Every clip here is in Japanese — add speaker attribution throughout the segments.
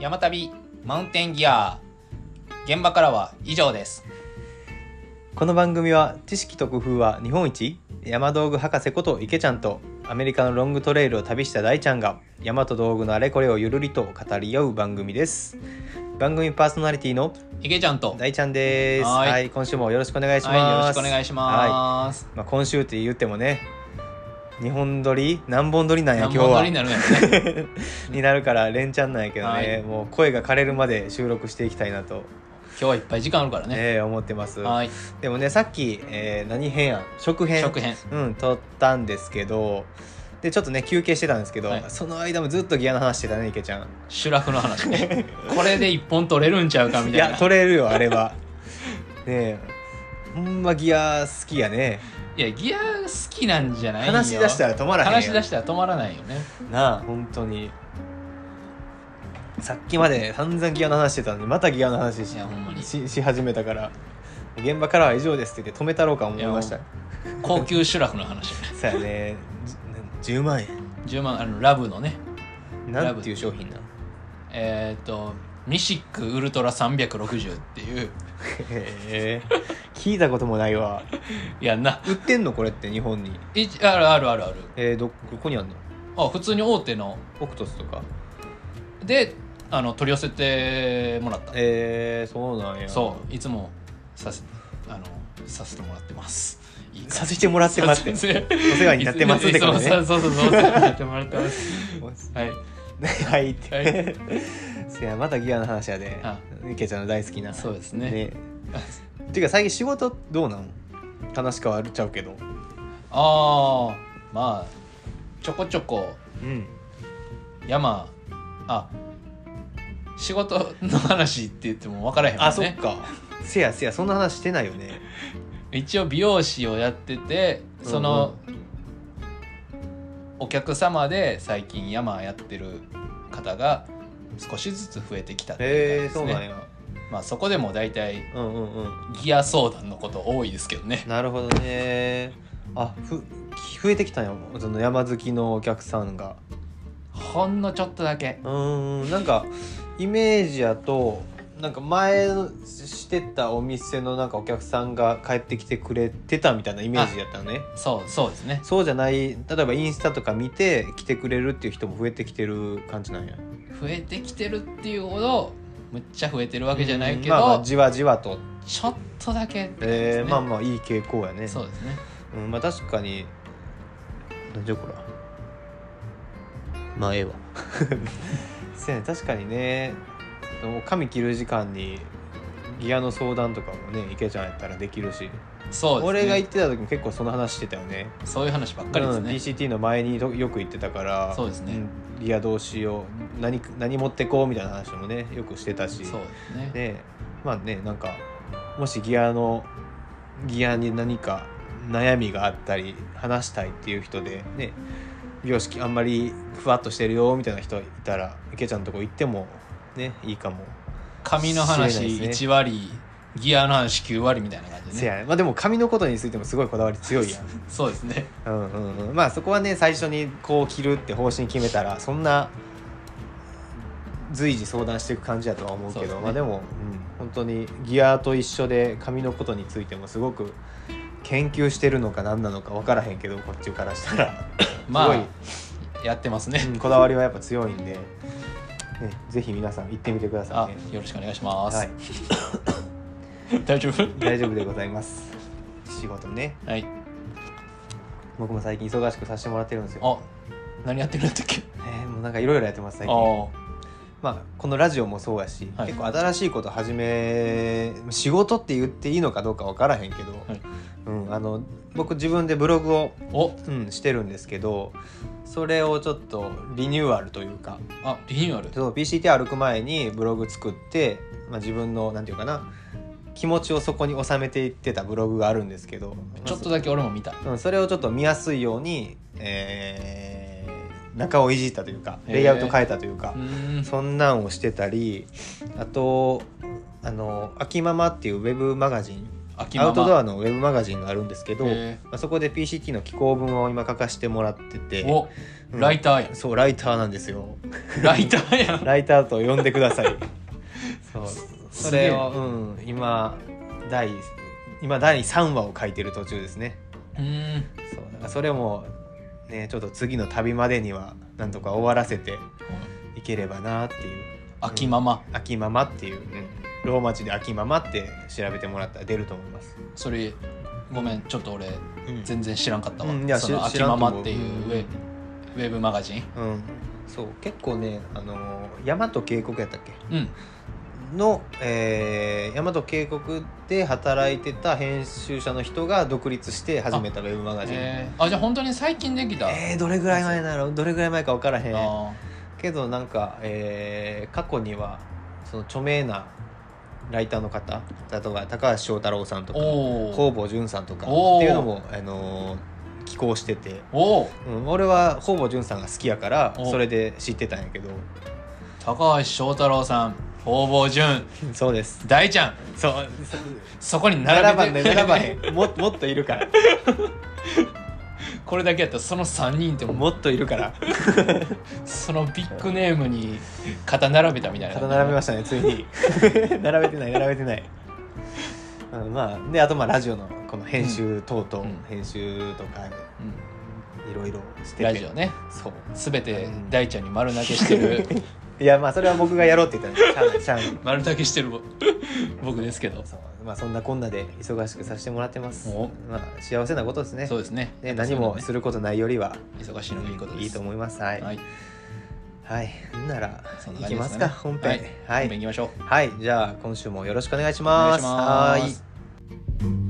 Speaker 1: 山旅マウンテンギア現場からは以上です
Speaker 2: この番組は知識と工夫は日本一山道具博士こと池ちゃんとアメリカのロングトレイルを旅した大ちゃんが山と道具のあれこれをゆるりと語り合う番組です番組パーソナリティの
Speaker 1: いけちゃんと
Speaker 2: 大ちゃんです
Speaker 1: は
Speaker 2: はいい今週もよろしくお願いしま
Speaker 1: は
Speaker 2: す、
Speaker 1: いよろしくお願いします、
Speaker 2: まあ、今週って言ってもね日本撮り何本撮りなんや
Speaker 1: 何
Speaker 2: 今
Speaker 1: 本
Speaker 2: 日
Speaker 1: 撮
Speaker 2: は
Speaker 1: りになるんやろね
Speaker 2: になるから連チャンなんやけどね、
Speaker 1: はい
Speaker 2: もう声が枯れるまで収録していきたいなと、
Speaker 1: 今日はいっぱい時間あるからね
Speaker 2: えー思ってます
Speaker 1: はい
Speaker 2: でもねさっき、えー何編やん食編
Speaker 1: 食編
Speaker 2: うん撮ったんですけどでちょっとね休憩してたんですけど、
Speaker 1: はい
Speaker 2: その間もずっとギアの話してたね池ちゃん
Speaker 1: 修羅の話ねこれで一本取れるんちゃうかみ
Speaker 2: い
Speaker 1: たい
Speaker 2: や
Speaker 1: ない
Speaker 2: 取れるよあ れはねえほんまギア好きやね
Speaker 1: やギア好きなんじゃないよ
Speaker 2: 話し出したら止まらへん
Speaker 1: 話し出
Speaker 2: し
Speaker 1: したら止まらないよね
Speaker 2: なあ本当にさっきまで散々ギアの話してたのにまたギアの話し
Speaker 1: いやほんまに
Speaker 2: しし始めたから現場からは以上ですって言って止めたろうか思いました
Speaker 1: い高級修羅の話
Speaker 2: さあねじ10万円
Speaker 1: 10万あのラブのね
Speaker 2: なんていう商品なの
Speaker 1: えっ、とミシックウルトラ360っていう
Speaker 2: へえ聞いたこともないわ
Speaker 1: いやんな
Speaker 2: 売ってんのこれって日本に
Speaker 1: いあるあるあるある
Speaker 2: えー、どどこにあんの
Speaker 1: あ普通に大手の
Speaker 2: オクトスとか
Speaker 1: であの取り寄せてもらった
Speaker 2: えー、そうなんや
Speaker 1: そういつもさせあのさせてもらってますいいか
Speaker 2: させてもらってますって
Speaker 1: させ
Speaker 2: お世話になってますってこと
Speaker 1: いつも
Speaker 2: ね
Speaker 1: そうそうそうそうお世話になってもらってます はい
Speaker 2: はいって、
Speaker 1: は
Speaker 2: せやまたギアの話やで
Speaker 1: あ
Speaker 2: 池ちゃんの大好きな
Speaker 1: そうですね
Speaker 2: ていうか最近仕事どうなん話変わるちゃうけど
Speaker 1: ああまあちょこちょこ
Speaker 2: うん
Speaker 1: 山あ仕事の話って言っても分からへんもんね
Speaker 2: あそっかせやせやそんな話してないよね
Speaker 1: 一応美容師をやっててその、お客様で最近山やってる方が少しずつ増えてきたって
Speaker 2: へ
Speaker 1: い
Speaker 2: え
Speaker 1: う
Speaker 2: そ
Speaker 1: 感
Speaker 2: う
Speaker 1: じです
Speaker 2: なん
Speaker 1: ね
Speaker 2: や
Speaker 1: まあそこでも大体
Speaker 2: うんうんうん
Speaker 1: ギア相談のこと多いですけどね
Speaker 2: なるほどねあふ増えてきたんよその山好きのお客さんが
Speaker 1: ほんのちょっとだけ
Speaker 2: うーんなんかイメージやとなんか前してたお店のなんかお客さんが帰ってきてくれてたみたいなイメージやったのね
Speaker 1: そうそうですね
Speaker 2: そうじゃない例えばインスタとか見て来てくれるっていう人も増えてきてる感じなんや
Speaker 1: 増えてきてるっていうほどむっちゃ増えてるわけじゃないけど、
Speaker 2: うんまあまあじわじわと、
Speaker 1: ちょっとだけって感じですね
Speaker 2: えーまあまあいい傾向やね
Speaker 1: そうですね
Speaker 2: うん、まあ確かに何じゃこらまあええわ せやね確かにねもう髪切る時間にギアの相談とかもね池ちゃんやったらできるし、
Speaker 1: そうですね
Speaker 2: 俺が行ってた時も結構その話してたよね
Speaker 1: そういう話ばっかりです
Speaker 2: うん
Speaker 1: ね、
Speaker 2: DCT の前によく行ってたから
Speaker 1: そうですね
Speaker 2: うんギアどうしよう何何持ってこうみたいな話もねよくしてたし
Speaker 1: そうですね
Speaker 2: ねまあねなんかもしギアのギアに何か悩みがあったり話したいっていう人でね美容式あんまりふわっとしてるよみたいな人いたら池ちゃんのとこ行ってもねいいかも、
Speaker 1: 髪の
Speaker 2: 知
Speaker 1: 話
Speaker 2: れないです
Speaker 1: 1割、ギアの話9割みたいな感じ
Speaker 2: せ
Speaker 1: でね
Speaker 2: やねまあでも髪のことについてもすごいこだわり強いやん
Speaker 1: そうですね
Speaker 2: うんうん、うん、まあそこはね最初にこう着るって方針決めたらそんな随時相談していく感じだとは思うけ
Speaker 1: そうです
Speaker 2: ど
Speaker 1: ね
Speaker 2: まあでも、うん、本当にギアと一緒で髪のことについてもすごく研究してるのか何なのか分からへんけどこっちからしたら
Speaker 1: ます
Speaker 2: ごい
Speaker 1: あやってます
Speaker 2: う
Speaker 1: ね、
Speaker 2: んこだわりはやっぱ強いんで、ね、ぜひ皆さん行ってみてくだ さ
Speaker 1: あ
Speaker 2: いね。
Speaker 1: よろしくお願いします、
Speaker 2: はい、
Speaker 1: 大丈夫
Speaker 2: 大丈夫でございます。仕事ね
Speaker 1: はい
Speaker 2: 僕も最近忙しくさせてもらってるんですよ。
Speaker 1: あ何やってるんだったっけ
Speaker 2: えーもうなんかいろいろやってます
Speaker 1: あ
Speaker 2: 最近。
Speaker 1: ー
Speaker 2: まあ、このラジオもそうやし、
Speaker 1: はい
Speaker 2: 結構新しいこと始め仕事って言っていいのかどうか分からへんけど、
Speaker 1: はい
Speaker 2: うん、あの僕自分でブログを、
Speaker 1: お
Speaker 2: うん、してるんですけどそれをちょっとリニューアルというか
Speaker 1: あリニューアル
Speaker 2: そう PCT 歩く前にブログ作って、まあ、自分のなんていうかな気持ちをそこに収めていってたブログがあるんですけど
Speaker 1: ちょっとだけ俺も見た
Speaker 2: うん、それをちょっと見やすいように、えー中をいじったというかレイアウト変えたというか
Speaker 1: う。ーん
Speaker 2: そんなんをしてたりあとあの「秋ママ」っていうウェブマガジン
Speaker 1: 秋
Speaker 2: ア
Speaker 1: マ
Speaker 2: ウトド
Speaker 1: マ
Speaker 2: アのウェブマガジンがあるんですけど、
Speaker 1: え
Speaker 2: まあ、そこで PCT の寄稿文を今書かせてもらってて
Speaker 1: ーお
Speaker 2: うん
Speaker 1: ライター や
Speaker 2: そうライターなんですよ
Speaker 1: ライターやん
Speaker 2: ライターと呼んでくださ いそうそ
Speaker 1: すげ
Speaker 2: れ
Speaker 1: え
Speaker 2: を、うん、今第今第3話を書いてる途中ですね
Speaker 1: うーん
Speaker 2: そうだからそれもねちょっと次の旅までにはなんとか終わらせていければなっていう
Speaker 1: 秋ママ
Speaker 2: 「秋ママ」っていう、ね、ローマ字で「秋ママ」って調べてもらったら出ると思います。
Speaker 1: それごめんちょっと俺
Speaker 2: うん
Speaker 1: 全然知らんかったわ、
Speaker 2: うんいや
Speaker 1: その
Speaker 2: し
Speaker 1: 秋
Speaker 2: 知らんと
Speaker 1: マ
Speaker 2: 思う
Speaker 1: マっていうウェ,、ウェブマガジン
Speaker 2: うん、そう結構ねあの大和渓谷やったっけ
Speaker 1: うん
Speaker 2: の、えー、大和渓谷で働いてた編集者の人が独立して始めたウェブマガジン。え
Speaker 1: えーあじゃあ本当に最近できた、
Speaker 2: ーどれぐらい前だろうどれぐらい前か分からへん
Speaker 1: あ
Speaker 2: けどなんか、えー過去にはその著名なライターの方例えば高橋翔太郎さんと
Speaker 1: ー
Speaker 2: か
Speaker 1: おー
Speaker 2: 工房淳さんとかっ
Speaker 1: おー
Speaker 2: ていうのも、あのー寄稿してて、
Speaker 1: おー
Speaker 2: うん、俺は工房淳さんが好きやから
Speaker 1: お
Speaker 2: それで知ってたんやけど
Speaker 1: 高橋翔太郎さん方々淳
Speaker 2: そうです
Speaker 1: 大ちゃん
Speaker 2: そう
Speaker 1: そこに
Speaker 2: 並ば
Speaker 1: 並
Speaker 2: ん
Speaker 1: べ
Speaker 2: で
Speaker 1: て
Speaker 2: 並ばへんももっといるから
Speaker 1: これだけやったらその3人って も
Speaker 2: もっといるから
Speaker 1: そのビッグネームに肩並べたみたいな
Speaker 2: 肩並べましたねついに 並べてない並べてないうんまあであとまあラジオのこの編集等々、
Speaker 1: うん
Speaker 2: 編集とか
Speaker 1: うん
Speaker 2: いろいろしてて
Speaker 1: ラジオね
Speaker 2: そう
Speaker 1: 全て大ちゃんに丸投げして る
Speaker 2: いやまあそれは僕がやろうって言ったらしゃあないしゃあない
Speaker 1: 丸投げしてる 僕ですけど
Speaker 2: そうまあそんなこんなで忙しくさせてもらってます
Speaker 1: お
Speaker 2: まあ幸せなことですね
Speaker 1: そうですね
Speaker 2: ね何もすることないよりは
Speaker 1: 忙しいのがいいことです
Speaker 2: いいと思いますはい
Speaker 1: はい
Speaker 2: はいほんなら
Speaker 1: そんな感
Speaker 2: 行き
Speaker 1: じで
Speaker 2: ますす
Speaker 1: ね
Speaker 2: か本編は
Speaker 1: はい、本
Speaker 2: い
Speaker 1: 編いきましょう
Speaker 2: はいじゃあ今週もよろしくお願いし
Speaker 1: お願
Speaker 2: ま
Speaker 1: い
Speaker 2: す
Speaker 1: します
Speaker 2: はい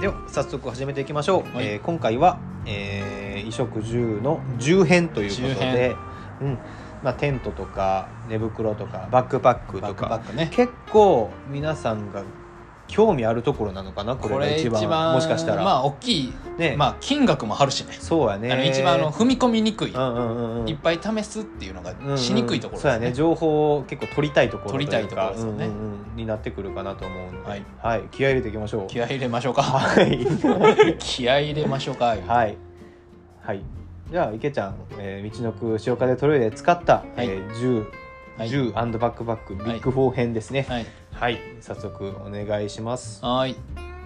Speaker 2: では早速始めていきましょう、
Speaker 1: はい
Speaker 2: えー今回は「えー衣食住」の10編ということで、うんまあ、テントとか寝袋とかバックパック
Speaker 1: バッ
Speaker 2: と
Speaker 1: クパッ
Speaker 2: か
Speaker 1: クね
Speaker 2: 結構皆さんが興味あるところなのかなこれ
Speaker 1: こ
Speaker 2: が
Speaker 1: れ
Speaker 2: 一
Speaker 1: 一
Speaker 2: 番
Speaker 1: 番
Speaker 2: もしかしたら、
Speaker 1: まあ大きい、
Speaker 2: ね
Speaker 1: まあ金額もあるしね
Speaker 2: そうやね
Speaker 1: あの一番あの踏み込みにくい、
Speaker 2: うんうんうんうん
Speaker 1: いっぱい試すっていうの
Speaker 2: うんう
Speaker 1: が
Speaker 2: ん
Speaker 1: しにくいところ
Speaker 2: そうやね
Speaker 1: ですね。
Speaker 2: 情報を結構取りたいところというか
Speaker 1: 取りたいところですよね
Speaker 2: うんうんうんになってくるかなと思うので、は
Speaker 1: はいい
Speaker 2: 気合い入れていきましょう
Speaker 1: 気合い入れましょうか。
Speaker 2: はい
Speaker 1: 気合い入れましょうか。
Speaker 2: はい。はい。じゃあ池ちゃん、えー、道のく塩風トロイで使った、
Speaker 1: はい
Speaker 2: えー、銃、
Speaker 1: はい
Speaker 2: 銃バックパックビッグフォー編ですね。
Speaker 1: はい。
Speaker 2: はい。早速お願いします。
Speaker 1: はい。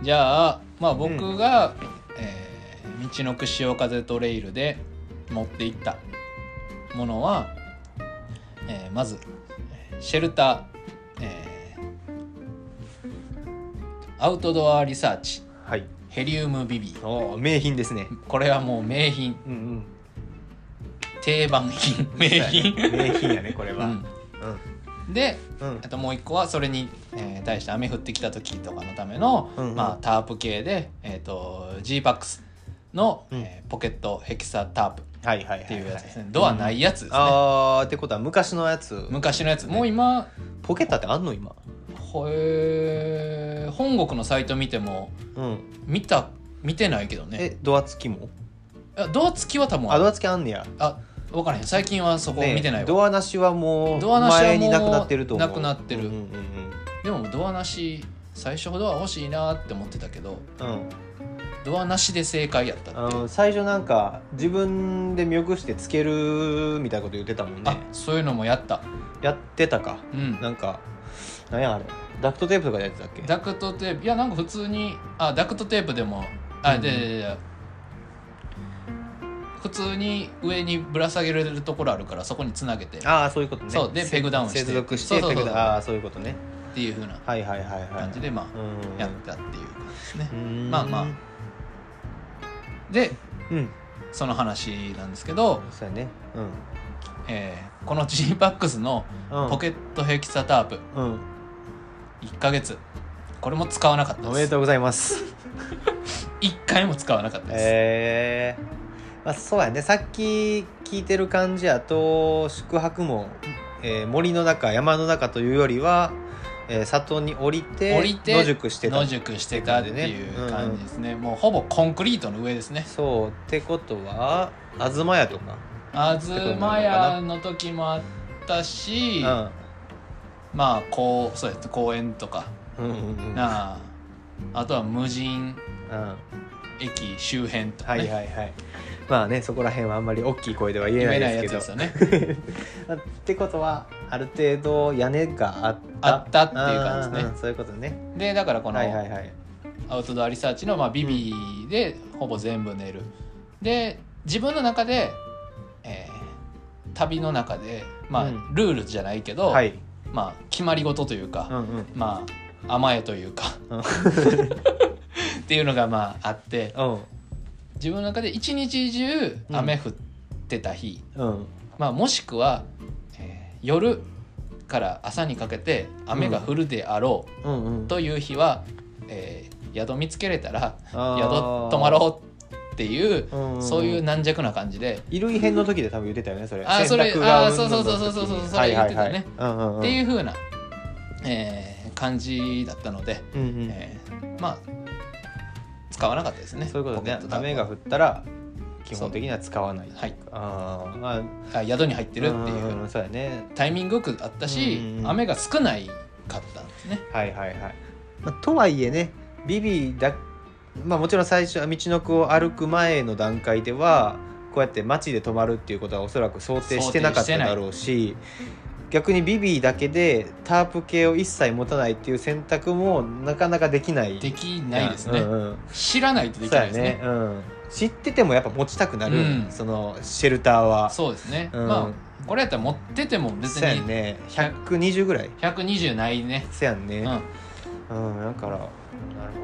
Speaker 1: じゃあ、まあ僕が、えー道のく潮風トレイルで持っていったものは、えーまず、えーシェルター、えーアウトドアリサーチ、
Speaker 2: はい。
Speaker 1: ヘリウムビビ。
Speaker 2: おー名品ですね。
Speaker 1: これはもう名品、
Speaker 2: うんうん。
Speaker 1: 定番品、名品。
Speaker 2: そうやね名品やねこれは。
Speaker 1: う
Speaker 2: うん
Speaker 1: ん。で、
Speaker 2: うん
Speaker 1: あともう一個はそれに、えー対して雨降ってきた時とかのための、
Speaker 2: うんうん
Speaker 1: まあ、タープ系で、えー、と G パックスの、
Speaker 2: うん
Speaker 1: えーポケットヘキサタープ
Speaker 2: はいはいはいはい。
Speaker 1: っていうやつですね、ドアないやつですね、
Speaker 2: あーってことは昔のやつ
Speaker 1: 昔のやつもう今
Speaker 2: ポケッタってあんの今
Speaker 1: ほえー本国のサイト見ても
Speaker 2: うん
Speaker 1: 見た見てないけどね
Speaker 2: えドア付きも
Speaker 1: あドア付きは多分
Speaker 2: あド
Speaker 1: あ
Speaker 2: ア付きあんねや
Speaker 1: 分からへん最近はそこ見てない
Speaker 2: ね
Speaker 1: わ、
Speaker 2: ドアなしはもう
Speaker 1: ドアなしはもう
Speaker 2: 前になくなってると思う
Speaker 1: なくなってる
Speaker 2: うんうん
Speaker 1: でもドアなし最初ドア欲しいなって思ってたけど
Speaker 2: うんうんうん
Speaker 1: ドアなしで正解やったって
Speaker 2: あの最初なんか自分で見送してつけるみたいなこと言ってたもんね
Speaker 1: あそういうのもやった
Speaker 2: やってたか
Speaker 1: うん
Speaker 2: なんかなんやあれダクトテープとかでやってたっけ
Speaker 1: ダクトテープいやなんか普通にあダクトテープでもあ、
Speaker 2: うん
Speaker 1: でででで普通に上にぶら下げられるところあるからそこにつなげてっ
Speaker 2: ああそういうことね
Speaker 1: そうで
Speaker 2: せ
Speaker 1: ペグダウンして
Speaker 2: 接続し
Speaker 1: そ
Speaker 2: て
Speaker 1: うそう
Speaker 2: ペ
Speaker 1: そう
Speaker 2: グダウンああそういうことね
Speaker 1: ていう風な
Speaker 2: はいはいはいはい
Speaker 1: 感じでま
Speaker 2: う
Speaker 1: あ
Speaker 2: ん
Speaker 1: やったっていう感じですね
Speaker 2: う、ん
Speaker 1: まあまあで
Speaker 2: うん
Speaker 1: その話なんですけど、
Speaker 2: そうやねう
Speaker 1: えーこの g パックスの
Speaker 2: んうん
Speaker 1: ポケットヘキサタープ
Speaker 2: うん
Speaker 1: 1ヶ月これも使わなかった
Speaker 2: おめ
Speaker 1: で
Speaker 2: ですとうございます
Speaker 1: 1回も使わなかったです、
Speaker 2: えーまあ、そうやねさっき聞いてる感じやと宿泊も、えー森の中山の中というよりは、えー里に降りて
Speaker 1: 降りて
Speaker 2: 野宿してた
Speaker 1: 野宿してたっていう感じですね、もうほぼコンクリートの上ですね
Speaker 2: そうってことは東屋とか
Speaker 1: 東屋の時もあったし、まあこうそうやって公園とか
Speaker 2: うんうんうんうん
Speaker 1: なああとは無人
Speaker 2: うん
Speaker 1: 駅周辺とか
Speaker 2: は
Speaker 1: ね、
Speaker 2: いはいはいまあねそこら辺はあんまり大きい声では言え
Speaker 1: 言
Speaker 2: な
Speaker 1: え
Speaker 2: い
Speaker 1: ないや
Speaker 2: で
Speaker 1: つですす
Speaker 2: け
Speaker 1: よね
Speaker 2: どってことはある程度屋根があった
Speaker 1: あったっていう感じですね
Speaker 2: うんうんうんそういうことね
Speaker 1: でだからこの
Speaker 2: はいはいはい
Speaker 1: アウトドアリサーチの、まあ、ビビでほぼ全部寝る、で自分の中で、えー旅の中で、まあ
Speaker 2: うん
Speaker 1: ルールじゃないけど、
Speaker 2: はい
Speaker 1: まあ、決まり事という
Speaker 2: うん
Speaker 1: か、
Speaker 2: うん
Speaker 1: まあ甘えというか
Speaker 2: うん
Speaker 1: っていうのがまああって
Speaker 2: うん
Speaker 1: 自分の中で一日中
Speaker 2: うん
Speaker 1: 雨降ってた日、
Speaker 2: うん
Speaker 1: まあ、もしくは、えー夜から朝にかけて雨が降るであろう
Speaker 2: うんうん
Speaker 1: という日は、えー宿見つけれたら
Speaker 2: あ
Speaker 1: 宿
Speaker 2: ー
Speaker 1: 泊まろうっていう
Speaker 2: う、んんん
Speaker 1: そういう軟弱な感じで、
Speaker 2: 衣類編の時で多分言ってたよねそれ
Speaker 1: あーそれ
Speaker 2: 洗濯が
Speaker 1: あーそうそうそうそうそうそう
Speaker 2: うんんん
Speaker 1: それ言ってたね
Speaker 2: はいはいはいうんうんうん
Speaker 1: っていう風な、えー感じだったので、
Speaker 2: うんうん
Speaker 1: えーまあ使わなかったですね。
Speaker 2: そういうことね
Speaker 1: ポケットタオル
Speaker 2: 雨が降ったら基本的には使わない
Speaker 1: はい、
Speaker 2: あーまあ
Speaker 1: あ宿に入ってるっていう風
Speaker 2: ん
Speaker 1: なん
Speaker 2: そうやね
Speaker 1: タイミングよくあったし、
Speaker 2: うん
Speaker 1: 雨が少ないかったんですね。
Speaker 2: はいはいはい、まあ、とはいえねビビだまあもちろん最初は道のくを歩く前の段階ではこうやって街で泊まるっていうことはおそらく想定してなかっただろうし逆にビビだけでタープ系を一切持たないっていう選択もなかなかできない
Speaker 1: できないですね。
Speaker 2: うんうん
Speaker 1: 知らないとでき
Speaker 2: そう
Speaker 1: ないで
Speaker 2: や
Speaker 1: すね
Speaker 2: ね。、うん、知っててもやっぱ持ちたくなる、
Speaker 1: うん
Speaker 2: そのシェルターは
Speaker 1: そうですね。
Speaker 2: うん
Speaker 1: まあこれやったら持ってても別
Speaker 2: そうやん
Speaker 1: に
Speaker 2: ね120ぐらい
Speaker 1: 120ないね。
Speaker 2: そうやんね、
Speaker 1: うん、
Speaker 2: うん、だからなる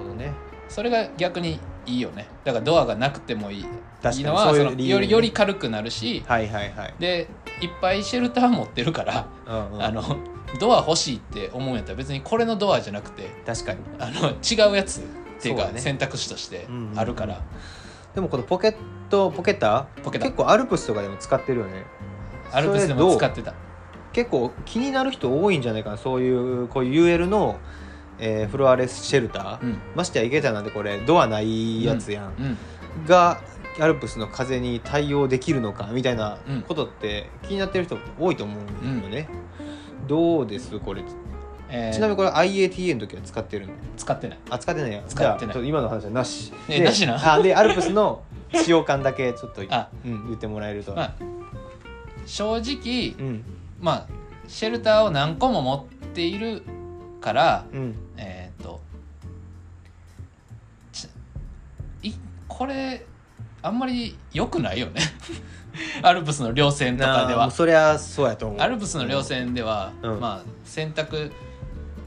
Speaker 2: ほどね
Speaker 1: それが逆にいいよね。だからドアがなくてもいい。
Speaker 2: 確か
Speaker 1: いい
Speaker 2: に
Speaker 1: のは
Speaker 2: そういう
Speaker 1: その
Speaker 2: 理由
Speaker 1: より
Speaker 2: ね
Speaker 1: より軽くなるし、
Speaker 2: はいはいはい、
Speaker 1: でいっぱいシェルター持ってるから、
Speaker 2: うんうん
Speaker 1: あのドア欲しいって思うんやったら別にこれのドアじゃなくて
Speaker 2: 確かに
Speaker 1: あの違うやつっていう
Speaker 2: そう
Speaker 1: か
Speaker 2: だね
Speaker 1: 選択肢としてあるから、
Speaker 2: でもこのポケットポケタ
Speaker 1: ポケット
Speaker 2: 結構アルプスとかでも使ってるよね
Speaker 1: アルプスでも使ってた。
Speaker 2: 結構気になる人多いんじゃないかなそういうこういう UL の、えーフロアレスシェルター、
Speaker 1: うん
Speaker 2: ましてや池田なんてこれドアないやつやん、
Speaker 1: うん
Speaker 2: がアルプスの風に対応できるのかみたいな
Speaker 1: うん
Speaker 2: ことって気になってる人多いと思うんだよね、どうですこれ
Speaker 1: えー
Speaker 2: ちなみにこれ IATA の時は使ってるの
Speaker 1: 使ってない。
Speaker 2: あ使ってないやん
Speaker 1: 使ってない
Speaker 2: じゃあちょと今の話はなし
Speaker 1: え
Speaker 2: で
Speaker 1: なしな
Speaker 2: あでアルプスの使用感だけちょっと、
Speaker 1: あ
Speaker 2: うん、言ってもらえると、
Speaker 1: まあ、正直、
Speaker 2: うん
Speaker 1: まあ、シェルターを何個も持っているから、
Speaker 2: うん
Speaker 1: えーっとちいこれあんまり良くないよね アルプスの稜線とかで
Speaker 2: なあ
Speaker 1: は
Speaker 2: そりゃそうやと思う
Speaker 1: アルプスの稜線では、
Speaker 2: うん
Speaker 1: まあ選択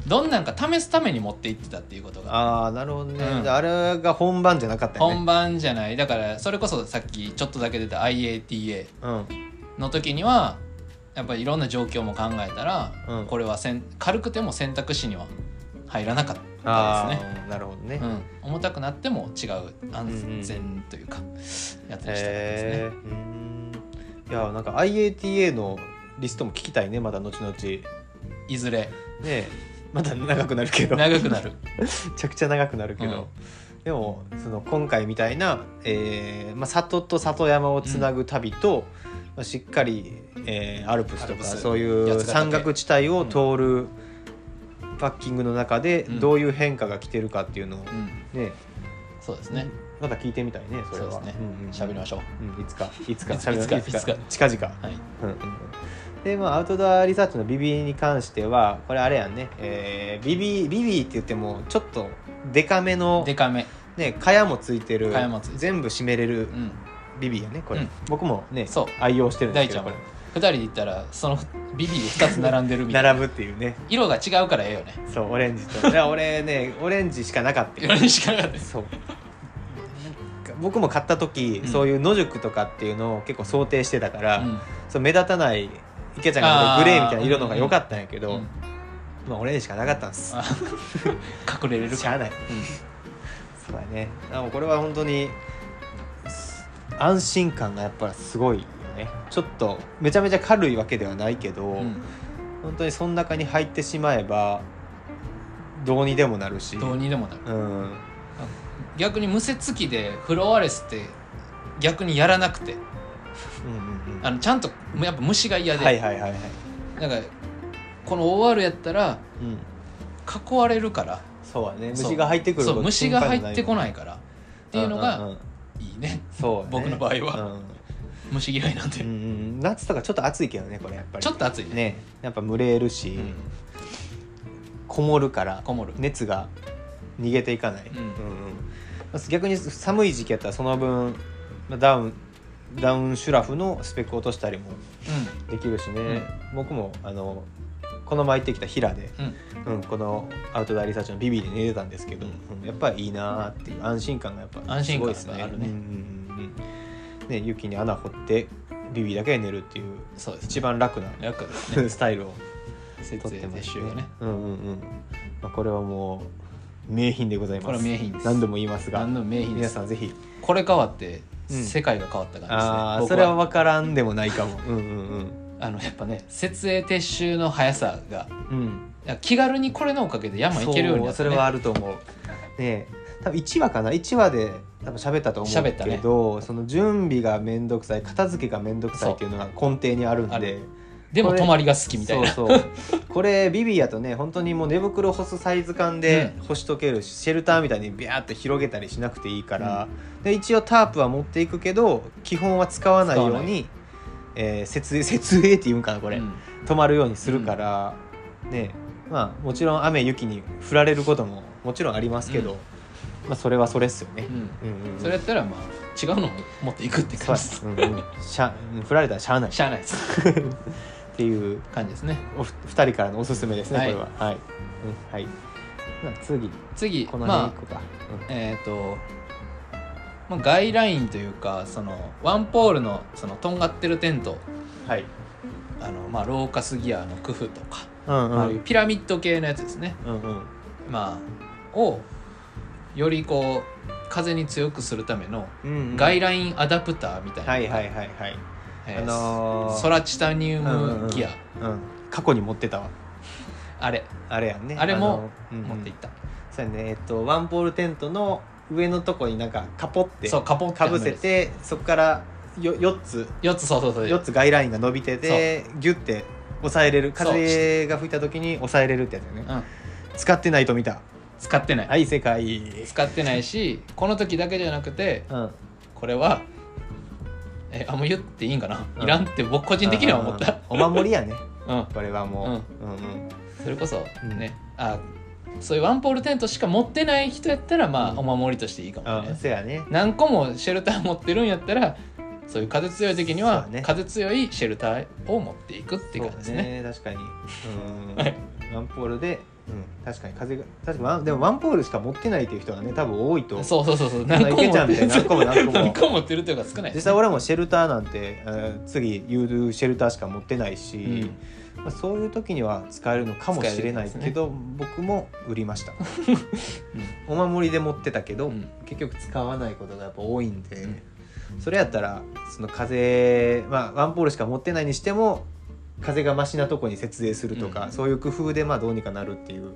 Speaker 1: どんなんか試すために持って行ってたっていうことが
Speaker 2: ああなるほどね、
Speaker 1: うん
Speaker 2: であれが本番じゃなかったよね
Speaker 1: 本番じゃないだからそれこそさっきちょっとだけ出た IATA
Speaker 2: うん
Speaker 1: の時にはやっぱりいろんな状況も考えたら、
Speaker 2: うん
Speaker 1: これはせん軽くても選択肢には入らなかった
Speaker 2: あ
Speaker 1: ですね。
Speaker 2: あなるほどね、
Speaker 1: うん、重たくなっても違う安全というか、やってましたですね、
Speaker 2: へえうんいやなんか IATA のリストも聞きたいねまた後々ね
Speaker 1: いずれ
Speaker 2: えまた長くなるけど
Speaker 1: 長くなる
Speaker 2: めちゃくちゃ長くなるけど、でもその今回みたいな、えーまあ、里と里山をつなぐ旅と、まあ、しっかり、えーアルプスと
Speaker 1: アル
Speaker 2: か
Speaker 1: プス
Speaker 2: そうい
Speaker 1: 八ヶ
Speaker 2: う
Speaker 1: 岳
Speaker 2: 山岳地帯を通るパッキングの中で
Speaker 1: うん
Speaker 2: どういう変化が来てるかっていうのを
Speaker 1: うん
Speaker 2: ね、
Speaker 1: そうですね
Speaker 2: また聞いてみたいねそれは
Speaker 1: そうですね
Speaker 2: んん
Speaker 1: 喋りましょう
Speaker 2: うんいつかいつか
Speaker 1: いつ
Speaker 2: 喋りましょう
Speaker 1: いつかい
Speaker 2: 近々
Speaker 1: はい
Speaker 2: うんうんうんでまあアウトドアリサーチのビビに関してはこれあれやんね、えービビビビって言ってもちょっとデカめの
Speaker 1: でかめ
Speaker 2: ね蚊帳もついてる
Speaker 1: 蚊帳もついてる
Speaker 2: 全部閉めれる
Speaker 1: うん
Speaker 2: ビビやねこれ、
Speaker 1: うん
Speaker 2: 僕もね
Speaker 1: そう
Speaker 2: 愛用してるんです
Speaker 1: 大
Speaker 2: け
Speaker 1: ちゃ
Speaker 2: ど
Speaker 1: んは
Speaker 2: これ
Speaker 1: 2人で行ったらそのビビで2つ並んでる みたいな
Speaker 2: 並ぶっていうね
Speaker 1: 色が違うからええよね
Speaker 2: そうオレン ジといや俺ねオレンジしかなかった
Speaker 1: 色にしかなかったです
Speaker 2: そう僕も買った時、
Speaker 1: うん
Speaker 2: そういう野宿とかっていうのを結構想定してたから、
Speaker 1: うん
Speaker 2: そう目立たない池ちゃんが言うグレーみたいな色の方
Speaker 1: あ
Speaker 2: が
Speaker 1: ー
Speaker 2: 良かったんやけど、
Speaker 1: うん
Speaker 2: まあオレンジしかなかったんです
Speaker 1: あ隠れれる
Speaker 2: しゃ
Speaker 1: か
Speaker 2: あない、そうだねあもうこれは本当にす安心感がやっぱりすごいよねちょっとめちゃめちゃ軽いわけではないけど、
Speaker 1: うん
Speaker 2: 本当にその中に入ってしまえばどうにでもなるし
Speaker 1: どうにでもなる
Speaker 2: うん
Speaker 1: 逆にむせつきでフロアレスって逆にやらなくて
Speaker 2: うんうんうん
Speaker 1: あのちゃんとやっぱ虫が嫌で、
Speaker 2: はいはいはいはい
Speaker 1: なんかこの OR やったら
Speaker 2: うん
Speaker 1: 囲われるから
Speaker 2: そうだね
Speaker 1: そう
Speaker 2: 虫が入ってくる
Speaker 1: そう虫が入ってこ
Speaker 2: いっ
Speaker 1: ないからっていうのがいいね
Speaker 2: そう、ね、
Speaker 1: 僕の場合は
Speaker 2: うん
Speaker 1: 虫嫌いなんで、
Speaker 2: うんうん、夏とかちょっと暑いけどねこれやっぱり
Speaker 1: ちょっと暑いね
Speaker 2: ねやっぱ蒸れるし、
Speaker 1: うん
Speaker 2: こもるから
Speaker 1: こもる、
Speaker 2: 熱が逃げていかない、
Speaker 1: うん
Speaker 2: うん逆に寒い時期やったらその分まあダウンダウンシュラフのスペック落としたりもできるしね、僕もあのこの前行ってきた平で、
Speaker 1: うん
Speaker 2: うんこのアウトドアリサーチのビビで寝てたんですけど、うんやっぱりいいなーっていう安心感がやっぱ
Speaker 1: 安
Speaker 2: す
Speaker 1: 心
Speaker 2: ご
Speaker 1: 感
Speaker 2: いです
Speaker 1: が
Speaker 2: ね。
Speaker 1: あるね
Speaker 2: うんうんうんうんね雪に穴掘ってビビだけで寝るっていう
Speaker 1: そうです、ね、
Speaker 2: 一番楽な
Speaker 1: 楽です ね
Speaker 2: スタイルを
Speaker 1: 設
Speaker 2: 取っ
Speaker 1: 営
Speaker 2: てま
Speaker 1: 撤
Speaker 2: す
Speaker 1: 収
Speaker 2: ね
Speaker 1: がね。
Speaker 2: うんうんうん。まあこれはもう名品でございます。
Speaker 1: これは名品です
Speaker 2: 何度も言いますが
Speaker 1: 何、の名品で
Speaker 2: 皆
Speaker 1: す
Speaker 2: さんぜひ。
Speaker 1: これ変わって
Speaker 2: うん
Speaker 1: 世界が変わった感じですね、
Speaker 2: ああ、
Speaker 1: 僕
Speaker 2: それは分からんでもないかも。うんうん
Speaker 1: あのやっぱね設営撤収の速さが
Speaker 2: うん。うん。
Speaker 1: いや気軽にこれのおかげで山行けるようになった、
Speaker 2: そ
Speaker 1: ね、
Speaker 2: うそれはあると思う。ねえ、多分一話かな、一話で多分喋ったと思う
Speaker 1: 喋った
Speaker 2: け
Speaker 1: ね
Speaker 2: ど、その準備が面倒くさい、片付けが面倒くさいっていうのが根底にあるん
Speaker 1: あ
Speaker 2: で
Speaker 1: る。でも泊まりが好きみたいな
Speaker 2: そうそうこれビビやとね本当にもう寝袋干すサイズ感で干しとけるし、シェルターみたいにビャーって広げたりしなくていいから、で一応タープは持っていくけど基本は使わないよう
Speaker 1: 使わな
Speaker 2: に、えー設 営設営っていうんかなこれ、
Speaker 1: うん
Speaker 2: 止まるようにするから、ねまあもちろん雨雪に降られることももちろんありますけど、
Speaker 1: うん
Speaker 2: まあそれはそれっすよね
Speaker 1: う。ん
Speaker 2: うんうんうん
Speaker 1: それやったらまあ違うのを持っていくって
Speaker 2: そ
Speaker 1: 感じで
Speaker 2: うです
Speaker 1: す
Speaker 2: うん うんしゃ振られたらしゃあないっ
Speaker 1: しゃあないです
Speaker 2: ていう
Speaker 1: 感じですね
Speaker 2: おふ二人からのおすすめですね、
Speaker 1: はい
Speaker 2: これははい、うん、はいまあ次
Speaker 1: 次
Speaker 2: この辺
Speaker 1: ま
Speaker 2: 行
Speaker 1: あ
Speaker 2: くか、
Speaker 1: えっ、とまあ、ガイラインというかそのワンポールのそのとんがってるテント
Speaker 2: うんはい
Speaker 1: あの、まあ、ローカスギアの工夫とか、
Speaker 2: うんうん
Speaker 1: ああいうピラミッド系のやつですね、
Speaker 2: うんうん
Speaker 1: まあ、をよりこう風に強くするための
Speaker 2: うんうん
Speaker 1: ガイラインアダプターみたいな、
Speaker 2: はいはいはいはい
Speaker 1: えー
Speaker 2: あのー
Speaker 1: ソラチタニウムギア、
Speaker 2: うん過去に持ってたわ
Speaker 1: あれ
Speaker 2: あれやんね
Speaker 1: あれも
Speaker 2: あのうんうん
Speaker 1: 持っていった、
Speaker 2: そうやねえっとワンポールテントの上のとこになんかカポって
Speaker 1: そうカポン
Speaker 2: かぶせてそこからよ4つ
Speaker 1: 4つそうそうそう
Speaker 2: 四つガイラインが伸びててギュッて押さえれる風が吹いた時に押さえれるってやつよね
Speaker 1: うん、
Speaker 2: 使ってないと見た
Speaker 1: 使ってない、
Speaker 2: はい世界
Speaker 1: 使ってないしこの時だけじゃなくて
Speaker 2: うん
Speaker 1: これはえあんま言っていいんかな、
Speaker 2: うん
Speaker 1: いらんって僕個人的には思った、
Speaker 2: うんお守りやね
Speaker 1: うん、
Speaker 2: これはもう、うん
Speaker 1: それこそ
Speaker 2: うん
Speaker 1: ね、あそういうワンポールテントしか持ってない人やったらまあ、
Speaker 2: うん
Speaker 1: お守りとしていいかも
Speaker 2: うん
Speaker 1: ね、
Speaker 2: うんせやね
Speaker 1: 何個もシェルター持ってるんやったらそういう風強い時には、
Speaker 2: そうね
Speaker 1: 風強いシェルターを持っていくっていう感じですね
Speaker 2: そう確かに、うん
Speaker 1: はい
Speaker 2: ワンポールで、うん、確かに風が確かにワンでもワンポールしか持ってないっていう人がね多分多いと
Speaker 1: そうそうそうそう
Speaker 2: なん か
Speaker 1: 何個も
Speaker 2: いけちゃ
Speaker 1: 持
Speaker 2: う
Speaker 1: ってる
Speaker 2: みたいな何個も何個も
Speaker 1: 何個も持ってるというか少ないで
Speaker 2: 実
Speaker 1: すね
Speaker 2: 際俺もシェルターなんて、うん次言うシェルターしか持ってないし、
Speaker 1: うん
Speaker 2: まあ、そういう時には使えるのかもしれないけど、僕も売り ましたお守りで持ってたけど、
Speaker 1: うん
Speaker 2: 結局使わないことがやっぱ多いんで、
Speaker 1: うん
Speaker 2: それやったらその風、まあ、ワンポールしか持ってないにしても風がマシなとこに設営するとか、
Speaker 1: うん
Speaker 2: そういう工夫でまあどうにかなるっていう、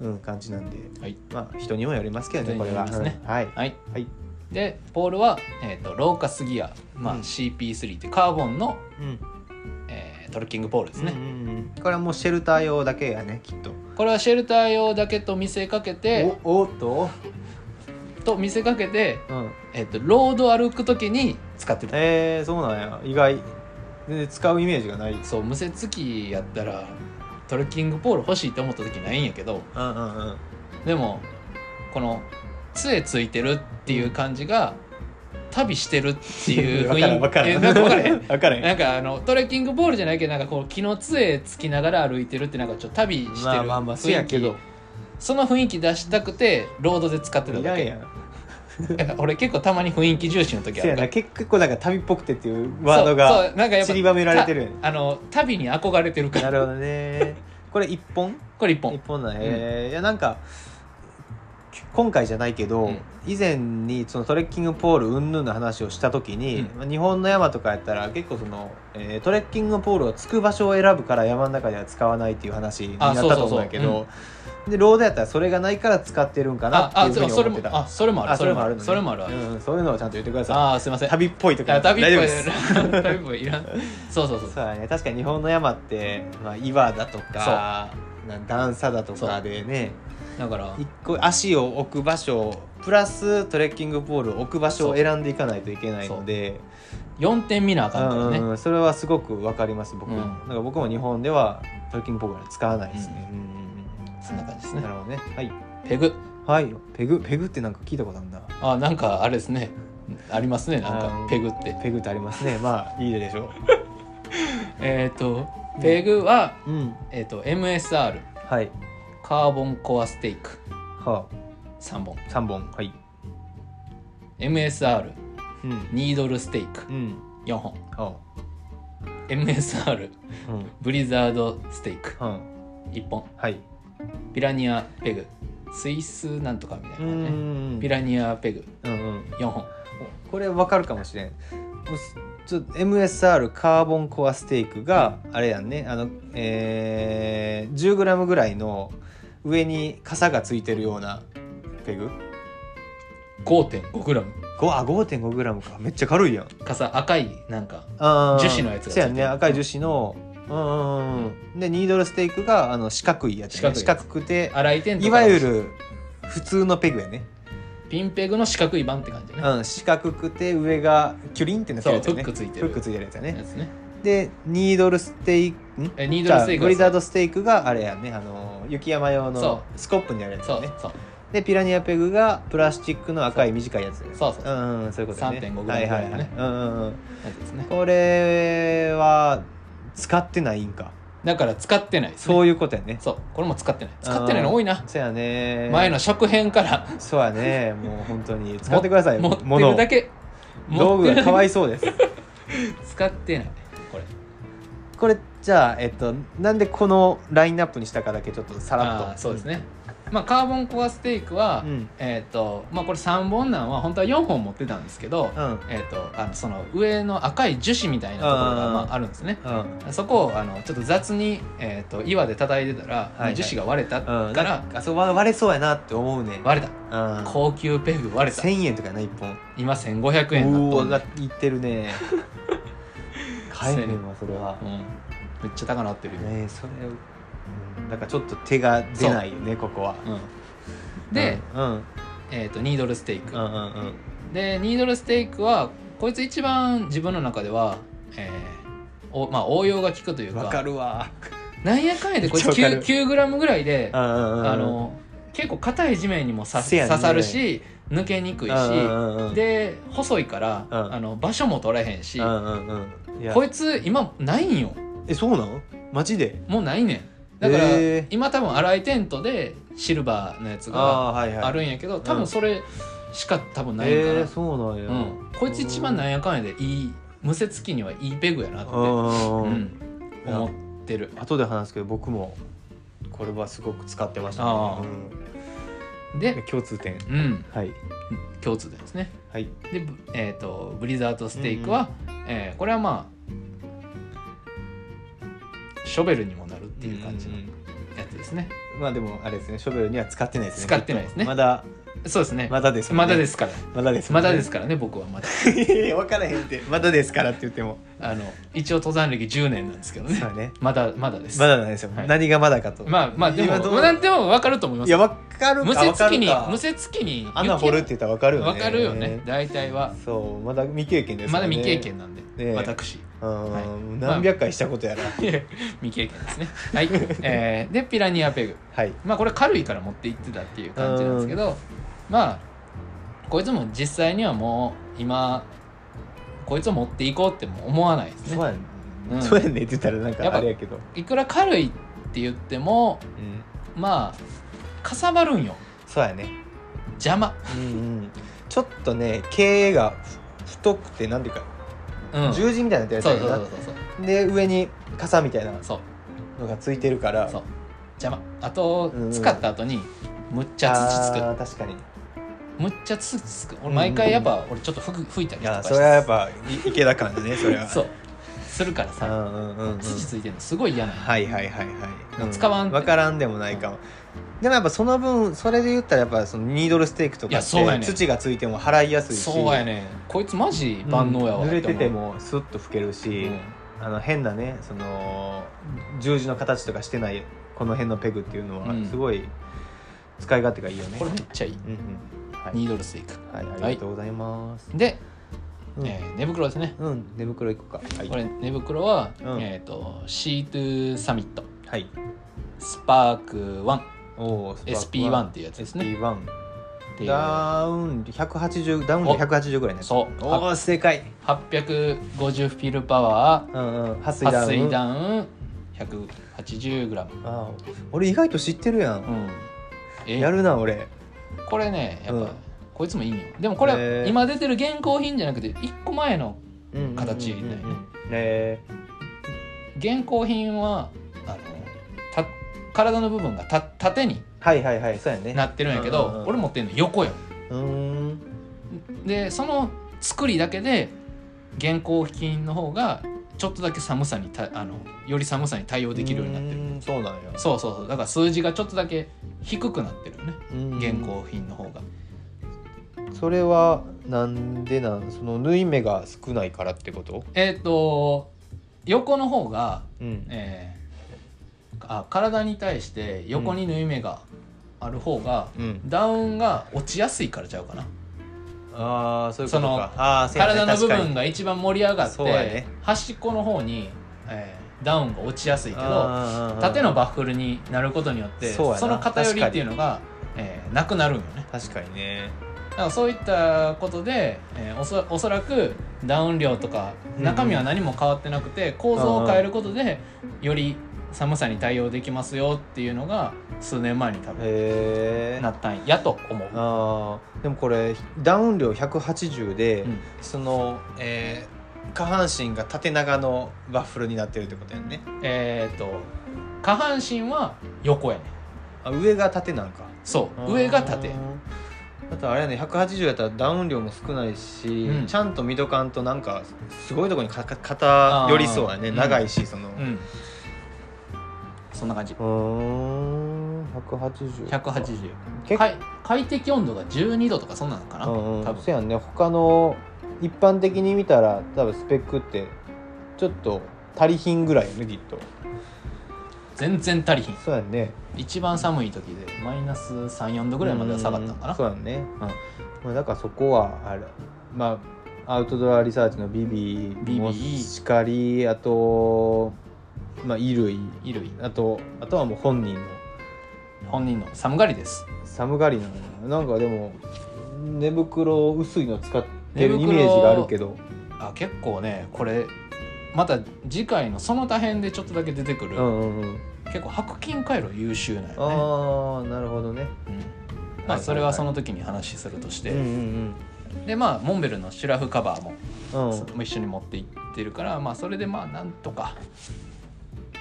Speaker 2: うん感じなんで、
Speaker 1: はい
Speaker 2: まあ、人にもよりますけどね
Speaker 1: 人
Speaker 2: こ
Speaker 1: に
Speaker 2: れ
Speaker 1: もよ
Speaker 2: は。
Speaker 1: りますね
Speaker 2: うんはい
Speaker 1: はい
Speaker 2: はい
Speaker 1: でポールは、えー、とローカスギア、まあ
Speaker 2: うん
Speaker 1: CP3 ってカーボンの、
Speaker 2: うん
Speaker 1: えートルッキングポールですね、
Speaker 2: うんうんうんこれはもうシェルター用だけやねきっと。
Speaker 1: これはシェルター用だけと見せかけて
Speaker 2: おおっと、
Speaker 1: と見せかけて、
Speaker 2: うん、
Speaker 1: えー、とロード歩く時に使ってる
Speaker 2: えー、そうなんや意外全然使うイメージがない。うん
Speaker 1: そう無接機やったらトレッキングポール欲しいと思った時ないんやけど
Speaker 2: うんうん
Speaker 1: でもこの杖ついてるっていう感じが旅してるって いう
Speaker 2: 分からん分か
Speaker 1: え
Speaker 2: らん
Speaker 1: なんか分 からへん
Speaker 2: 分からへん
Speaker 1: なんかあのトレッキングポールじゃないけどなんかこう木の杖つきながら歩いてるってなんかちょっと旅してる雰囲気、
Speaker 2: まあまあまあそうやけど
Speaker 1: その雰囲気出したくてロードで使ってた
Speaker 2: い
Speaker 1: だ
Speaker 2: らんや
Speaker 1: け
Speaker 2: ん
Speaker 1: だから俺結構たまに雰囲気重視の時あ
Speaker 2: せや
Speaker 1: るか
Speaker 2: な
Speaker 1: ら
Speaker 2: 結構なんか旅っぽくてっていうワードが
Speaker 1: そうなんかやっぱ
Speaker 2: 散りばめられてるよね
Speaker 1: たあの旅に憧れてるか
Speaker 2: な
Speaker 1: ら
Speaker 2: るほどねこれ一本
Speaker 1: これ一本
Speaker 2: 一本だね、えーいやなんか今回じゃないけど、
Speaker 1: うん
Speaker 2: 以前にそのトレッキングポール云々の話をした時に、
Speaker 1: うん
Speaker 2: まあ日本の山とかやったら結構その、えートレッキングポールをつく場所を選ぶから山の中では使わないっていう話になった
Speaker 1: あそうそうそう
Speaker 2: と思うんだけどでロードやったらそれがないから使ってるんかな
Speaker 1: あ
Speaker 2: ってい
Speaker 1: あ
Speaker 2: うふうに
Speaker 1: それ
Speaker 2: 思っ
Speaker 1: も
Speaker 2: てた
Speaker 1: あそれもある
Speaker 2: あそれもあるのね
Speaker 1: それもあるわ
Speaker 2: うん、そういうのをちゃんと言ってくださ
Speaker 1: ああすいませ
Speaker 2: い
Speaker 1: ん
Speaker 2: 旅っぽい時
Speaker 1: いや旅っぽい
Speaker 2: 大丈夫です
Speaker 1: 旅っぽいいらんそうそうそう
Speaker 2: そうだね確かに日本の山って、まあ、岩だとかなん段差だとかでね
Speaker 1: だから
Speaker 2: 一個足を置く場所プラストレッキングポールを置く場所を選んでいかないといけないので
Speaker 1: 4点見なあ
Speaker 2: う
Speaker 1: かんから
Speaker 2: ん
Speaker 1: ね、
Speaker 2: うんそれはすごくわかります僕、
Speaker 1: うん
Speaker 2: なんか僕も日本ではトレッキングポールは使わないですね、うんうん
Speaker 1: そんな感じです
Speaker 2: う
Speaker 1: ね
Speaker 2: んなるほどねはい
Speaker 1: ペグ
Speaker 2: はいペグペグってなんか聞いたことあるんだ
Speaker 1: あなんかあれですねありますねなん
Speaker 2: う
Speaker 1: か
Speaker 2: ん
Speaker 1: ペグって
Speaker 2: ペグってありま すねまあいいでしょ
Speaker 1: えっ、とペグは、
Speaker 2: ううん
Speaker 1: えー、と MSR
Speaker 2: はい
Speaker 1: カーボンコアステーク
Speaker 2: は
Speaker 1: 3本
Speaker 2: あ3本はい
Speaker 1: MSR
Speaker 2: うん
Speaker 1: ニードルステーク
Speaker 2: うん
Speaker 1: 4本
Speaker 2: は
Speaker 1: MSR
Speaker 2: あうん
Speaker 1: ブリザードステーク
Speaker 2: は
Speaker 1: 1本
Speaker 2: あはい
Speaker 1: ピラニアペグスイスなんとかみたいな
Speaker 2: うんう
Speaker 1: ね
Speaker 2: ん
Speaker 1: ピラニアペグ
Speaker 2: うんうん
Speaker 1: 4本
Speaker 2: これわかるかもしれん。もうすちょ MSR カーボンコアステークがあれやんねあの、えー、10g ぐらいの上に傘がついてるようなペグ
Speaker 1: 5.5g
Speaker 2: 5あ 5.5g かめっちゃ軽いやん
Speaker 1: 傘赤いなんか
Speaker 2: あー
Speaker 1: 樹脂のやつがついてる
Speaker 2: そやんね赤い樹脂のうんうんうんでニードルステークがあの四角いやつ、ね、
Speaker 1: 四
Speaker 2: 四
Speaker 1: 角いや
Speaker 2: 角くて
Speaker 1: 洗い点とか
Speaker 2: いわゆる普通のペグやね、
Speaker 1: ピンペグの四角い版って感じね
Speaker 2: うん、四角くて上がキュリンってなってるやつや
Speaker 1: そ
Speaker 2: ね
Speaker 1: うフックついてる
Speaker 2: フックついてるやつやね
Speaker 1: やつね
Speaker 2: でニードルステイクん
Speaker 1: えニードルステーク
Speaker 2: ブリザー
Speaker 1: ド
Speaker 2: ドステイクがあれやねあの雪山用
Speaker 1: そ
Speaker 2: のスコップにあるやつ
Speaker 1: そ
Speaker 2: や
Speaker 1: う
Speaker 2: ね
Speaker 1: そう
Speaker 2: でピラニアペグがプラスチックの赤い短いやつです
Speaker 1: そうそうそう
Speaker 2: うんうんそういうことだね
Speaker 1: 3.5g ぐ
Speaker 2: は
Speaker 1: らい
Speaker 2: い
Speaker 1: の
Speaker 2: は
Speaker 1: ね
Speaker 2: いはいうんうんうん
Speaker 1: やつですね
Speaker 2: これは使ってないんか
Speaker 1: だから使ってないですね
Speaker 2: そういうことやね
Speaker 1: そうこれも使ってない使ってないの多いな
Speaker 2: そうやね
Speaker 1: 前の食編から
Speaker 2: そうやねもう本当 に使ってください
Speaker 1: 持って
Speaker 2: もの
Speaker 1: るだけ
Speaker 2: 道具がかわ
Speaker 1: い
Speaker 2: いそうです
Speaker 1: 使ってないこれ
Speaker 2: これじゃあえっとなんでこのラインナップにしたかだけちょっとさらっ
Speaker 1: あ
Speaker 2: と
Speaker 1: そうですねまあカーボンコアステークは
Speaker 2: うん
Speaker 1: えっとまあこれ3本なんは本当は4本持ってたんですけど
Speaker 2: うんうん
Speaker 1: えっとあのその上の赤い樹脂みたいなところが
Speaker 2: あー
Speaker 1: まああるんですね
Speaker 2: うん
Speaker 1: そこをあのちょっと雑にえっと岩で叩いてたら
Speaker 2: いはい
Speaker 1: 樹脂が割れたか
Speaker 2: うん、
Speaker 1: ら
Speaker 2: あそうわ割れそうやなって思うね、
Speaker 1: 割れ
Speaker 2: うん、
Speaker 1: た高級ペグ割れた
Speaker 2: 1000円とかやな1本
Speaker 1: 今1500円だ
Speaker 2: う
Speaker 1: と
Speaker 2: ーわいってるね買えへんわそれは
Speaker 1: うん、めっちゃ高なってるよ、
Speaker 2: ねえそれうんだからちょっと手が出ないよねここは
Speaker 1: うん、で、
Speaker 2: うんうん
Speaker 1: えー、とニードルステーク、
Speaker 2: うんうんうん
Speaker 1: でニードルステークはこいつ一番自分の中では、えーおまあ、応用が効くというか
Speaker 2: わかるわ
Speaker 1: なんやかんやでこいつ
Speaker 2: めっちゃわか
Speaker 1: 9,
Speaker 2: る
Speaker 1: 9グラムぐらいで、
Speaker 2: うんうんうん
Speaker 1: あの結構硬い地面にもさ
Speaker 2: せやね
Speaker 1: 刺さるし抜けにくいし、
Speaker 2: うんうんうん
Speaker 1: で細いから、
Speaker 2: うん
Speaker 1: あの場所も取れへんし、
Speaker 2: うんうんうんいや
Speaker 1: こいつ今ないんよ
Speaker 2: えそうなのマジで
Speaker 1: もうないねんだから、
Speaker 2: へー
Speaker 1: 今多分荒いテントでシルバーのやつが
Speaker 2: ああーはいはい
Speaker 1: あ
Speaker 2: ん
Speaker 1: るんやけど多分それしか多分ないんかな、
Speaker 2: えー、そうなんや、
Speaker 1: うん、こいつ一番なんやかんやでいい無節機にはいいペグやなって、
Speaker 2: う
Speaker 1: うん
Speaker 2: うんうん、いや
Speaker 1: 思ってる
Speaker 2: 後で話すけど僕もこれはすごく使ってました
Speaker 1: ああ
Speaker 2: ね、うん
Speaker 1: で、
Speaker 2: 共通点
Speaker 1: うん、
Speaker 2: はい
Speaker 1: 共通点ですね
Speaker 2: はい
Speaker 1: で、ぶえー、とブリザードステークは、えーこれはまあショベルにもなるっていう感じの
Speaker 2: ん
Speaker 1: やつですね、
Speaker 2: まあでもあれですねショベルには使ってないですね
Speaker 1: 使ってないですね
Speaker 2: まだ
Speaker 1: そうですね
Speaker 2: まだですもんね、
Speaker 1: まだですすから
Speaker 2: まだです
Speaker 1: ま
Speaker 2: もんね、
Speaker 1: だ ですからね僕はまだ
Speaker 2: 分からへんってまだですからって言っても
Speaker 1: あの一応登山歴10年なんですけど
Speaker 2: そ
Speaker 1: ね
Speaker 2: うね
Speaker 1: まだまだです
Speaker 2: まだなんですよ、
Speaker 1: はい
Speaker 2: 何がまだかと、
Speaker 1: まあまあでも
Speaker 2: 今どう
Speaker 1: まあなんでも分かると思いま
Speaker 2: い
Speaker 1: す
Speaker 2: や分かるか
Speaker 1: 無節機に
Speaker 2: 分かるか
Speaker 1: 無節機に
Speaker 2: 穴掘るって言ったら分かるよね
Speaker 1: わかるよね大体は
Speaker 2: そうまだ未経験です
Speaker 1: ま
Speaker 2: か
Speaker 1: だ
Speaker 2: らね
Speaker 1: 未経験なんで、
Speaker 2: え
Speaker 1: 私
Speaker 2: うん、
Speaker 1: はい
Speaker 2: 何百回したことやら、
Speaker 1: 未経験ですねはい、えーでピラニアペグ
Speaker 2: はい
Speaker 1: まあこれ軽いから持って行ってたっていう感じなんですけどまあこいつも実際にはもう今こいつを持っていこうっても思わないです
Speaker 2: そ
Speaker 1: ね
Speaker 2: うやね、
Speaker 1: うん
Speaker 2: そうやねって言ったらなん
Speaker 1: やっ
Speaker 2: か
Speaker 1: ぱ
Speaker 2: あれやけど
Speaker 1: いくら軽いって言っても
Speaker 2: うん
Speaker 1: まあかさばるんよ
Speaker 2: そうやね
Speaker 1: 邪魔
Speaker 2: うんうんちょっとね経営が太くてなんていうか、
Speaker 1: うんそう
Speaker 2: 十字みたいになってるやつ
Speaker 1: そ
Speaker 2: や
Speaker 1: うそう
Speaker 2: な
Speaker 1: そうそう
Speaker 2: で上に傘みたいな
Speaker 1: そう
Speaker 2: のがついてるから
Speaker 1: そう邪魔あと
Speaker 2: うん
Speaker 1: 使った後にむっちゃ土つく
Speaker 2: あー確かにい
Speaker 1: むっちゃ土つく俺毎回やっぱ俺ちょっと吹く吹いたりと
Speaker 2: や
Speaker 1: か
Speaker 2: それはやっぱい池田感だねそれは
Speaker 1: そうするから
Speaker 2: う
Speaker 1: さ
Speaker 2: んうんうんうん
Speaker 1: 土ついてるのすごい嫌なの
Speaker 2: はいはいはいはい、う
Speaker 1: 使わんって
Speaker 2: 分からんでもないかも、でもやっぱその分それで言ったらやっぱそのニードルステーキと
Speaker 1: い
Speaker 2: か
Speaker 1: や
Speaker 2: っ
Speaker 1: そうやね
Speaker 2: て
Speaker 1: ん
Speaker 2: 土がついても払いやすいし
Speaker 1: そうやねこいつマジ万能やわ
Speaker 2: うん濡れてて
Speaker 1: っ
Speaker 2: もスッと拭ける
Speaker 1: て
Speaker 2: し、
Speaker 1: 思う
Speaker 2: あの変なねその十字の形とかしてないこの辺のペグっていうのは
Speaker 1: うん
Speaker 2: すごい使い勝手がいいよ
Speaker 1: う
Speaker 2: ね、
Speaker 1: んこれめっちゃいい
Speaker 2: うんうんはい、
Speaker 1: ニードルステーク
Speaker 2: はい、ありがとうございます、
Speaker 1: で
Speaker 2: うん
Speaker 1: えー寝袋ですね
Speaker 2: うん、寝袋行こうかはい、
Speaker 1: これ寝袋は
Speaker 2: うん
Speaker 1: えっと C2 サミット
Speaker 2: はい、
Speaker 1: スパーク1
Speaker 2: おお
Speaker 1: SP1 っていうやつですね
Speaker 2: SP1
Speaker 1: っていう
Speaker 2: ダウン180ダウンで180ぐらいね
Speaker 1: そう
Speaker 2: おお正解
Speaker 1: 850フィルパワ
Speaker 2: うんうん撥
Speaker 1: ー
Speaker 2: 水ダウン
Speaker 1: 撥水ダウン 180g
Speaker 2: あー俺意外と知ってるや、
Speaker 1: うんんえ
Speaker 2: やるな俺
Speaker 1: これねやっぱ、
Speaker 2: うん
Speaker 1: こいつもいいんよでもこれ、
Speaker 2: へー
Speaker 1: 今出てる現行品じゃなくて1個前の形だよね
Speaker 2: ねえ
Speaker 1: 現行品はあのた体の部分がた縦に
Speaker 2: はいはいはいそうやね
Speaker 1: なってるんやけど、
Speaker 2: うんうんうん
Speaker 1: 俺持ってるの横よ
Speaker 2: うーん
Speaker 1: でその作りだけで現行品の方がちょっとだけ寒さにたあのより寒さに対応できるようになってる
Speaker 2: うーんそうなんや
Speaker 1: そうそうそうだから数字がちょっとだけ低くなってるよね現行品の方が
Speaker 2: うんそれはなんでなんその縫い目が少ないからってこと
Speaker 1: えっ、と横の方が
Speaker 2: うん
Speaker 1: えーあ体に対して横に縫い目がある方が、
Speaker 2: うん、
Speaker 1: ダウンが落ちやすいからちゃうかな
Speaker 2: ああそういう
Speaker 1: そ
Speaker 2: こと
Speaker 1: の
Speaker 2: かあーそうやね
Speaker 1: 体の部
Speaker 2: 確か
Speaker 1: 分
Speaker 2: に
Speaker 1: が一番盛り上がって、
Speaker 2: そうやね
Speaker 1: 端っこの方に、えーダウンが落ちやすいけど
Speaker 2: あーあーあー
Speaker 1: 縦のバッフルになることによって
Speaker 2: そうや
Speaker 1: そ
Speaker 2: な
Speaker 1: の偏りっていうのが、えーなくなるんよね
Speaker 2: 確かにね
Speaker 1: だからそういったことで、えーおそおそらくダウン量とか
Speaker 2: うんうん
Speaker 1: 中身は何も変わってなくて、構造を変えることでより寒さに対応できますよっていうのが数年前に多分
Speaker 2: へえ
Speaker 1: なったんやと思う。
Speaker 2: あーでもこれダウン量180で、
Speaker 1: うん
Speaker 2: その、えー下半身が縦長のワッフルになってるってことやんね
Speaker 1: えっ、と下半身は横やね
Speaker 2: あ上が縦なんか
Speaker 1: そう上が縦
Speaker 2: あーあとあれやね180やったらダウン量も少ないし、
Speaker 1: うん
Speaker 2: ちゃんとミドカンとなんかすごいとこにかか肩寄りそうやね
Speaker 1: あー
Speaker 2: 長いしその
Speaker 1: うんそんな感じ
Speaker 2: うん180
Speaker 1: 180
Speaker 2: 結
Speaker 1: 快快適温度が12度とかそんなのかな、
Speaker 2: うんうん、
Speaker 1: 多
Speaker 2: そう
Speaker 1: 分
Speaker 2: やんね他の一般的に見たら多分スペックってちょっと足りひんぐらいよねきっと
Speaker 1: 全然足りひん
Speaker 2: そうやんね
Speaker 1: 一番寒い時でマイナス34度ぐらいまでは下がったのか
Speaker 2: う
Speaker 1: なん
Speaker 2: そうやんね、まあ、だからそこはあれまあアウトドアリサーチのビビ
Speaker 1: BB
Speaker 2: もしかりあとまあ衣類
Speaker 1: 衣類
Speaker 2: あとあとはもう本人の
Speaker 1: 本人の寒がりです
Speaker 2: 寒がりなのなんかでも寝袋薄いの使ってる
Speaker 1: 寝
Speaker 2: イ
Speaker 1: 袋
Speaker 2: メージがあるけど、
Speaker 1: あ結構ねこれまた次回のその他編でちょっとだけ出てく
Speaker 2: う
Speaker 1: る、
Speaker 2: んうんうん、
Speaker 1: 結構白金回路優秀なんよね、
Speaker 2: ああなるほどね
Speaker 1: うんまあ、それはそ
Speaker 2: の
Speaker 1: の時に話するとして、
Speaker 2: うんうん
Speaker 1: でまあモンベルのシュラフカバーも
Speaker 2: うんうん
Speaker 1: 一緒に持って行ってるから、まあそれでまあなんとか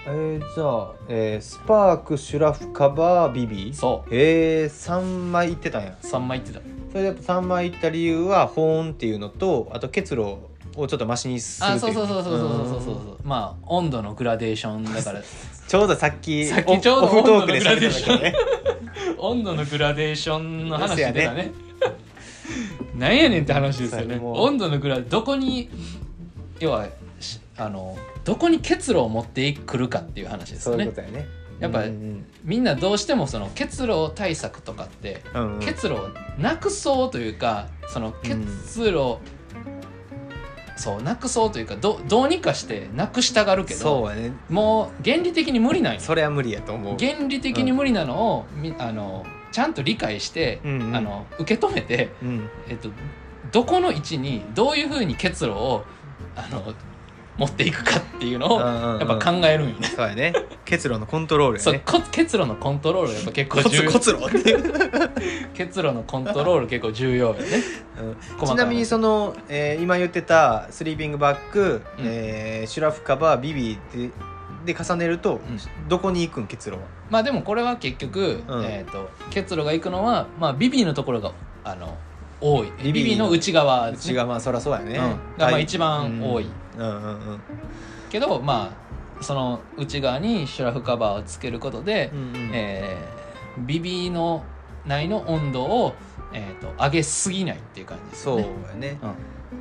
Speaker 2: えー、じゃあ、えースパークシュラフカバービビ
Speaker 1: そう
Speaker 2: えー、3枚いってたんや
Speaker 1: 3枚いってた
Speaker 2: それでやっぱ3枚いった理由は保温っていうのとあと結露をちょっとマシにする
Speaker 1: あ
Speaker 2: と
Speaker 1: そ
Speaker 2: いう
Speaker 1: そうそうそうそうそうそうそう
Speaker 2: うん
Speaker 1: まあ温度のグラデーションだから
Speaker 2: ちょうどさっき
Speaker 1: さっきちょうど
Speaker 2: オフトークで
Speaker 1: 温度の
Speaker 2: さ
Speaker 1: グラ
Speaker 2: れ
Speaker 1: デー
Speaker 2: て
Speaker 1: シ
Speaker 2: た
Speaker 1: ョン
Speaker 2: からね
Speaker 1: 温度のグラデーションの話出たね なんやねんって話ですよ
Speaker 2: そ
Speaker 1: ね
Speaker 2: れも
Speaker 1: 温度のグラどこに要はしあのどこに結露を持ってくるかっていう話です
Speaker 2: そ
Speaker 1: よ
Speaker 2: ういう
Speaker 1: ね
Speaker 2: ことやね
Speaker 1: やっぱ
Speaker 2: うん
Speaker 1: みんなどうしてもその結露対策とかって
Speaker 2: うんうん
Speaker 1: 結露をなくそうというかその結露、そうなくそうというかどどうにかしてなくしたがるけ
Speaker 2: そ
Speaker 1: ど
Speaker 2: うやね
Speaker 1: もう原理的に無理なんよ
Speaker 2: それは無理やと思う
Speaker 1: 原理的に無理なのを、みあのちゃんと理解して、
Speaker 2: うんうん
Speaker 1: あの受け止めて、
Speaker 2: うん
Speaker 1: えっと、どこの位置にどういうふうに結露をあの持っていくかっていうのをや
Speaker 2: や
Speaker 1: っぱ考えるんよね。
Speaker 2: そうやね結露のコントロール
Speaker 1: そう
Speaker 2: やね
Speaker 1: こ結露のコントロール やっぱ結構重
Speaker 2: コツ
Speaker 1: 要
Speaker 2: コツロっていう
Speaker 1: 結露のコントロール結構重 要よね。
Speaker 2: う
Speaker 1: 細
Speaker 2: ん
Speaker 1: かい
Speaker 2: ちなみにその、えー今言ってたスリーピングバッグ、
Speaker 1: うん
Speaker 2: えーシュラフカバービビーってで重ねると、
Speaker 1: う
Speaker 2: どこに行くん結論は
Speaker 1: まあでもこれは結局、
Speaker 2: うん
Speaker 1: えー、と結露が行くのは、まあ、ビビーのところがあの多い
Speaker 2: ビビー
Speaker 1: ビビーの内側です
Speaker 2: 内
Speaker 1: ね
Speaker 2: がまあそりゃそうやね、
Speaker 1: うんがまあ一番多い
Speaker 2: うん、うんうんうん
Speaker 1: けどまあその内側にシュラフカバーをつけることで、
Speaker 2: うんうん
Speaker 1: えービビーの内の温度を、えー、と上げすぎないっていう感じです
Speaker 2: そ
Speaker 1: よ
Speaker 2: う
Speaker 1: ね
Speaker 2: やね、
Speaker 1: うん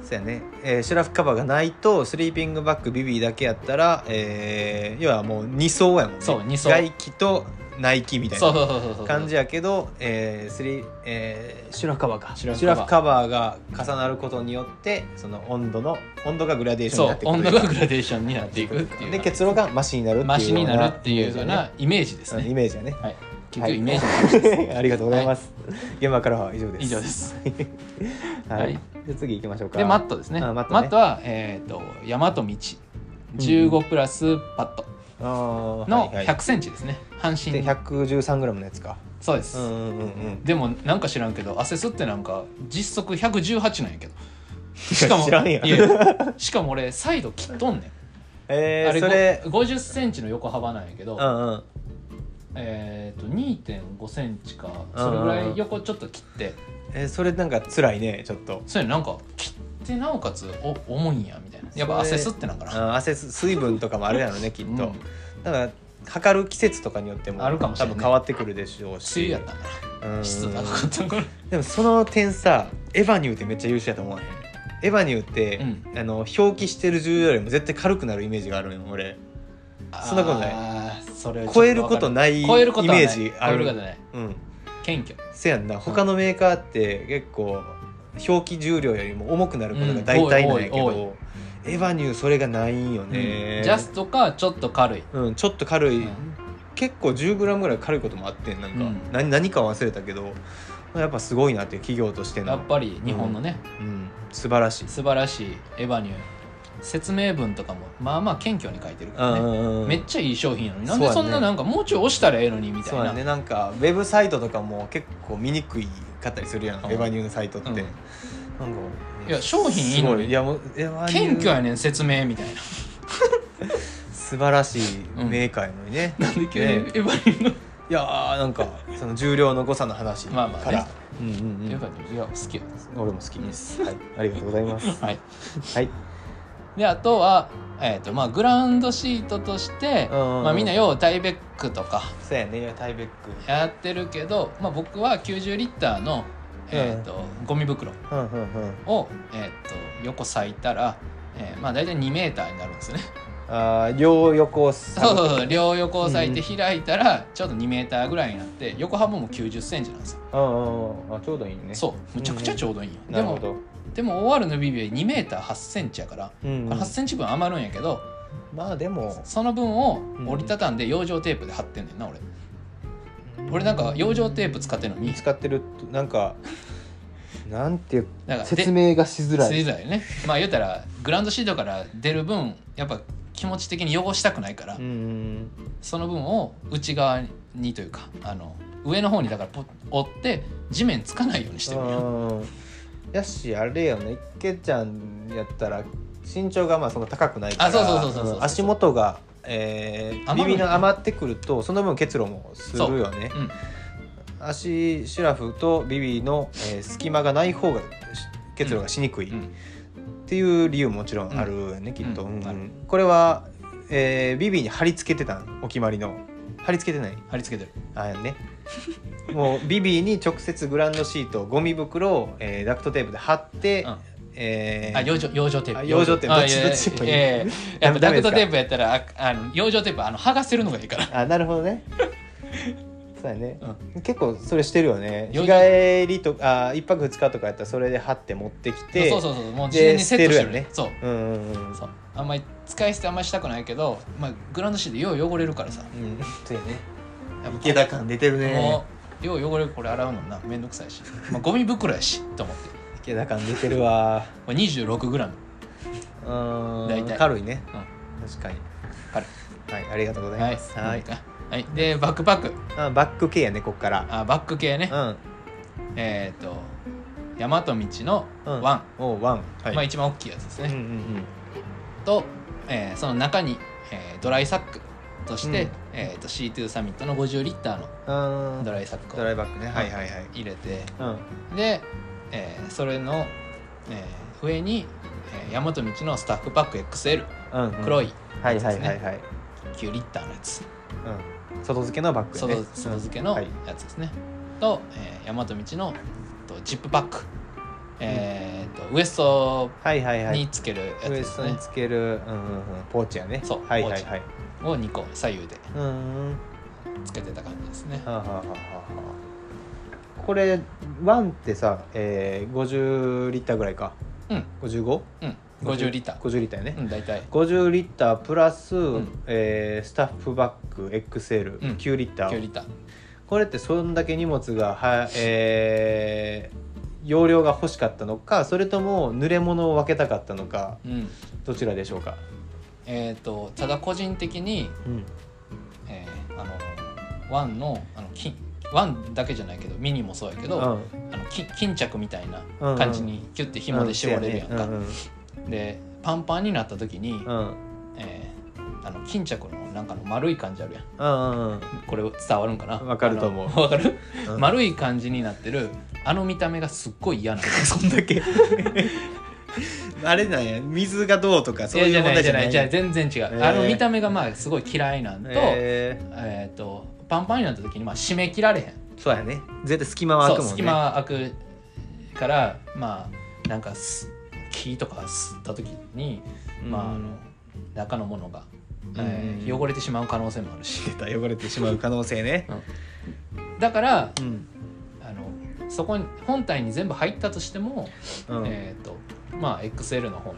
Speaker 2: そうやね、えーシュラフカバーがないとスリーピングバッグビビーだけやったら、えー要はもう2層やもんね
Speaker 1: そう二層
Speaker 2: 外気と内気みたい
Speaker 1: そう
Speaker 2: な
Speaker 1: そうそうそうそう
Speaker 2: 感じやけど、えースリーえーシュラフカバーか
Speaker 1: シュラフ
Speaker 2: シ
Speaker 1: カバ
Speaker 2: ュ
Speaker 1: ー
Speaker 2: ラフカバーが重なることによってその温度の温度がグラデーションに
Speaker 1: そう
Speaker 2: なってくる
Speaker 1: 温度がグラデーションになっていくっていう
Speaker 2: で結論がマシになるっていう
Speaker 1: マシになるっていうような
Speaker 2: よ
Speaker 1: イメージです
Speaker 2: うなイ
Speaker 1: ね、
Speaker 2: メージ やね
Speaker 1: はい、結
Speaker 2: は
Speaker 1: 局
Speaker 2: い
Speaker 1: イメージ、
Speaker 2: ありがとうございます、現場からは以上です
Speaker 1: 以上です
Speaker 2: はい、
Speaker 1: はい
Speaker 2: じゃあ次行きましょうか
Speaker 1: でマットですね
Speaker 2: あ
Speaker 1: マ
Speaker 2: マ
Speaker 1: ッ
Speaker 2: ッ
Speaker 1: ト
Speaker 2: トね
Speaker 1: は、えー、と山と道15プラスパット
Speaker 2: あー
Speaker 1: の
Speaker 2: はいはい
Speaker 1: 100センチですね半身
Speaker 2: で 113g のやつか
Speaker 1: そうです、
Speaker 2: うんうんうんうん
Speaker 1: でもなんか知らんけどアセスってなんか実測118なんやけどしかも
Speaker 2: 知らんやん
Speaker 1: いやいやしかも俺サイド切っとんねん、
Speaker 2: え
Speaker 1: あ
Speaker 2: ー、
Speaker 1: れ
Speaker 2: それ
Speaker 1: 5 0センチの横幅なんやけど、
Speaker 2: うんうん
Speaker 1: えっ、と2.5センチか
Speaker 2: うん
Speaker 1: それぐらい横ちょっと切って、
Speaker 2: えー、それなんか辛いねちょっと
Speaker 1: それなんか切ってなおかつお重いんやみたいなやっぱア
Speaker 2: それ
Speaker 1: セスってなんかな、
Speaker 2: あ汗水分とかもあるやろ ねきっと、
Speaker 1: うん
Speaker 2: だから測る季節とかによっても
Speaker 1: あるかもしれない
Speaker 2: 多分変わってくるでしょうし
Speaker 1: 梅雨やったんか
Speaker 2: うんう
Speaker 1: なん湿度高かったんかな
Speaker 2: でもその点さエヴァニューってめっちゃ優秀やと思わへんエヴァニューって、
Speaker 1: う
Speaker 2: あの表記してる重量よりも絶対軽くなるイメージがあるの俺 そんなことない
Speaker 1: あーそれはちょっ
Speaker 2: 超えること
Speaker 1: わか
Speaker 2: ないイメ
Speaker 1: 超えることはない
Speaker 2: ージある
Speaker 1: 超えることはない
Speaker 2: うん
Speaker 1: 謙虚
Speaker 2: せやんな他のメーカーって結構表記重量よりも重くなることが大体なんやけ
Speaker 1: うん多い
Speaker 2: ど、エヴァニューそれがないんよね、
Speaker 1: ジャストかちょっと軽い
Speaker 2: うん、ちょっと軽い、
Speaker 1: うん
Speaker 2: 結構 10g ぐらい軽いこともあってんなんか、
Speaker 1: うん
Speaker 2: 何何かは忘れたけどやっぱすごいなっていう企業として
Speaker 1: や
Speaker 2: の
Speaker 1: っ、ぱり日本のね、
Speaker 2: うん、素晴らしい、
Speaker 1: 素晴らしいエヴァニュー説明文とかもまあまあ謙虚に書いてるからね、
Speaker 2: うん
Speaker 1: めっちゃいい商品やのになんでそん
Speaker 2: そうや
Speaker 1: な
Speaker 2: ね
Speaker 1: なんかもうちょい押したらええのにみたい
Speaker 2: そう
Speaker 1: な
Speaker 2: やねなんかウェブサイトとかも結構見にくいかったりするやん、
Speaker 1: うん
Speaker 2: エヴァニューのサイトって、
Speaker 1: うん
Speaker 2: なんか
Speaker 1: いや商品いい
Speaker 2: す
Speaker 1: の
Speaker 2: ご
Speaker 1: に
Speaker 2: いいやもうエヴァニュー
Speaker 1: 謙虚やねん説明みたいな
Speaker 2: 素晴らしいメーカーやのにね、
Speaker 1: なんで急にエ
Speaker 2: ね
Speaker 1: ヴァニューの、
Speaker 2: いやーなんかその重量の誤差の話から、
Speaker 1: まあまあね
Speaker 2: うんうん
Speaker 1: エ
Speaker 2: う
Speaker 1: ヴ
Speaker 2: ん、
Speaker 1: ァニューいや好きやです
Speaker 2: 俺も好きです、はい、ありがとうございます
Speaker 1: はい
Speaker 2: はい
Speaker 1: であとは、えーとまあ、グラウンドシートとして、
Speaker 2: うんうんうん
Speaker 1: まあ、みんなようタイベックとか
Speaker 2: そうやねタイベック
Speaker 1: やってるけど、まあ、僕は90リッターの、えーとゴミ袋
Speaker 2: うんうんうん
Speaker 1: を、えー、と横裂いたら、えーまあ、大体2メーターになるんですね。
Speaker 2: あー両横を下
Speaker 1: そうそう
Speaker 2: う
Speaker 1: そう両横を裂いて開いたらちょうど2メーターぐらいになって横幅も9 0センチなんですよ
Speaker 2: うんうんうんあちょうどいいね
Speaker 1: そうむちゃくちゃちょうどいいんよ、
Speaker 2: な
Speaker 1: で
Speaker 2: るほ
Speaker 1: も
Speaker 2: ど、
Speaker 1: でも OR のビビは2メーター8センチやから、
Speaker 2: うんうん
Speaker 1: 8センチ分余るんやけど
Speaker 2: まあでも
Speaker 1: その分を
Speaker 2: ん
Speaker 1: 折りたたんで養生テープで貼ってんねんな俺俺なんか養生テープ使ってるのに
Speaker 2: 使ってるとなんかなんていう
Speaker 1: だから
Speaker 2: 説明がしづら
Speaker 1: し
Speaker 2: い
Speaker 1: づらいよねまあ言うたらグラウンドシートから出る分やっぱ気持ち的に汚したくないから、
Speaker 2: うんうん
Speaker 1: その分を内側にというかあの上の方にだからポ折って地面つかないようにしてるんよ
Speaker 2: うんやしあれよね池ちゃんやったら身長がまあそんな高くないから
Speaker 1: あそうそうそうそうそうん
Speaker 2: 足元が、えー、
Speaker 1: 余る
Speaker 2: 耳の余ってくるとその分結露もするよね
Speaker 1: うん
Speaker 2: 足シュラフとビビの、えー隙間がない方がし結露がしにくい、
Speaker 1: うん
Speaker 2: っていう理由ももちろんあるよね、きっと、
Speaker 1: うん
Speaker 2: うん
Speaker 1: ある
Speaker 2: これは、えービビに貼り付けてたんお決まりの貼り付けてない
Speaker 1: 貼り付けて
Speaker 2: あやんねもうビビに直接グランドシートゴミ袋を、えーダクトテープで貼って、
Speaker 1: る、うん
Speaker 2: えー
Speaker 1: あ養生養生テー
Speaker 2: あ
Speaker 1: プ
Speaker 2: 養生テープ
Speaker 1: あ
Speaker 2: どっち
Speaker 1: いやいや
Speaker 2: どっちでもいい
Speaker 1: ややや
Speaker 2: ダ
Speaker 1: っぱ
Speaker 2: メ
Speaker 1: ダク
Speaker 2: です
Speaker 1: ト
Speaker 2: か
Speaker 1: テープやったらああの養生テープあの剥がせるのがいいから
Speaker 2: あなるほどねそうやね、結構それしてるよね
Speaker 1: よ
Speaker 2: 日帰りとあ1泊2日とかやったらそれで貼って持ってきて
Speaker 1: そうそうそうもう事前にセットしてる
Speaker 2: で
Speaker 1: ねそう
Speaker 2: うんうんうん
Speaker 1: そうあんまり使い捨てあんまりしたくないけど、まあ、グラウンドシートよう汚れるからさ
Speaker 2: うんそうやね
Speaker 1: やっぱ
Speaker 2: 池田感出てるね
Speaker 1: もうよう汚れるこれ洗うのもなめんどくさいし、まあ、ゴミ袋やしと思って
Speaker 2: 池田感出てるわ
Speaker 1: これ 26g
Speaker 2: うーん
Speaker 1: 大体
Speaker 2: 軽いね、
Speaker 1: う
Speaker 2: 確かに
Speaker 1: 軽
Speaker 2: はいありがとうござい
Speaker 1: は
Speaker 2: ま
Speaker 1: い
Speaker 2: す、
Speaker 1: はい、はい、でバックパック
Speaker 2: あバック系やねこっから
Speaker 1: あバック系ね
Speaker 2: うん
Speaker 1: えっ、と山と道の
Speaker 2: うん
Speaker 1: ワン、
Speaker 2: おワンはい
Speaker 1: まあ一番大きいやつですね、
Speaker 2: うんうん
Speaker 1: と、えーその中に、えードライサック
Speaker 2: うん
Speaker 1: として、
Speaker 2: うん
Speaker 1: えー、と C2 サミットの50リッターの
Speaker 2: あー
Speaker 1: ドライサック
Speaker 2: ドラ
Speaker 1: を
Speaker 2: イバックねはいはいはい
Speaker 1: 入れて
Speaker 2: うん
Speaker 1: で、えーそれの、えー上に、えー、大和道のスタッフパック XL
Speaker 2: うんうん
Speaker 1: 黒い
Speaker 2: はいはいはいはい
Speaker 1: 9リッターのやつ
Speaker 2: うん外付けのバッグね
Speaker 1: 外外付けの
Speaker 2: はい
Speaker 1: やつですね、と、えー、大和道のとジップパック、えー、とウエスト
Speaker 2: はいはいはい
Speaker 1: につけるやつ
Speaker 2: ウ
Speaker 1: で
Speaker 2: エ
Speaker 1: す
Speaker 2: ス
Speaker 1: ね、
Speaker 2: トにつける、うんうんうん、ポーチやね
Speaker 1: そう
Speaker 2: はいはいはい
Speaker 1: を2個左右で
Speaker 2: うーんは
Speaker 1: つけてた感じですね
Speaker 2: あ、はあはあはあこれワンってさ、えー、50リッターぐらいか
Speaker 1: うん、
Speaker 2: 55?50
Speaker 1: うん、50リッター、
Speaker 2: 50リッターやね、
Speaker 1: うん、大体
Speaker 2: 50リッタープラス、
Speaker 1: ん
Speaker 2: えースタッフバッグ XL9、
Speaker 1: うん
Speaker 2: 9リッター
Speaker 1: 9リッター
Speaker 2: これってそんだけ荷物がは、えー容量が欲しかったのかそれとも濡れ物を分けたかったのか
Speaker 1: うん
Speaker 2: どちらでしょうか、
Speaker 1: えっ、とただ個人的に
Speaker 2: うん、
Speaker 1: えーあのワンのあの金ワンだけじゃないけどミニもそうやけど、あ
Speaker 2: うん
Speaker 1: の金巾着みたいな感じにキュッて紐で絞れるやんか、
Speaker 2: ううん
Speaker 1: でパンパンになった時に、
Speaker 2: うん
Speaker 1: えーあの巾着のなんかの丸い感じあるやん
Speaker 2: うんうん
Speaker 1: これ伝わるんかな
Speaker 2: わかると思う
Speaker 1: あのわかる、
Speaker 2: うん
Speaker 1: 丸い感じになってるあの見た目がすっごい嫌なの
Speaker 2: そんだけあれなんや水がどうとかそう
Speaker 1: いや
Speaker 2: い
Speaker 1: じ
Speaker 2: う
Speaker 1: ゃな
Speaker 2: 問
Speaker 1: い
Speaker 2: 題
Speaker 1: じ
Speaker 2: じ
Speaker 1: ゃ
Speaker 2: ゃ
Speaker 1: な
Speaker 2: ないい
Speaker 1: じゃあ全然違う、
Speaker 2: えー
Speaker 1: あの見た目がまあすごい嫌いなんと、えっ
Speaker 2: え
Speaker 1: とパンパンになった時にまあ締め切られへん
Speaker 2: ーそうやね絶対隙間は空くもん
Speaker 1: そう隙
Speaker 2: ね
Speaker 1: 間は空くからまあなんかす木とか吸った時に、まあ、あの中のものが、えー
Speaker 2: うん
Speaker 1: 汚れてしまう可能性もあるし
Speaker 2: 出た汚れてしまう可能性ね
Speaker 1: だから
Speaker 2: うん
Speaker 1: あのそこに本体に全部入ったとしても、
Speaker 2: うん
Speaker 1: えっ、とまあ XL の方に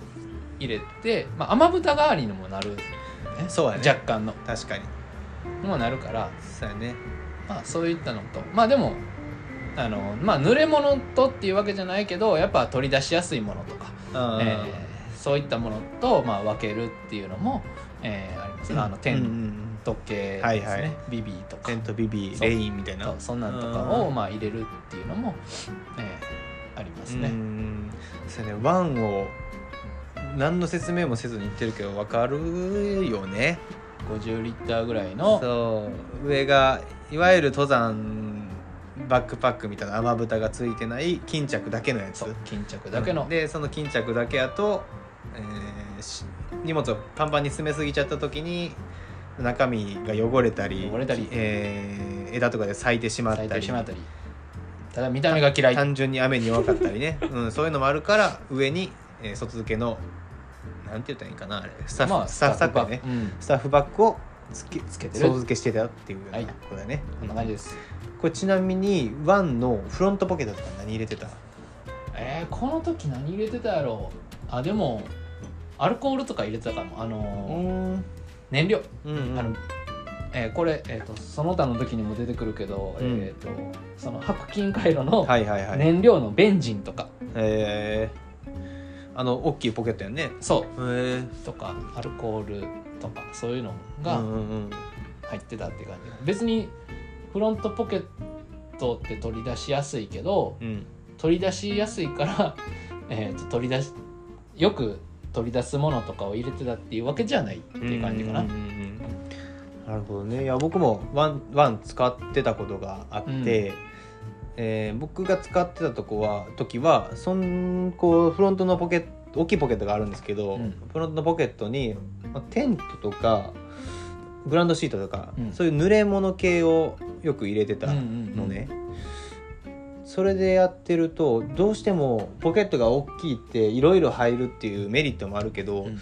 Speaker 1: 入れて、まあ、雨蓋代わりにもなる、ね
Speaker 2: そうやね
Speaker 1: 若干の
Speaker 2: 確かに
Speaker 1: にもなるから、
Speaker 2: そうやね
Speaker 1: まあ、そういったのとまあでもあのまあ濡れ物とっていうわけじゃないけどやっぱ取り出しやすいものとか
Speaker 2: うん
Speaker 1: えーそういったものと、まあ、分けるっていうのも、えーありますね、あの
Speaker 2: うんうんう
Speaker 1: 点
Speaker 2: ん
Speaker 1: 時計ですね、
Speaker 2: はいはい
Speaker 1: ビビーとか
Speaker 2: テントビビ
Speaker 1: そう
Speaker 2: レインみたいな
Speaker 1: そうそんなんとかを、まあ、入れるっていうのも、えーあります
Speaker 2: う
Speaker 1: ね。
Speaker 2: んそうやねワンを何の説明もせずに言ってるけど分かるよね
Speaker 1: 50リッターぐらいの
Speaker 2: そう上がいわゆる登山バックパックみたいな雨蓋がついてない巾着だけのやつ
Speaker 1: そう巾着だけの、
Speaker 2: でその巾着だけやと、えーし荷物をパンパンに詰めすぎちゃった時に中身が汚れたり
Speaker 1: 汚れたり
Speaker 2: えー枝とかで咲いてしまった
Speaker 1: 咲い
Speaker 2: り
Speaker 1: てしまったりただ見た目が嫌い
Speaker 2: 単純に雨に弱かったりね、 うん、そういうのもあるから上に、えー外付けのなんて言ったらいいかなあれスタッフ、スタッフバッグね
Speaker 1: うん
Speaker 2: スタッフバッグをつけ
Speaker 1: つけてる
Speaker 2: 外付けしてたっていうような
Speaker 1: はい
Speaker 2: ことだね、
Speaker 1: こんな感じです、
Speaker 2: これちなみにワンのフロントポケットとか何入れてた
Speaker 1: えーこの時何入れてたやろうあでもアルコールとか入れてたかもあ
Speaker 2: う
Speaker 1: のー
Speaker 2: ん
Speaker 1: 燃料
Speaker 2: うん
Speaker 1: あのえーこれ、えー、とその他の時にも出てくるけど、
Speaker 2: うん
Speaker 1: えー、とその白金回路の
Speaker 2: はいはいはい、
Speaker 1: 燃料のベンジンとか、
Speaker 2: えー、あの大きいポケットやんね
Speaker 1: そ
Speaker 2: へえ
Speaker 1: うとかアルコールとかそういうのが
Speaker 2: うんうんうん
Speaker 1: 入ってたって感じ、別にフロントポケットって取り出しやすいけど
Speaker 2: うん
Speaker 1: 取り出しやすいから、 えー、と取り出しよく取り出すものとかを入れてたっていうわけじゃないっていう感じかな。
Speaker 2: うんうんうんなるほどねいや僕もワンワン使ってたことがあって、
Speaker 1: うん
Speaker 2: えー僕が使ってたとこは時はそんこうフロントのポケット大きいポケットがあるんですけど、
Speaker 1: うん
Speaker 2: フロントのポケットにまあテントとかブランドシートとか、
Speaker 1: うん
Speaker 2: そういう濡れ物系をよく入れてた
Speaker 1: うんうん
Speaker 2: のね、それでやってるとどうしてもポケットが大きいっていろいろ入るっていうメリットもあるけど、
Speaker 1: うん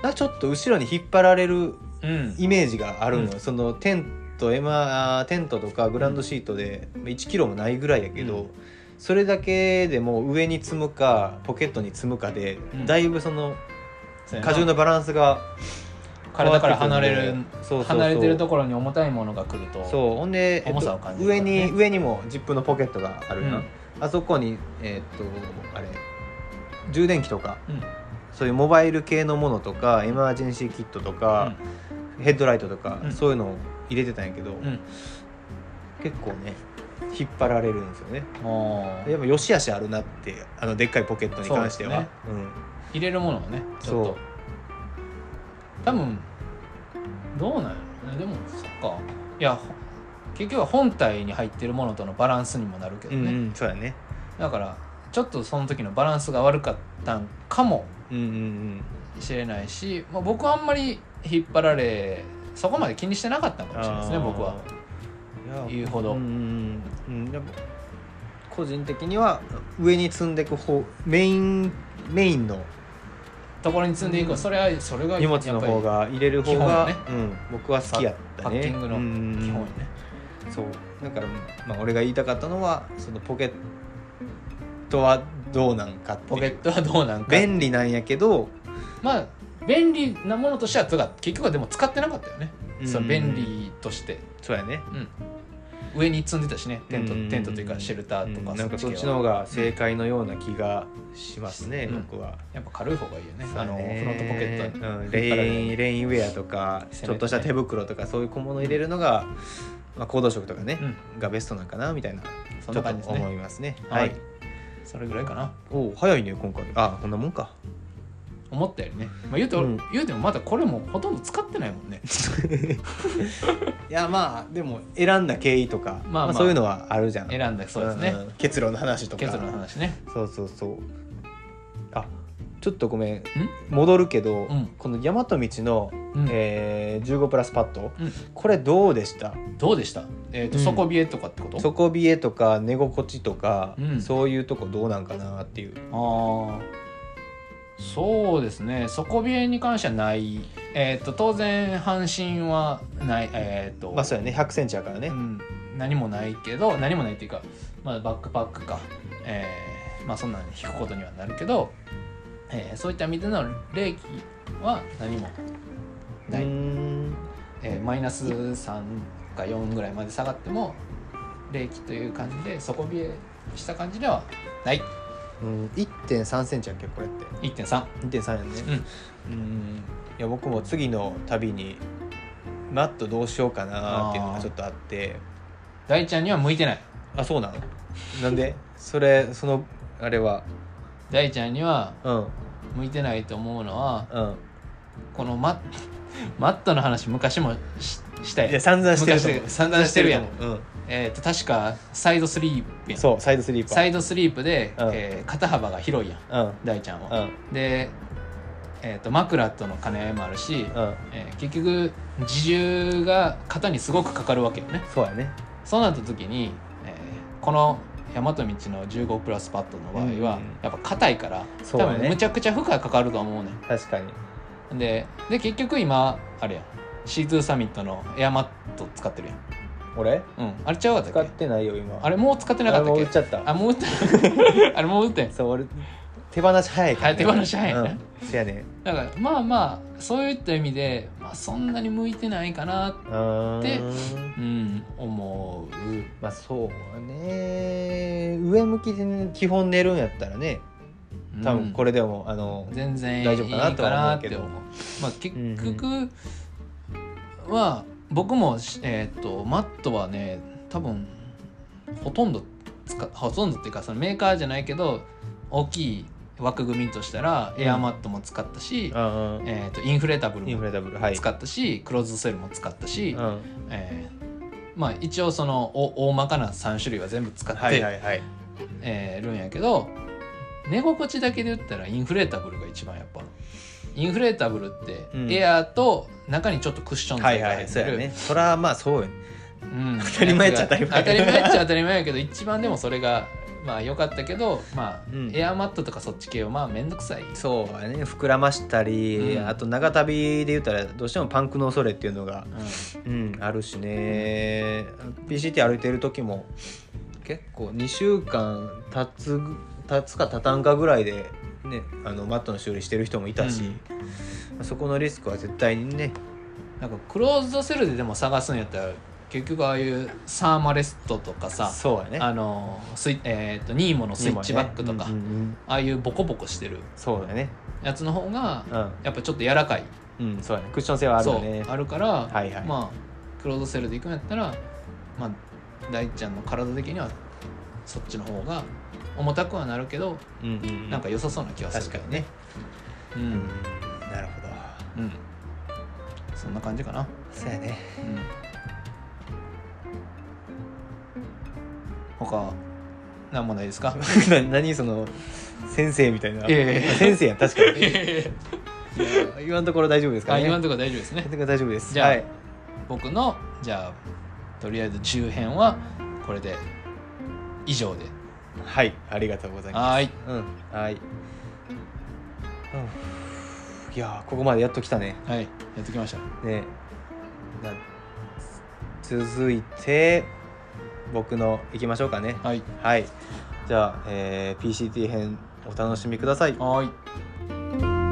Speaker 2: なちょっと後ろに引っ張られる
Speaker 1: うん
Speaker 2: イメージがあるの、
Speaker 1: う
Speaker 2: よ
Speaker 1: ん
Speaker 2: そのテントエマあーテントとかグランドシートで1キロもないぐらいやけど、
Speaker 1: うん
Speaker 2: それだけでもう上に積むかポケットに積むかで、
Speaker 1: うん
Speaker 2: だいぶその
Speaker 1: そうやな
Speaker 2: 荷重のバランスが
Speaker 1: 体から離れる
Speaker 2: そうそうそう
Speaker 1: 離れてるところに重たいものが来ると
Speaker 2: そうほんで、えっ
Speaker 1: 重さを
Speaker 2: と
Speaker 1: 感じるか
Speaker 2: 上
Speaker 1: らね
Speaker 2: に上にもジップのポケットがあるやん
Speaker 1: うん
Speaker 2: あそこにえっとあれ充電器とか
Speaker 1: うん
Speaker 2: そういうモバイル系のものとかエマージェンシーキットとか、ヘッドライトとか、
Speaker 1: うん
Speaker 2: そういうのを入れてたんやけど、
Speaker 1: うん
Speaker 2: 結構ね引っ張られるんですよね
Speaker 1: うんもう
Speaker 2: やっぱよしあしあるなってあのでっかいポケットに関してはう,、
Speaker 1: 入れるものをねちょっ
Speaker 2: そう
Speaker 1: と多分どうなんやろうでもそっかいや結局は本体に入ってるものとのバランスにもなるけど
Speaker 2: うん
Speaker 1: ね、
Speaker 2: うんそうだね
Speaker 1: だからちょっとその時のバランスが悪かったんかも
Speaker 2: うんうん
Speaker 1: しれないし、まあ、僕はあんまり引っ張られそこまで気にしてなかったか
Speaker 2: うん
Speaker 1: もしれないですね
Speaker 2: あー
Speaker 1: 僕はい
Speaker 2: や
Speaker 1: 言うほど、
Speaker 2: うんうんうんやっぱ個人的には上に積んでいく方メインメインの
Speaker 1: ところに積んでいく、
Speaker 2: うん
Speaker 1: それはそれが
Speaker 2: 荷物の方
Speaker 1: やっ
Speaker 2: が入れる方が、
Speaker 1: 基
Speaker 2: うん、僕は好きやったね
Speaker 1: パッキングの
Speaker 2: うんうんう
Speaker 1: ぱ
Speaker 2: ん
Speaker 1: り基本よね、
Speaker 2: そうだから、まあ、俺が言いたかったのはそのポケットはどうなんかっていう
Speaker 1: ポケットはどうなんか
Speaker 2: 便利なんやけど、
Speaker 1: まあ便利なものとしてはとか結局はでも使ってなかったよね、その便利として、
Speaker 2: そうやね
Speaker 1: うん、上に積んでたしねテント,、
Speaker 2: うん
Speaker 1: テントというかシェルターとか、
Speaker 2: うんなんかそっ
Speaker 1: 地
Speaker 2: ち
Speaker 1: 形
Speaker 2: の
Speaker 1: は
Speaker 2: 方が正解のような気がしますね、
Speaker 1: うん
Speaker 2: 僕は。
Speaker 1: やっぱ軽い方がいいよね
Speaker 2: そう
Speaker 1: あ
Speaker 2: だ
Speaker 1: のフ
Speaker 2: ね
Speaker 1: ロントポケットは
Speaker 2: うん、
Speaker 1: 引っ張られ
Speaker 2: レイ
Speaker 1: ない
Speaker 2: ンレインウェアとか、
Speaker 1: 攻めてね
Speaker 2: ちょっとした手袋とかそういう小物入れるのが、まあ、行動色とかね、
Speaker 1: うん
Speaker 2: がベストなんかなみたいな
Speaker 1: そんな感じです
Speaker 2: ちょっと
Speaker 1: ね
Speaker 2: 思いますね
Speaker 1: は
Speaker 2: はいい、
Speaker 1: それぐらいかな
Speaker 2: おお早いね今回あこんなもんか
Speaker 1: 思ったよりね、まあ、言うて、
Speaker 2: うん
Speaker 1: 言うてもまだこれもほとんど使ってないもんね
Speaker 2: いやまあでも選んだ経緯とか、
Speaker 1: まあまあ
Speaker 2: そういうのはあるじゃん
Speaker 1: 選んだそうですね、
Speaker 2: ん結論の話とか
Speaker 1: 結論の話ね
Speaker 2: そうそうそうあちょっとごめん戻るけど、
Speaker 1: うん
Speaker 2: この大和道の、
Speaker 1: うん
Speaker 2: えー15プラスパッド、
Speaker 1: うん
Speaker 2: これどうでした
Speaker 1: どうでしたえっ、と、
Speaker 2: うん
Speaker 1: 底冷えとかってこと
Speaker 2: 底冷えとか寝心地とか、
Speaker 1: うん
Speaker 2: そういうとこどうなんかなっていう
Speaker 1: ああそうですね底冷えに関してはないえっ、と当然半身はないえっ、と、
Speaker 2: まあそうやね1 0 0ンチやからね、
Speaker 1: うん、何もないけど何もないっていうか、まあ、バックパックか、えーまあそんなの引くことにはなるけど、えーそういった意味での冷気は何も
Speaker 2: う
Speaker 1: ない、
Speaker 2: ーん
Speaker 1: えーマイナス3か4ぐらいまで下がっても冷気という感じで底冷えした感じではない
Speaker 2: うん1 3センチやっけこれって
Speaker 1: 1.3
Speaker 2: 2.3やねうんいや僕も次の旅にマットどうしようかなっていうのがちょっとあって
Speaker 1: 大ちゃんには向いてない
Speaker 2: あそうなのな んでそれそのあれは
Speaker 1: 大ちゃんには
Speaker 2: うん
Speaker 1: 向いてないと思うのは
Speaker 2: うん
Speaker 1: このマッマットの話昔もしした
Speaker 2: いや
Speaker 1: い、
Speaker 2: 散々してると思う
Speaker 1: 昔散々してるやん
Speaker 2: 散々してると思う
Speaker 1: えー、と確かサイドスリープ
Speaker 2: うん
Speaker 1: やん
Speaker 2: そうサイドスリーパー
Speaker 1: サイドスリープで、
Speaker 2: うん
Speaker 1: えー肩幅が広いやん
Speaker 2: うん
Speaker 1: 大ちゃん
Speaker 2: う
Speaker 1: は、
Speaker 2: ん
Speaker 1: で、えー、と枕との兼ね合いもあるし、
Speaker 2: うん
Speaker 1: えー結局自重が肩にすごくかかるわけよね
Speaker 2: そうやね
Speaker 1: そうなった時に、えーこの大和道の15プラスパッドの場合
Speaker 2: うんうん
Speaker 1: は、やっぱ硬いから、
Speaker 2: そう
Speaker 1: 多
Speaker 2: だね
Speaker 1: 分むちゃくちゃ負荷かかると思うねん
Speaker 2: 確かに
Speaker 1: でで結局今あれやん C2 サミットのエアマット使ってるやん、
Speaker 2: 俺
Speaker 1: うん、あれちゃうかった
Speaker 2: 使
Speaker 1: っ
Speaker 2: っ
Speaker 1: け
Speaker 2: てないよ今
Speaker 1: あれもう使ってなかった
Speaker 2: あ
Speaker 1: っ
Speaker 2: もう売
Speaker 1: け
Speaker 2: っちゃった
Speaker 1: あもう打った あれもう打ったやん
Speaker 2: そう俺手放し早いから、
Speaker 1: はい手放し早いね
Speaker 2: うんせやね
Speaker 1: だからまあまあそういった意味で、まあ、そんなに向いてないかな
Speaker 2: うーん
Speaker 1: でうん思う
Speaker 2: まあそうね上向きで、ね、基本寝るんやったらね多分こ
Speaker 1: れ、
Speaker 2: れでも、あの
Speaker 1: 全然
Speaker 2: 大丈夫かない
Speaker 1: い
Speaker 2: とは思うけど
Speaker 1: かなって思うまあ結局は僕もしえっ、とマットはね多分ほとんど使ほとんどっていうかそのメーカーじゃないけど大きい枠組みとしたらエアマットも使ったし、
Speaker 2: うんうん
Speaker 1: えー、とインフレータブル
Speaker 2: インフ
Speaker 1: も
Speaker 2: レダブルはい
Speaker 1: 使ったし、クローズセルも使ったし、
Speaker 2: うん
Speaker 1: えーまあ一応そのお大まかな3種類は全部使って、
Speaker 2: はいはいはい
Speaker 1: えーるんやけど寝心地だけで言ったらインフレータブルが一番やっぱインフレータブルって
Speaker 2: うん
Speaker 1: エアーと中にちょっとクッション
Speaker 2: は
Speaker 1: 材
Speaker 2: い
Speaker 1: が
Speaker 2: はい
Speaker 1: 入って
Speaker 2: そうや
Speaker 1: る
Speaker 2: ねそらまあそうやね
Speaker 1: うん
Speaker 2: 当たり前っちゃ当たり前
Speaker 1: 当たり前っちゃ当たり前やけど一番でもそれがまあ良かったけどまあ
Speaker 2: うん
Speaker 1: エアーマットとかそっち系はまあ面倒くさい
Speaker 2: そうやね膨らましたり、
Speaker 1: うん
Speaker 2: あと長旅で言ったらどうしてもパンクの恐れっていうのが、
Speaker 1: う
Speaker 2: うん、あるしね PCT 歩いてる時も結構2週間経つ経つか経たんかぐらいで、ね、あのマットの修理してる人もいたし、そこのリスクは絶対にね
Speaker 1: んなんかクローズドセルででも探すんやったら結局ああいうサーマレストとかさ
Speaker 2: そうやね
Speaker 1: あのスイえー、とニーモのスイッチバックとか、
Speaker 2: うんうんうん
Speaker 1: ああいうボコボコしてる
Speaker 2: そうだね
Speaker 1: やつの方が
Speaker 2: うん
Speaker 1: やっぱちょっと柔らかい
Speaker 2: うん、そうやねクッション性はあるよね
Speaker 1: そうあるから、
Speaker 2: はいはい、
Speaker 1: まあクロードセルで行くんやったらまあ大ちゃんの体的にはそっちの方が重たくはなるけど、
Speaker 2: うんうんうん
Speaker 1: なんか良さそうな気はする
Speaker 2: 確か
Speaker 1: けど
Speaker 2: にね、
Speaker 1: う
Speaker 2: うんん、なるほど
Speaker 1: うんそそんな感じかな
Speaker 2: そうやね
Speaker 1: うん他何もないです か
Speaker 2: な何その先生みたいない
Speaker 1: やいやいや
Speaker 2: 先生や確か に
Speaker 1: あ
Speaker 2: 今のところ大丈夫ですかね
Speaker 1: 今のところ大丈夫ですね
Speaker 2: 今のところ大丈夫です
Speaker 1: じゃあ
Speaker 2: はい、
Speaker 1: 僕のじゃあとりあえず中編はこれで以上で
Speaker 2: はい、ありがとうございま
Speaker 1: は
Speaker 2: す
Speaker 1: ーい
Speaker 2: うんはい、うん、いやーここまでやっと来たね
Speaker 1: はいやってきました
Speaker 2: ねな続いて僕のいきましょうかね
Speaker 1: はい
Speaker 2: はいじゃあ、えー PCT 編お楽しみください
Speaker 1: はーい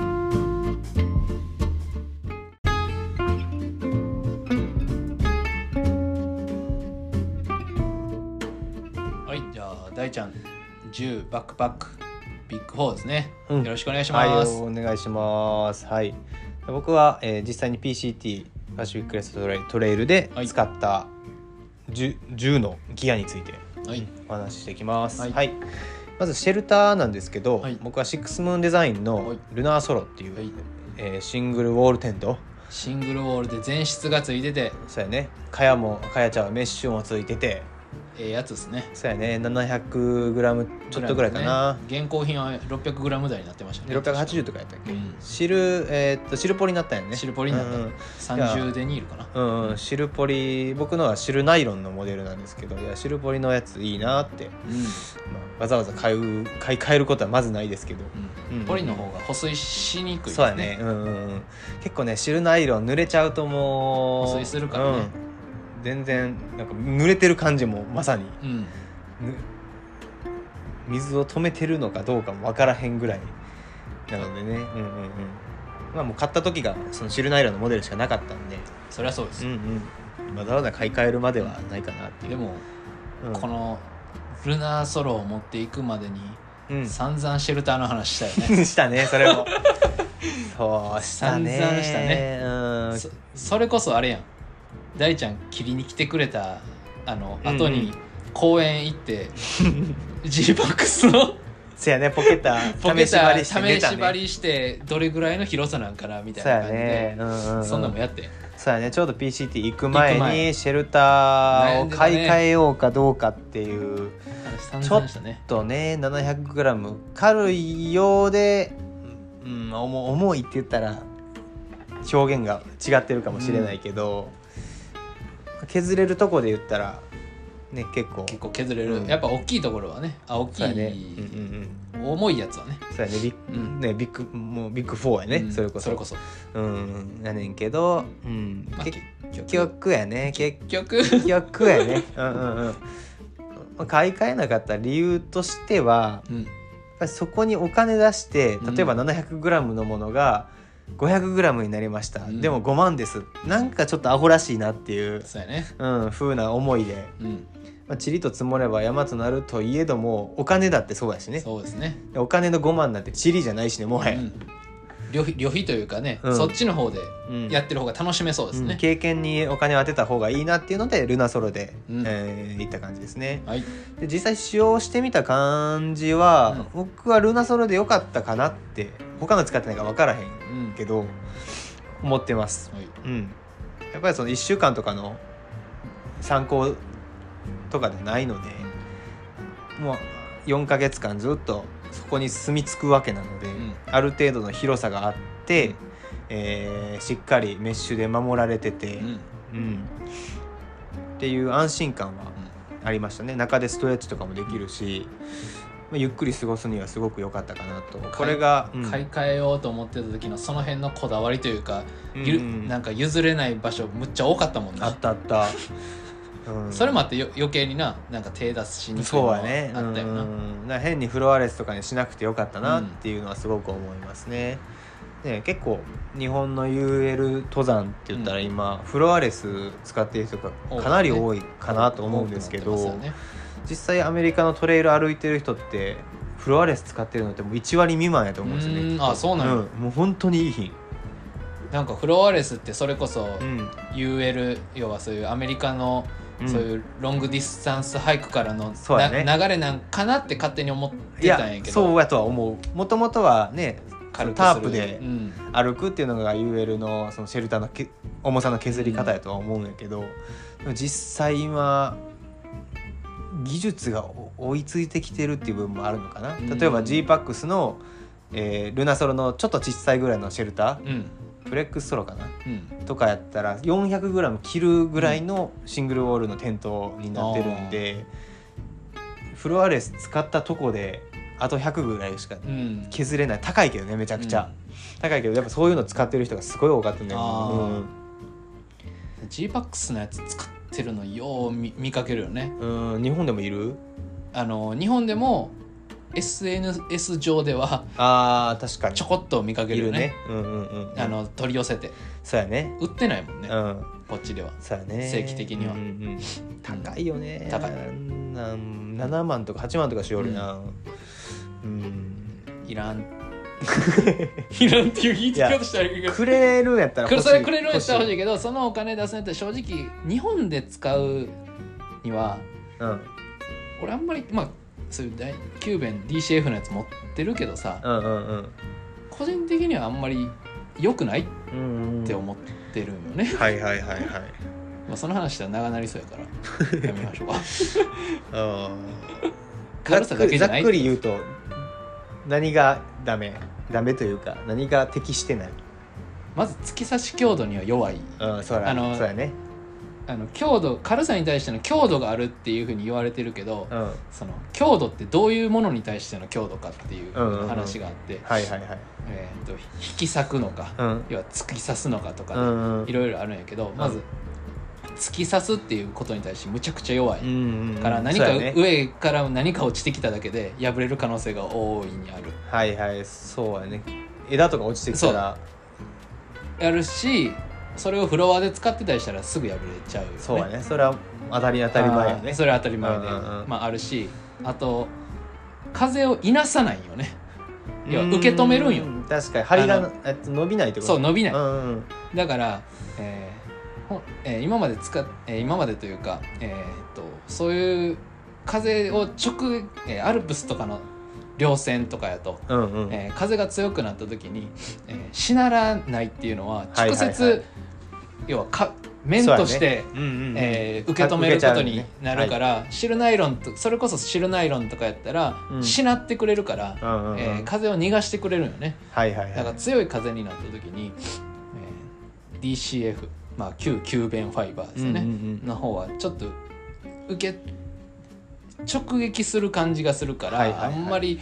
Speaker 1: はいじゃあ大ちゃん10バックパックビッグ4ですね、
Speaker 2: うん
Speaker 1: よろしくお願いし
Speaker 2: はい、
Speaker 1: ます、
Speaker 2: お願いします。はい。僕は、えー実際に PCT パシフィックレストトレイトレイルで
Speaker 1: はい
Speaker 2: 使った 10, 10のギアについて
Speaker 1: はい
Speaker 2: お話ししていきます。
Speaker 1: は
Speaker 2: はいい。まずシェルターなんですけど、
Speaker 1: はい
Speaker 2: 僕はシックスムーンデザイン
Speaker 1: は
Speaker 2: の
Speaker 1: い
Speaker 2: ルナーソロっていう、
Speaker 1: はい
Speaker 2: えーシングルウォールテント、
Speaker 1: シングルウォールで全室がついてて
Speaker 2: そうやね。かやもかやちゃんはメッシュもついてて、
Speaker 1: ええやつですね
Speaker 2: そうやね。700グラムちょっとぐらいかな。
Speaker 1: ね、現行品は 600g 台になってましたね
Speaker 2: で680とかやったっけ、
Speaker 1: うん
Speaker 2: 汁えーっと汁ポリになったんやね
Speaker 1: 汁ポリになった
Speaker 2: うん
Speaker 1: 30デニールかな
Speaker 2: うんうん、シルポリ僕のはシルナイロンのモデルなんですけどいやシルポリのやついいなって、
Speaker 1: う
Speaker 2: まあ、わざわざ買う買い替えることはまずないですけど、
Speaker 1: ん、
Speaker 2: うん
Speaker 1: ポリの方が保水しにくいですね
Speaker 2: そうやね、うんうんうん、結構ねシルナイロン濡れちゃうともう
Speaker 1: 保水するからね
Speaker 2: うん全然なんか濡れてる感じもまさに
Speaker 1: うん
Speaker 2: ぬ水を止めてるのかどうかもわからへんぐらいなのでね、うんうんうんまあ、もう買った時がそのシルナイロンのモデルしかなかったんで、
Speaker 1: そりゃそうです、
Speaker 2: うんうん、わざわざ買い替えるまではないかなっていう
Speaker 1: でも、
Speaker 2: うん
Speaker 1: このルナーソロを持っていくまでに
Speaker 2: うん、
Speaker 1: 散々シェルターの話したよね
Speaker 2: したねそれ もそうしたね
Speaker 1: 散々したね
Speaker 2: うん
Speaker 1: そそれこそあれやん大ちゃん切りに来てくれたあの後
Speaker 2: うんう
Speaker 1: に
Speaker 2: ん
Speaker 1: 公園行って G ボックスの
Speaker 2: せやねポケッタ
Speaker 1: ポ
Speaker 2: ー
Speaker 1: ケ
Speaker 2: 試し張
Speaker 1: タ
Speaker 2: りして出
Speaker 1: 試
Speaker 2: た
Speaker 1: し張
Speaker 2: ね
Speaker 1: りしてどれぐらいの広さなんかなみたい
Speaker 2: そうや
Speaker 1: な感じで
Speaker 2: ね、うんうんうん、
Speaker 1: そんなんもやって
Speaker 2: そうやねちょうど PCT 行く前
Speaker 1: 行く前
Speaker 2: にシェルター
Speaker 1: 悩ん
Speaker 2: を
Speaker 1: でた
Speaker 2: 買い
Speaker 1: ね
Speaker 2: 替えようかどうかっていう
Speaker 1: 散々でしたね
Speaker 2: とね 700g 軽いようで、うん、重重いって言ったら表現が違ってるかもしれないけど、削れるとこで言ったらね結構
Speaker 1: 結構削れる、
Speaker 2: うん
Speaker 1: やっぱ大きいところはねあ大き
Speaker 2: そうやね、
Speaker 1: い、
Speaker 2: うんうんうん
Speaker 1: 重いやつはね
Speaker 2: そうやねビッ,、
Speaker 1: うん
Speaker 2: ねビッグもうビッグ4やね、
Speaker 1: うん
Speaker 2: それこそ
Speaker 1: それこそ、
Speaker 2: うんやねんけど、うん
Speaker 1: まあ
Speaker 2: 結
Speaker 1: 結局
Speaker 2: 局やね結
Speaker 1: 結局
Speaker 2: 局やね うんうんうんまあ買い替えなかった理由としては
Speaker 1: うん
Speaker 2: やっぱりそこにお金出して
Speaker 1: うん
Speaker 2: 例えば 700g のものが 500g になりました、
Speaker 1: うん
Speaker 2: でも5万ですなんかちょっとアホらしいなっていう、
Speaker 1: そうやね
Speaker 2: うん、風な思いで、
Speaker 1: うん、
Speaker 2: まあ、ちりと積もれば山となるといえどもお金だってそうやしね
Speaker 1: そうですね、
Speaker 2: お金の5万なんてちりじゃないしねもはや、
Speaker 1: う
Speaker 2: うん
Speaker 1: ん、旅費旅費というかね、
Speaker 2: うん
Speaker 1: そっちの方でや
Speaker 2: っ
Speaker 1: ってる方が楽しめそうですね、
Speaker 2: 経験にお金を当てた方がいいなっていうのでルナソロで、
Speaker 1: うん
Speaker 2: えー行った感じですね
Speaker 1: はい
Speaker 2: で実際使用してみた感じは、僕はルナソロで良かったかなって他の使ってないから分からへん
Speaker 1: うん
Speaker 2: けど思ってます、
Speaker 1: はい
Speaker 2: うん、やっぱりその1週間とかの参考とかでないのでもう4ヶ月間ずっとそこに住み着くわけなので、
Speaker 1: ん
Speaker 2: ある程度の広さがあって、えーしっかりメッシュで守られてて、
Speaker 1: うん
Speaker 2: うんっていう安心感はありましたね中でストレッチとかもできるし、まあゆっくり過ごすにはすごく良かったかなとこれが、うん
Speaker 1: 買い替えようと思ってた時のその辺のこだわりというか、ゆる
Speaker 2: うんうん
Speaker 1: なんか譲れない場所むっちゃ多かったもんな
Speaker 2: あったあった、うん
Speaker 1: それもあってよ余計にななんか手出すしにくいの
Speaker 2: そう
Speaker 1: はあ
Speaker 2: や
Speaker 1: った
Speaker 2: ね
Speaker 1: よな、
Speaker 2: うん、なんか変にフロアレスとかにしなくてよかったなっていうのはすごく思いますね。ね結構日本の UL 登山って言ったら今、フロアレス使っている人がかなり多いかなと思うんですけど
Speaker 1: 多くなってますよね
Speaker 2: 実際アメリカのトレイル歩いてる人ってフロアレス使ってるのってもう1割未満やと思うんですよね
Speaker 1: うーん
Speaker 2: きっと
Speaker 1: あそうなんや
Speaker 2: んもう本当にいい品、
Speaker 1: なんかフロアレスってそれこそ
Speaker 2: うん、
Speaker 1: UL 要はそういうアメリカのそう
Speaker 2: うん
Speaker 1: いうロングディスタンスハイクからの
Speaker 2: そうやね
Speaker 1: な流れなんかなって勝手に思っ
Speaker 2: い
Speaker 1: てたんや
Speaker 2: や
Speaker 1: けど
Speaker 2: そうやとは思うもともとはね
Speaker 1: 軽くす
Speaker 2: タ
Speaker 1: る
Speaker 2: ープで
Speaker 1: うん
Speaker 2: 歩くっていうのが UL のそのシェルターのけ重さの削り方やとは思うんやけど、でも実際今技術が追いついてきてるっていう部分もあるのかな、
Speaker 1: うん
Speaker 2: 例えば G-PAX の、えールナソロのちょっと小さいぐらいのシェルタ
Speaker 1: うん
Speaker 2: ーフレックスソロかな
Speaker 1: うん
Speaker 2: とかやったら 400g 切るぐらいのシングルウォールのテントになってるんで、フロアレス使ったとこであと100ぐらいしか
Speaker 1: うん
Speaker 2: 削れない高いけどねめちゃくちゃ、高いけどやっぱそういうの使ってる人がすごい多かったね、
Speaker 1: あー
Speaker 2: う
Speaker 1: g パックスのやつ使ってるのよう見見かけるよね
Speaker 2: ん、うん日本でもいる
Speaker 1: あの日本でも SNS 上では
Speaker 2: あー確かに
Speaker 1: ちょこっと見かけ
Speaker 2: い
Speaker 1: る
Speaker 2: る
Speaker 1: よね
Speaker 2: ねうんうんうんうん
Speaker 1: あの取り寄せて
Speaker 2: そうやね
Speaker 1: 売ってないもんね、
Speaker 2: うん
Speaker 1: こっちでは
Speaker 2: そうやね
Speaker 1: 正規的には
Speaker 2: うんうん高いよね
Speaker 1: 高い
Speaker 2: なん7万とか8万とかしよるなうん、
Speaker 1: いら んいらんっていう言い方したらいいけど
Speaker 2: くれるんやったら
Speaker 1: くれ
Speaker 2: 欲しい
Speaker 1: それくれるんやったら欲し
Speaker 2: い、
Speaker 1: いけどそのお金出すんやったら正直日本で使うには
Speaker 2: うん、
Speaker 1: 俺あんまりまあそういう大9弁 DCF のやつ持ってるけどさ
Speaker 2: うんうんうん
Speaker 1: 個人的にはあんまり良くないっ
Speaker 2: うんうん
Speaker 1: て思ってるんよね、
Speaker 2: はいはいはいはい
Speaker 1: まあその話は長なりそうや からやめましょうか
Speaker 2: あー
Speaker 1: 軽さだけじゃない
Speaker 2: ざっくり言うと何がダメダメというか何が適してない
Speaker 1: まず突き刺し強度には弱い
Speaker 2: うんそうや
Speaker 1: あの
Speaker 2: そうやね
Speaker 1: あの強度軽さに対しての強度があるっていうふうに言われてるけど、
Speaker 2: うんはい
Speaker 1: その強度ってどういうものに対しての強度かっていう
Speaker 2: うんうんうん
Speaker 1: 話があって、
Speaker 2: はいはい
Speaker 1: えー、と引き裂くのか、
Speaker 2: うん
Speaker 1: 要は突き刺すのかと
Speaker 2: う
Speaker 1: か、
Speaker 2: んうん
Speaker 1: いろいろあるんやけどまず突き刺すっていうことに対してむちゃくちゃ弱い、
Speaker 2: うんうん
Speaker 1: から何
Speaker 2: そ
Speaker 1: か
Speaker 2: うやね
Speaker 1: 上から何か落ちてきただけで破れる可能性が大いにある
Speaker 2: はいはいそうやね枝とか落ちてきたら
Speaker 1: あるしそれをフロアで使ってたりしたらすぐ破れちゃうよね
Speaker 2: そうやねそれは当たり当たり前や
Speaker 1: あー
Speaker 2: ね
Speaker 1: それは当たり前で、
Speaker 2: うんうんうん
Speaker 1: まああるしあと風をいなさないよね要は
Speaker 2: うん
Speaker 1: 受け止めるんよ
Speaker 2: 確かに針
Speaker 1: あ
Speaker 2: が
Speaker 1: の
Speaker 2: えっと伸びないってこと
Speaker 1: そう伸びない、
Speaker 2: うんうん
Speaker 1: だから、えーほえー今まで使っ、えー今までというか、えーっとそういう風を直、えーアルプスとかの稜線とかやと、
Speaker 2: うんうん
Speaker 1: えー風が強くなった時に、えーしならないっていうのは
Speaker 2: はいはいは
Speaker 1: 直
Speaker 2: い
Speaker 1: 接、要はか面として、
Speaker 2: そうやねうんうんうん
Speaker 1: えー受け止めることになるか
Speaker 2: は
Speaker 1: ら、シルナイロンとそれこそシルナイロンとかやったら、
Speaker 2: うん
Speaker 1: しなってくれるから、
Speaker 2: うんうんうん
Speaker 1: えー風を逃がしてくれるんよね。
Speaker 2: はいはい
Speaker 1: だか
Speaker 2: は
Speaker 1: ら強い風になった時に、えー DCF、まあ、旧旧弁ファイバーで
Speaker 2: い
Speaker 1: すよね、
Speaker 2: うんうんうん
Speaker 1: の方はちょっと受け直撃する感じがするから、
Speaker 2: はいはいはい
Speaker 1: あんまり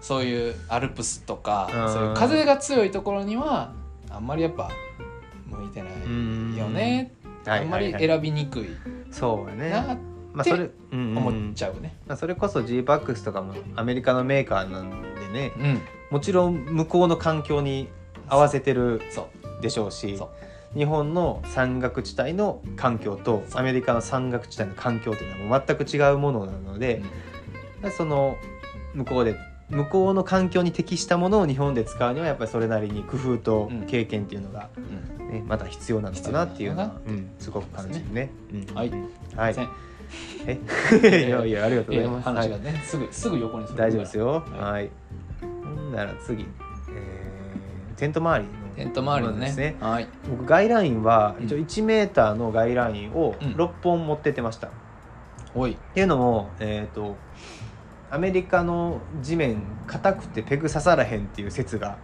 Speaker 1: そういうアルプスとか、
Speaker 2: うん
Speaker 1: そういう風が強いところにはあんまりやっぱ向いてない
Speaker 2: うん
Speaker 1: よね、
Speaker 2: はい
Speaker 1: あん
Speaker 2: は
Speaker 1: ま
Speaker 2: い
Speaker 1: り
Speaker 2: はい
Speaker 1: 選びにくい
Speaker 2: そうやね
Speaker 1: なっ
Speaker 2: まあ
Speaker 1: て
Speaker 2: それうんうん
Speaker 1: 思っちゃうね。
Speaker 2: まあ、それこそ g バックスとかもアメリカのメーカーなんでね
Speaker 1: うん、
Speaker 2: もちろん向こうの環境に合わせてる
Speaker 1: そう
Speaker 2: でしょうし
Speaker 1: そう
Speaker 2: 日本の山岳地帯の環境と
Speaker 1: そう
Speaker 2: アメリカの山岳地帯の環境というのはもう全く違うものなので、その向こうで向こうの環境に適したものを日本で使うにはやっぱりそれなりに工夫と
Speaker 1: うん
Speaker 2: 経験っていうのが、
Speaker 1: うんうん
Speaker 2: ねまた必要なのかなっていうのは、うんすごく感じるね。うん
Speaker 1: はい
Speaker 2: はい
Speaker 1: せん
Speaker 2: えいやいやありがとうございます。
Speaker 1: 話がね、すぐすぐ横にする
Speaker 2: 大丈夫ですよ。
Speaker 1: はい
Speaker 2: はい。ほんなら次、えーテント周りの。
Speaker 1: テント周りの
Speaker 2: もの
Speaker 1: ね
Speaker 2: ですね
Speaker 1: はい
Speaker 2: 僕ガイラインは
Speaker 1: うん
Speaker 2: 一応1メーターのガイラインを
Speaker 1: うん
Speaker 2: 6本持ってってました。っ
Speaker 1: おい
Speaker 2: ていうのも、えっ、と。アメリカの地面硬くてペグ刺さらへんっていう説が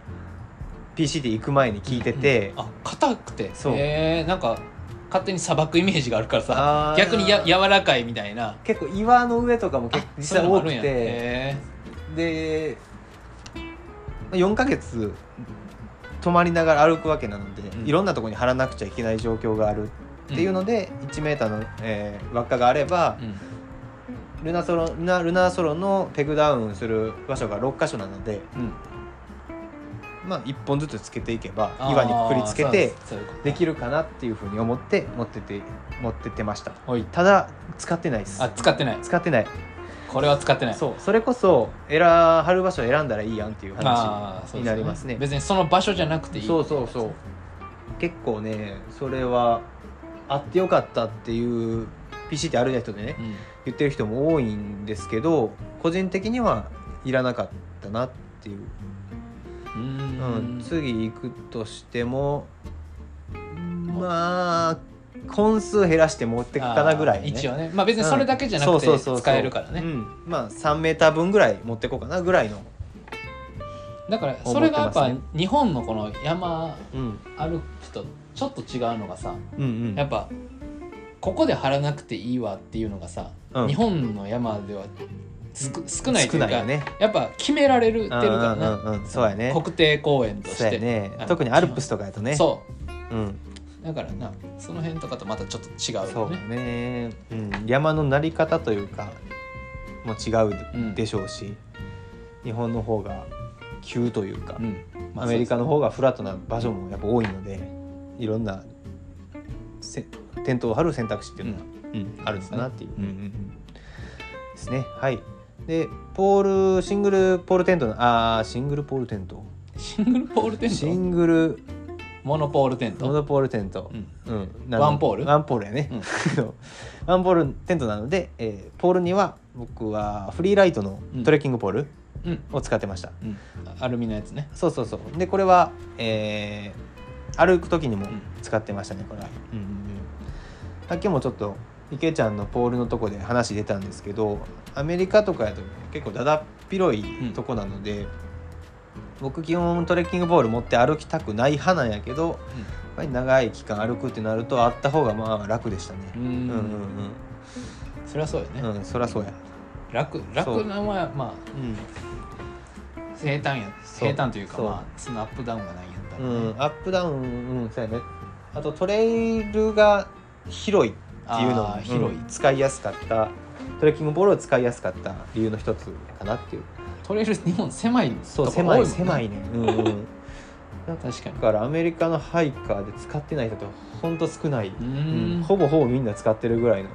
Speaker 2: PCT 行く前に聞いてて、
Speaker 1: うんあ硬くて
Speaker 2: そう
Speaker 1: えーなんか勝手に砂漠イメージがあるからさ
Speaker 2: あー
Speaker 1: 逆にや柔らかいみたいな
Speaker 2: 結構岩の上とかも結
Speaker 1: あ
Speaker 2: 実際多く
Speaker 1: そういうのもあるんや
Speaker 2: て
Speaker 1: へ
Speaker 2: で4ヶ月泊まりながら歩くわけなので、
Speaker 1: うん
Speaker 2: いろんなところに張らなくちゃいけない状況がある
Speaker 1: ー
Speaker 2: っていうので、1メーターの、えー輪っかがあれば
Speaker 1: う、ん
Speaker 2: ルナソロルナルナソロのペグダウンする場所が6箇所なので、
Speaker 1: うん
Speaker 2: まあ、1本ずつつけていけば
Speaker 1: あー
Speaker 2: 岩にくくりつけ
Speaker 1: そう
Speaker 2: て
Speaker 1: ですそういうこと
Speaker 2: できるかなっていうふうに思って持ってて持ってってました
Speaker 1: おい
Speaker 2: ただ使ってないです
Speaker 1: あ使ってない
Speaker 2: 使ってない
Speaker 1: これは使ってない
Speaker 2: そうそれこそ選貼る場所選んだらいいやんっていう
Speaker 1: あー
Speaker 2: 話
Speaker 1: そう
Speaker 2: に
Speaker 1: です
Speaker 2: な
Speaker 1: よ
Speaker 2: りますね
Speaker 1: 別にその場所じゃなくていい
Speaker 2: そうそうそう結構ねそれはあってよかったっていう PC ってあるや人でね
Speaker 1: うん
Speaker 2: 言ってる人も多いんですけど個人的にはいらなかったなっていう
Speaker 1: う
Speaker 2: うん
Speaker 1: ん、
Speaker 2: 次行くとしてもまあ本数減らして持ってくかなぐらい、ね、
Speaker 1: あー一応ねまあ別にそれだけじゃなく
Speaker 2: うん
Speaker 1: て
Speaker 2: そうそうそうそう
Speaker 1: 使えるからね
Speaker 2: うんまあ3メーター分ぐらい持ってこうかなぐらいの、
Speaker 1: だからそれがやっぱ
Speaker 2: 思って
Speaker 1: 日本のこの山
Speaker 2: うん、
Speaker 1: 歩くとちょっと違うのがさ
Speaker 2: うんうん
Speaker 1: やっぱここで張らなくていいわっていうのがさ、
Speaker 2: うん
Speaker 1: 日本の山ではすく少ないとい
Speaker 2: 少
Speaker 1: う
Speaker 2: ない
Speaker 1: か
Speaker 2: よね
Speaker 1: やっぱ決められるってる
Speaker 2: うん
Speaker 1: か
Speaker 2: う
Speaker 1: らな、
Speaker 2: んうんそうやね
Speaker 1: 国定公園とし
Speaker 2: そう
Speaker 1: て
Speaker 2: やね
Speaker 1: あの
Speaker 2: 特にアルプスとかやとね、
Speaker 1: そう
Speaker 2: ん、
Speaker 1: うだからなその辺とかとまたちょっと違う
Speaker 2: そ
Speaker 1: よ
Speaker 2: う
Speaker 1: ね
Speaker 2: ね、うん、山のなり方というかも違うでしょうし、日本の方が急というか、
Speaker 1: うんまあ
Speaker 2: アメリカの方がフラットな場所もやっぱ多いのでいろんなせテントを張る選択肢っていうのが、うんあるんだなっていう、
Speaker 1: うんうん
Speaker 2: ですねはいでポールシングルポールテントのあーシングルポールテント
Speaker 1: シングルポールテン
Speaker 2: シ
Speaker 1: ト
Speaker 2: ングル
Speaker 1: モノポールテン
Speaker 2: モ
Speaker 1: ト、
Speaker 2: ノポールテント
Speaker 1: う、ん
Speaker 2: うん
Speaker 1: ワンポール
Speaker 2: ワンポールやね、 ワンポールテントなので、えーポールには僕はフリーライトのトレッキングポール
Speaker 1: うん
Speaker 2: を使ってました、
Speaker 1: うん、アルミのやつね
Speaker 2: そうそうそうでこれは、えー歩く時にも使ってましたねこれは、うんうんうん、さっきもちょっと池ちゃんのポールのとこで話出たんですけどアメリカとかやと結構だだっ広いとこなので、僕基本トレッキングボール持って歩きたくない派なんやけど、
Speaker 1: うん
Speaker 2: やっぱり長い期間歩くってなるとあった方がまあ楽でしたね
Speaker 1: う
Speaker 2: うん
Speaker 1: ん
Speaker 2: うん
Speaker 1: そりゃそうよね、
Speaker 2: うんうんそりゃそうや
Speaker 1: 楽
Speaker 2: そ
Speaker 1: 楽
Speaker 2: う
Speaker 1: なのはまあ
Speaker 2: うん
Speaker 1: 平坦や
Speaker 2: そう
Speaker 1: 平坦というか
Speaker 2: そう
Speaker 1: まあそのアップダウンがないんやったら
Speaker 2: う
Speaker 1: ね、
Speaker 2: ん、アップダウン、うん、そうやね。あとトレイルが広いっていうのも
Speaker 1: あー広い
Speaker 2: うん使いやすかった。トレッキングボールを使いやすかった理由の一つかなっていう。
Speaker 1: トレイル日本狭い
Speaker 2: そ、
Speaker 1: そう
Speaker 2: 狭い、
Speaker 1: い
Speaker 2: 狭いね。うん、 うん。
Speaker 1: 確かに
Speaker 2: だからアメリカのハイカーで使ってない人ってほんと少ない。
Speaker 1: う
Speaker 2: うん
Speaker 1: ん
Speaker 2: ほぼほぼみんな使ってるぐらいの、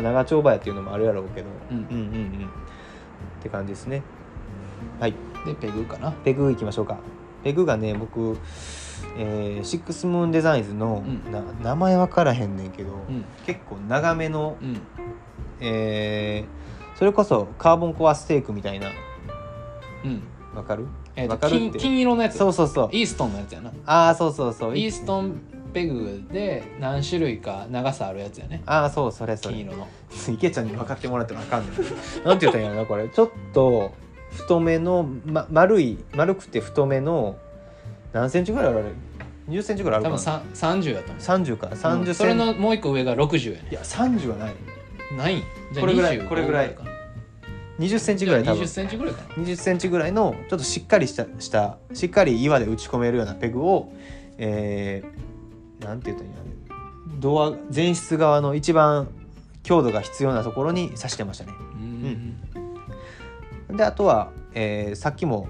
Speaker 1: うん
Speaker 2: あ、長丁場やっていうのもあるやろうけど、
Speaker 1: うん
Speaker 2: うんうんうんって感じですねはい
Speaker 1: でペグかな
Speaker 2: ペグいきましょうかペグがね僕、えーシックスムーンデザインズの、
Speaker 1: うん
Speaker 2: な名前分からへんねんけど、
Speaker 1: うん
Speaker 2: 結構長めの、
Speaker 1: うん
Speaker 2: えーそれこそカーボンコアステークみたいな
Speaker 1: うん
Speaker 2: わかる
Speaker 1: えー
Speaker 2: わ
Speaker 1: と
Speaker 2: かるっ
Speaker 1: 金
Speaker 2: て
Speaker 1: 金色のやつ
Speaker 2: そうそうそう
Speaker 1: イーストンのやつやな
Speaker 2: ああそうそうそう
Speaker 1: イーストンペグで何種類か長さあるやつやね
Speaker 2: ああそうそれそ
Speaker 1: 金
Speaker 2: れ
Speaker 1: 色の
Speaker 2: 池ちゃんに分かってもらっても分かんないなんて言ったらいいんやろなこれちょっと太めの、ま、丸い丸くて太めの何センチぐらいある20センチぐらいあ
Speaker 1: 多
Speaker 2: るか
Speaker 1: 分
Speaker 2: な
Speaker 1: さ30やと思う
Speaker 2: 30か30センチ、
Speaker 1: それのもう一個上が60やね
Speaker 2: いや30はない
Speaker 1: ないんじゃあ
Speaker 2: これぐらい
Speaker 1: 25
Speaker 2: これぐらい
Speaker 1: かな
Speaker 2: 20センチ
Speaker 1: じ
Speaker 2: ぐ
Speaker 1: ゃあ
Speaker 2: らい多分
Speaker 1: 20センチぐらいかな
Speaker 2: 20センチぐらいのちょっとしっかりしたしたしっかり岩で打ち込めるようなペグをえー、なんて言ったらいいんだろうドア前室側の一番強度が必要なところに刺してましたね
Speaker 1: うん
Speaker 2: であとは、えーさっきも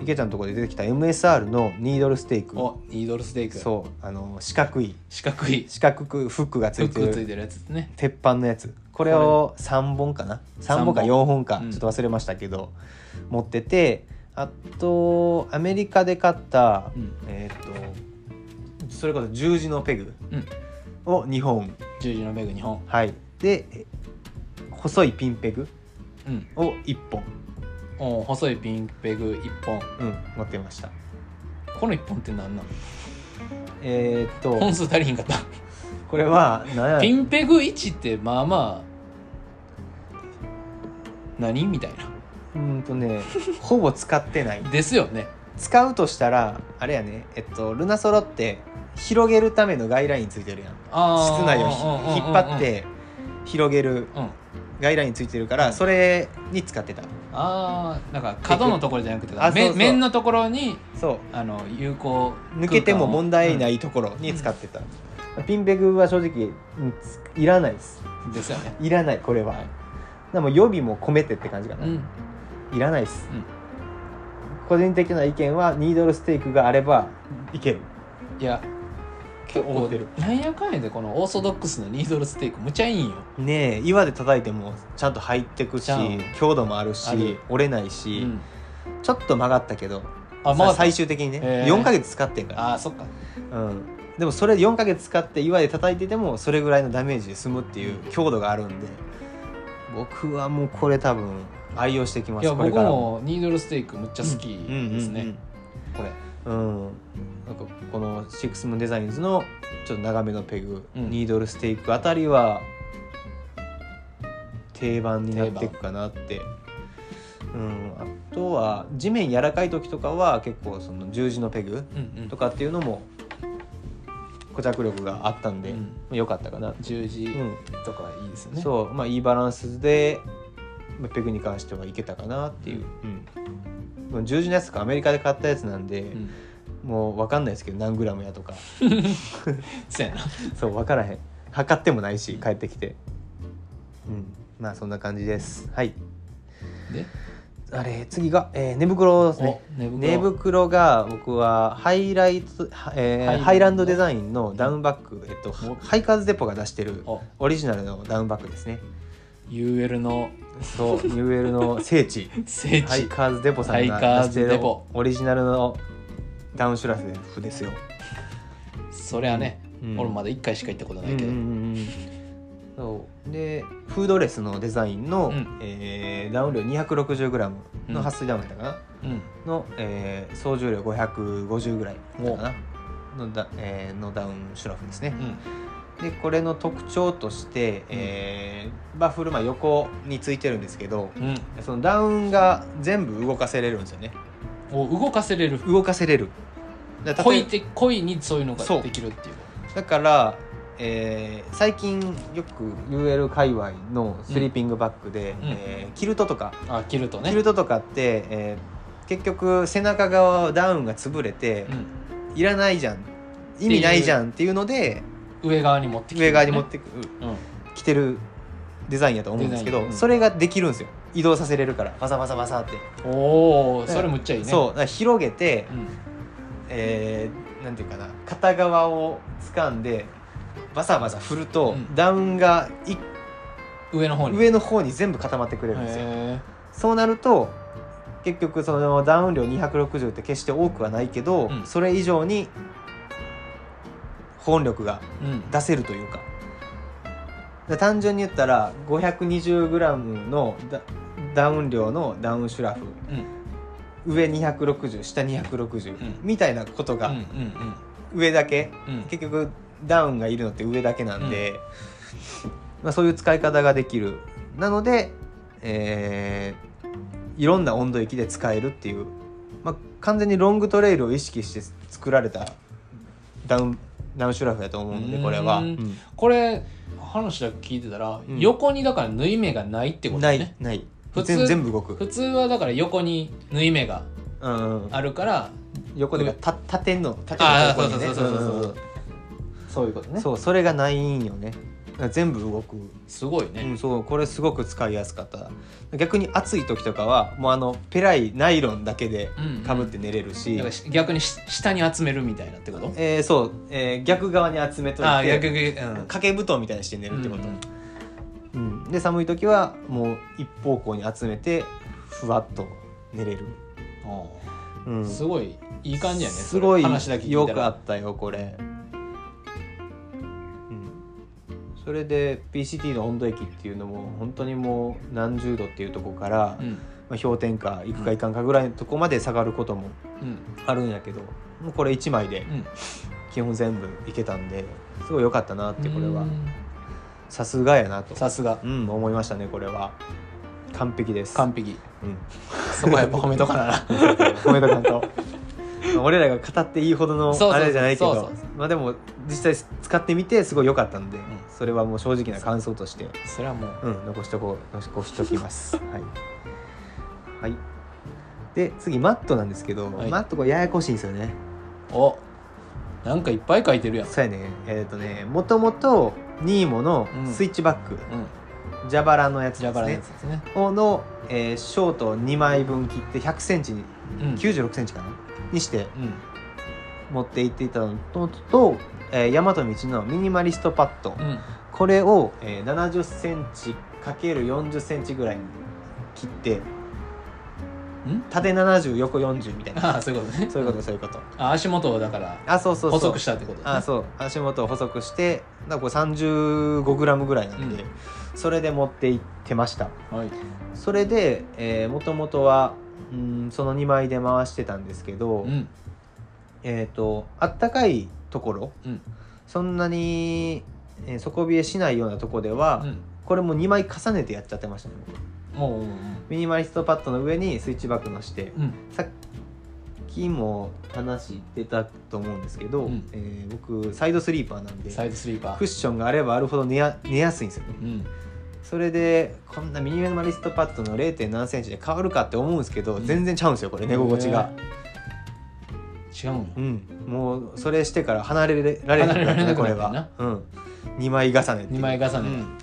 Speaker 2: 池ちゃんのところで出てきた MSR のニードルステーク
Speaker 1: おニードルステーク
Speaker 2: そうあの四角い
Speaker 1: 四角い
Speaker 2: 四角くフックがつ
Speaker 1: フ
Speaker 2: い
Speaker 1: ッ
Speaker 2: て
Speaker 1: クつい
Speaker 2: る
Speaker 1: てるやつですね
Speaker 2: 鉄板のやつこれを3本かな3本か
Speaker 1: 三本
Speaker 2: 4本か
Speaker 1: うん
Speaker 2: ちょっと忘れましたけど、持っててあとアメリカで買った
Speaker 1: うん
Speaker 2: えーっとそれこそ十字のペグ
Speaker 1: うん
Speaker 2: を2本、
Speaker 1: 十字のペグ2本
Speaker 2: はいでえ細いピンペグ
Speaker 1: うん
Speaker 2: を1本、
Speaker 1: お細いピンペグ1本
Speaker 2: うん、持ってました
Speaker 1: この1本って何なの
Speaker 2: えーっと
Speaker 1: 本数足りひんかった
Speaker 2: これは何や
Speaker 1: ピンペグ1ってまあまあ何みたいう
Speaker 2: ーんとねほぼ使ってない
Speaker 1: なですよね
Speaker 2: 使うとしたらあれやねえっとルナソロって広げるためのガイラインついてるやん
Speaker 1: あー
Speaker 2: 室内を
Speaker 1: うんうんうんうん
Speaker 2: ひ引っ張って広げる
Speaker 1: うん
Speaker 2: ガイラインついてるからそれに使ってた
Speaker 1: ああだから角のところじゃなくて
Speaker 2: あそうそ
Speaker 1: 面
Speaker 2: う
Speaker 1: 面のところに
Speaker 2: そう
Speaker 1: あの有効、
Speaker 2: 抜けても問題ないいところに使ってた、ピンペグは正直うんついらないです
Speaker 1: うんですよね
Speaker 2: いらないこれは、
Speaker 1: はい
Speaker 2: でも予備も込めてって感じかな、
Speaker 1: うん
Speaker 2: いらないです、
Speaker 1: うん
Speaker 2: 個人的な意見はニードルステークがあればいける
Speaker 1: いや
Speaker 2: 結構思ってる
Speaker 1: なんやかんやでこのオーソドックスのニードルステークむちゃいいんよ、
Speaker 2: ねえ岩で叩いてもちゃんと入ってくし
Speaker 1: ちゃん
Speaker 2: 強度もあるし
Speaker 1: ある
Speaker 2: 折れないうし、
Speaker 1: ん、
Speaker 2: ちょっと曲がったけど
Speaker 1: あ
Speaker 2: さ
Speaker 1: まあ
Speaker 2: 最終的にね、
Speaker 1: へえ
Speaker 2: 4ヶ月使ってんか
Speaker 1: あ
Speaker 2: ら
Speaker 1: ーそっか
Speaker 2: うん、でもそれ4ヶ月使って岩で叩いててもそれぐらいのダメージで済むっていう強度があるんで僕はもうこれ多分愛用してきま
Speaker 1: い
Speaker 2: す
Speaker 1: や
Speaker 2: これ
Speaker 1: 僕
Speaker 2: から
Speaker 1: もニードルステークむっちゃ好きですね、
Speaker 2: うんうんうんうん、なんかこのシックスムーンデザインズのちょっと長めのペグ、
Speaker 1: うん
Speaker 2: ニードルステークあたりは定番になっていくかなって、うん、あとは地面柔らかい時とかは結構その十字のペグ
Speaker 1: うんうん
Speaker 2: とかっていうのも固着力があったんで
Speaker 1: うん
Speaker 2: 良、かったかな、
Speaker 1: 十字
Speaker 2: うん
Speaker 1: とかいいですよね、
Speaker 2: そうまあいいバランスでまあペグに関してはいけたかなっていう、うんもう十字のやつとかアメリカで買ったやつなんで、
Speaker 1: うん
Speaker 2: もう分かんないですけど何グラムやとか
Speaker 1: そうやな
Speaker 2: そう分からへん測ってもないし帰ってきてうんまあそんな感じですはい
Speaker 1: で
Speaker 2: あれ次が、えー寝袋ですね
Speaker 1: お寝袋
Speaker 2: 寝袋が僕はハイライト、はえ
Speaker 1: ハイラン
Speaker 2: ー
Speaker 1: ド
Speaker 2: ハイランドデザインのダウンバッグ、えっと、
Speaker 1: お
Speaker 2: ハイカーズデポが出してる
Speaker 1: お
Speaker 2: オリジナルのダウンバッグですね
Speaker 1: UL の
Speaker 2: そう UL の聖地
Speaker 1: 聖地、
Speaker 2: ハイカーズデポさん
Speaker 1: ハイカ
Speaker 2: が
Speaker 1: ー
Speaker 2: 出して
Speaker 1: ズデ
Speaker 2: る
Speaker 1: ポ
Speaker 2: オリジナルのダウンシュラフですよ、
Speaker 1: そりゃね、
Speaker 2: うん
Speaker 1: 俺まだ1回しか行ったことないけど、
Speaker 2: うんうんうんうんそうでフードレスのデザインの、
Speaker 1: うん
Speaker 2: えーダウン量 260g
Speaker 1: う
Speaker 2: の
Speaker 1: ん
Speaker 2: 撥水ダウンやったかな、
Speaker 1: うん
Speaker 2: の、えー総重量550ぐらいだったかなのだ、えーのダウンシュラフですね、でこれの特徴として、えーバッフルまあ横についてるんですけど
Speaker 1: うんうん
Speaker 2: そのダウンが全部動かせれるんですよね
Speaker 1: お動かせれる
Speaker 2: 動かせれるだから
Speaker 1: 故
Speaker 2: 例え
Speaker 1: 意て故意にそういうのが
Speaker 2: そう
Speaker 1: できるっていう
Speaker 2: だから、えー最近よく UL 界隈のスリーピングバッグで、
Speaker 1: ん
Speaker 2: えーキルトとか、
Speaker 1: あ着るとね
Speaker 2: キルトとかって、えー結局背中側はダウンが潰れて、
Speaker 1: うん
Speaker 2: いらないじゃん意味ないじゃんっていうので
Speaker 1: 上側に持ってきて
Speaker 2: 上側に持っ
Speaker 1: き
Speaker 2: てく
Speaker 1: うん
Speaker 2: 来てるデザインやと思うんですけど、
Speaker 1: デザインうん
Speaker 2: それができるんですよ移動させれるからバサバサバサって、
Speaker 1: おおそれむっちゃいいね
Speaker 2: そうだから広げて、
Speaker 1: うん、
Speaker 2: えーなんていうかな片側を掴んでバサバサ振ると、
Speaker 1: うん
Speaker 2: ダウンが一
Speaker 1: 上の方に
Speaker 2: 上の方に全部固まってくれるんですよ
Speaker 1: へ
Speaker 2: そうなると結局そのダウン量260って決して多くはないけど、
Speaker 1: うん
Speaker 2: それ以上に本力が
Speaker 1: ーうん
Speaker 2: 出せるというかだ単純に言ったら 520g のダダウン量のダウンシュラフ
Speaker 1: うん
Speaker 2: 上260下260、
Speaker 1: ん
Speaker 2: みたいなこと
Speaker 1: うん
Speaker 2: が
Speaker 1: うん
Speaker 2: 上だけ、
Speaker 1: うんうん
Speaker 2: 結局ダウンがいるのって上だけなんで、まあ、そういう使い方ができるなので、えーいろんな温度域で使えるっていう、まあ、完全にロングトレイルを意識して作られたダウンダウンシュラフやと思うんでこれは、
Speaker 1: うーん
Speaker 2: うん
Speaker 1: これ話だけ聞いてたら、
Speaker 2: うん
Speaker 1: 横にだから縫い目がないってこと
Speaker 2: な
Speaker 1: ね
Speaker 2: いない
Speaker 1: 普通
Speaker 2: 全全部動く、
Speaker 1: 普通はだから横に縫い目が
Speaker 2: うんうん、
Speaker 1: あるから
Speaker 2: 横でた縦の縦の
Speaker 1: あー
Speaker 2: 方向にね
Speaker 1: そうそうそうそうそう
Speaker 2: そういうことねそうそれがないんよね全部動く、
Speaker 1: すごいうね、
Speaker 2: ん、そうこれすごく使いやすかった逆に暑い時とかはもうあのペライナイロンだけで
Speaker 1: うんうん
Speaker 2: かぶって寝れるし、
Speaker 1: だからし逆にし下に集めるみたいなってこと
Speaker 2: えーそう、えー逆側に集めといて
Speaker 1: ああ逆に、うん、
Speaker 2: 掛け布団みたいにして寝るってこと、
Speaker 1: うん
Speaker 2: うんで寒い時はもう一方向に集めてふわっと寝れる、
Speaker 1: あ
Speaker 2: う
Speaker 1: あ
Speaker 2: ん、
Speaker 1: すごいいい感じやねそ
Speaker 2: す
Speaker 1: れ
Speaker 2: ごい
Speaker 1: 話だけ聞
Speaker 2: よ
Speaker 1: いた
Speaker 2: く
Speaker 1: ら
Speaker 2: あったよこれ、うん、それで PCT の温度駅っていうのも本当にもう何十度っていうとこから、
Speaker 1: うん
Speaker 2: まあ、氷点下いくかいかんかぐらいのとこまで下がることも
Speaker 1: うん
Speaker 2: あるんやけどもうこれ1枚で
Speaker 1: うん
Speaker 2: 基本全部いけたんですごい良かったなってこれは
Speaker 1: うん
Speaker 2: さすがやなと、
Speaker 1: さすが
Speaker 2: うん、思いましたねこれは完璧です
Speaker 1: 完璧
Speaker 2: うん、
Speaker 1: そこはやっぱ褒めとかなな
Speaker 2: 褒めとかんと俺らが語っていいほどの
Speaker 1: そうそうそう
Speaker 2: あれじゃないけ
Speaker 1: そうそ
Speaker 2: ど
Speaker 1: うそ
Speaker 2: まあでも実際使ってみてすごい良かったんで、
Speaker 1: ん
Speaker 2: それはもう正直な感想として、
Speaker 1: それはもう
Speaker 2: うん、残しとこう残しときますはい、はい、で次マットなんですけど、
Speaker 1: はい
Speaker 2: マットこれややこしいんですよね
Speaker 1: おなんかいっぱい書いてるやん
Speaker 2: そうやねえっ、とねもともとニーモの
Speaker 1: うん
Speaker 2: スイッチバック、
Speaker 1: うん
Speaker 2: ジャバラのやつ
Speaker 1: ジャ
Speaker 2: で
Speaker 1: バ
Speaker 2: す
Speaker 1: ラのや
Speaker 2: ね
Speaker 1: つですね
Speaker 2: をの、えーショート2枚分切って1 0 0ンチに
Speaker 1: うん
Speaker 2: 9 6ンチかなにして
Speaker 1: うん
Speaker 2: 持って行っていたのとと、えー、大和道のミニマリストパッド、
Speaker 1: うん
Speaker 2: これを、えー、7 0ンチかける4 0ンチぐらいに切って
Speaker 1: ん
Speaker 2: 縦70横40みたいな
Speaker 1: ああそういうことね
Speaker 2: そういうことそういうこと
Speaker 1: あ足元をだから
Speaker 2: あそうそうそう
Speaker 1: 細くしたってこと
Speaker 2: あ
Speaker 1: だね
Speaker 2: そう足元を細くしてだからこれ 35g ぐらいなんで、
Speaker 1: う
Speaker 2: それで持って行ってました
Speaker 1: はい
Speaker 2: それでもともとはうんその2枚で回してたんですけど、
Speaker 1: うん
Speaker 2: えっ、とあったかいところ
Speaker 1: うん
Speaker 2: そんなに、えー底冷えしないようなとこでは、
Speaker 1: うん
Speaker 2: これも2枚重ねてやっちゃってましたね僕
Speaker 1: もう
Speaker 2: ミニマリストパッドの上にスイッチバックのして
Speaker 1: うん
Speaker 2: さっきも話してたと思うんですけど、
Speaker 1: うん
Speaker 2: えー僕サイドスリーパーなんで
Speaker 1: サイドスリーパ
Speaker 2: ク
Speaker 1: ー
Speaker 2: ッションがあればあるほど寝や寝やすいんですよね、
Speaker 1: うん
Speaker 2: それでこんなミニマリストパッドの 0. 何センチで変わるかって思うんですけど、
Speaker 1: うん
Speaker 2: 全然ちゃうんですよこれ寝心地が、
Speaker 1: 違うん
Speaker 2: う
Speaker 1: よ
Speaker 2: んもうそれしてから離れられなく
Speaker 1: 離れら
Speaker 2: なっ
Speaker 1: れ
Speaker 2: た
Speaker 1: な
Speaker 2: ね
Speaker 1: く
Speaker 2: こ
Speaker 1: な
Speaker 2: れ
Speaker 1: ったよな
Speaker 2: は、うん、2枚重ねっていう
Speaker 1: 二枚重ねだ
Speaker 2: うん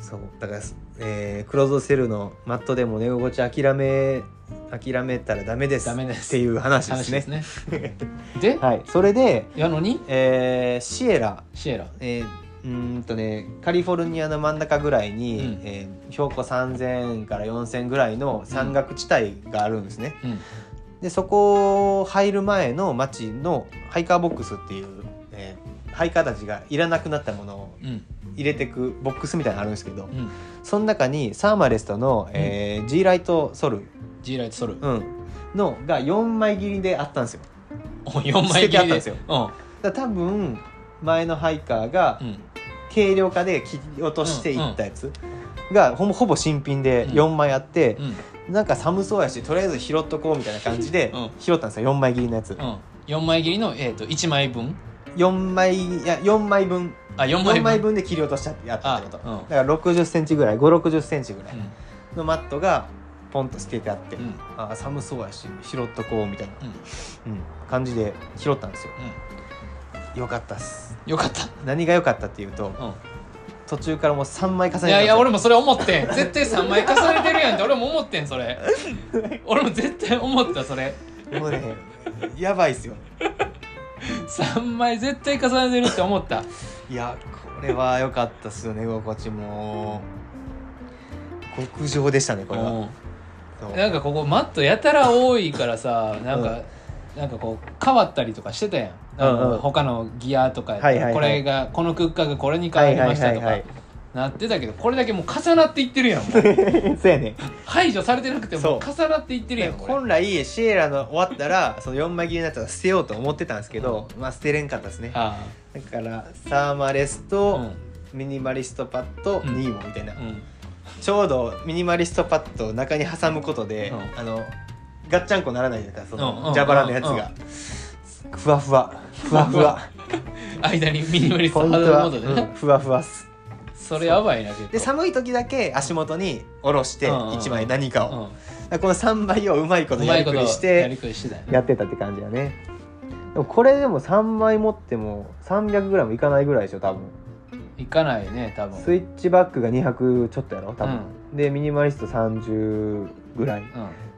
Speaker 2: そうだから、えークローズドセルのマットでも寝心地諦め諦めたらダメです
Speaker 1: ダメです
Speaker 2: っていう話で
Speaker 1: 話
Speaker 2: す
Speaker 1: で
Speaker 2: ね
Speaker 1: すね で、
Speaker 2: はいそれで、
Speaker 1: やのに
Speaker 2: えーシエラ
Speaker 1: シエラ
Speaker 2: えーうーんとねカリフォルニアの真ん中ぐらいに、
Speaker 1: うん
Speaker 2: えー標高3,000から4,000ぐらいの山岳地帯があるんですね。
Speaker 1: うん
Speaker 2: でそこ入る前の町のハイカーボックスっていう、えーハイカーたちがいらなくなったものを
Speaker 1: うん
Speaker 2: 入れてくボックスみたいなのあるんですけど、
Speaker 1: うん
Speaker 2: その中にサーマレストの、えー G ライトソル、
Speaker 1: G ライト ソル
Speaker 2: うん、のが4枚切りであったんですよ。
Speaker 1: 4枚切り
Speaker 2: 捨ててあったんですよ
Speaker 1: う
Speaker 2: だから多分前のハイカーが、
Speaker 1: んうん
Speaker 2: 軽量化で切り落としていったやつがほぼほぼ新品で4枚あって、
Speaker 1: うん
Speaker 2: なんか寒そうやしとりあえず拾っとこうみたいな感じで
Speaker 1: うん
Speaker 2: 拾ったんですよ4枚切りのやつ、
Speaker 1: うん4枚切りのえっと1枚分
Speaker 2: 4枚いや4枚分
Speaker 1: あ4
Speaker 2: 4
Speaker 1: 枚
Speaker 2: 枚
Speaker 1: 分
Speaker 2: 分で切り落としちゃってやったってこと、
Speaker 1: あうん
Speaker 2: だから6 0ンチぐらい5 6 0ンチぐら
Speaker 1: う
Speaker 2: い
Speaker 1: ん
Speaker 2: のマットがポンと捨ててあって、
Speaker 1: うん
Speaker 2: あー寒そうやし拾っとこうみたいな、
Speaker 1: うん
Speaker 2: うん感じで拾ったんですよ
Speaker 1: う
Speaker 2: よかったっす
Speaker 1: んよかった
Speaker 2: 何が良かったっていうと
Speaker 1: うん
Speaker 2: 途中からもう3枚重
Speaker 1: い
Speaker 2: ねてたんですよ
Speaker 1: やいや俺もそれ思ってん絶対3枚重ねてるやんって俺も思ってんそ れ俺も絶対思ったそれ
Speaker 2: もうねやばいっすよ
Speaker 1: 3枚絶対重ねてるって思った
Speaker 2: いやこれは良かったっすよね心地も極上でしたねこれはそう
Speaker 1: うんなんかここマットやたら多いからさなんか、なんかこう変わったりとかしてたやん、あの
Speaker 2: うんうん
Speaker 1: 他のギアとかやったら、
Speaker 2: はいはいはい
Speaker 1: これがこのクッカーがこれに変わりましたとか、
Speaker 2: はいはい
Speaker 1: なってたけどこれだけもう重なっていってるやんもう
Speaker 2: はい はいそうやね
Speaker 1: 排除されてなくても
Speaker 2: そう
Speaker 1: 重なっていってるやんこれ
Speaker 2: 本来シエラの終わったらその4枚切りになったら捨てようと思ってたんですけど、まあ捨てれんかったですね
Speaker 1: あ
Speaker 2: だからサーマレス
Speaker 1: あ
Speaker 2: と、
Speaker 1: うん
Speaker 2: ミニマリストパッド、
Speaker 1: うん
Speaker 2: ニーモみたいな、
Speaker 1: うん
Speaker 2: ちょうどミニマリストパッドを中に挟むことで、
Speaker 1: うん
Speaker 2: あのガッチャンコならないじゃないですかそ
Speaker 1: うんうん
Speaker 2: の蛇腹のやつが、ふわふわふわふわ
Speaker 1: 間にミニマリスト
Speaker 2: ポイ
Speaker 1: ハ
Speaker 2: ン
Speaker 1: ー
Speaker 2: ト
Speaker 1: ド
Speaker 2: は、
Speaker 1: モー
Speaker 2: う
Speaker 1: ドで
Speaker 2: ん
Speaker 1: な、
Speaker 2: ふわふわっす
Speaker 1: それやばいな結構
Speaker 2: で寒い時だけ足元に下ろして
Speaker 1: うんうん
Speaker 2: 一枚何かを、
Speaker 1: うん
Speaker 2: だからこの3倍をうまいこと
Speaker 1: う
Speaker 2: や
Speaker 1: まい
Speaker 2: り
Speaker 1: こ
Speaker 2: く
Speaker 1: と
Speaker 2: りし
Speaker 1: や
Speaker 2: て
Speaker 1: りくりしてたよね
Speaker 2: やってたって感じだねでもこれでも3枚持っても 300g いかないぐらいでしょ多分
Speaker 1: いかないね多分
Speaker 2: スイッチバックが200ちょっとやろ多分、でミニマリスト30ぐらい
Speaker 1: うん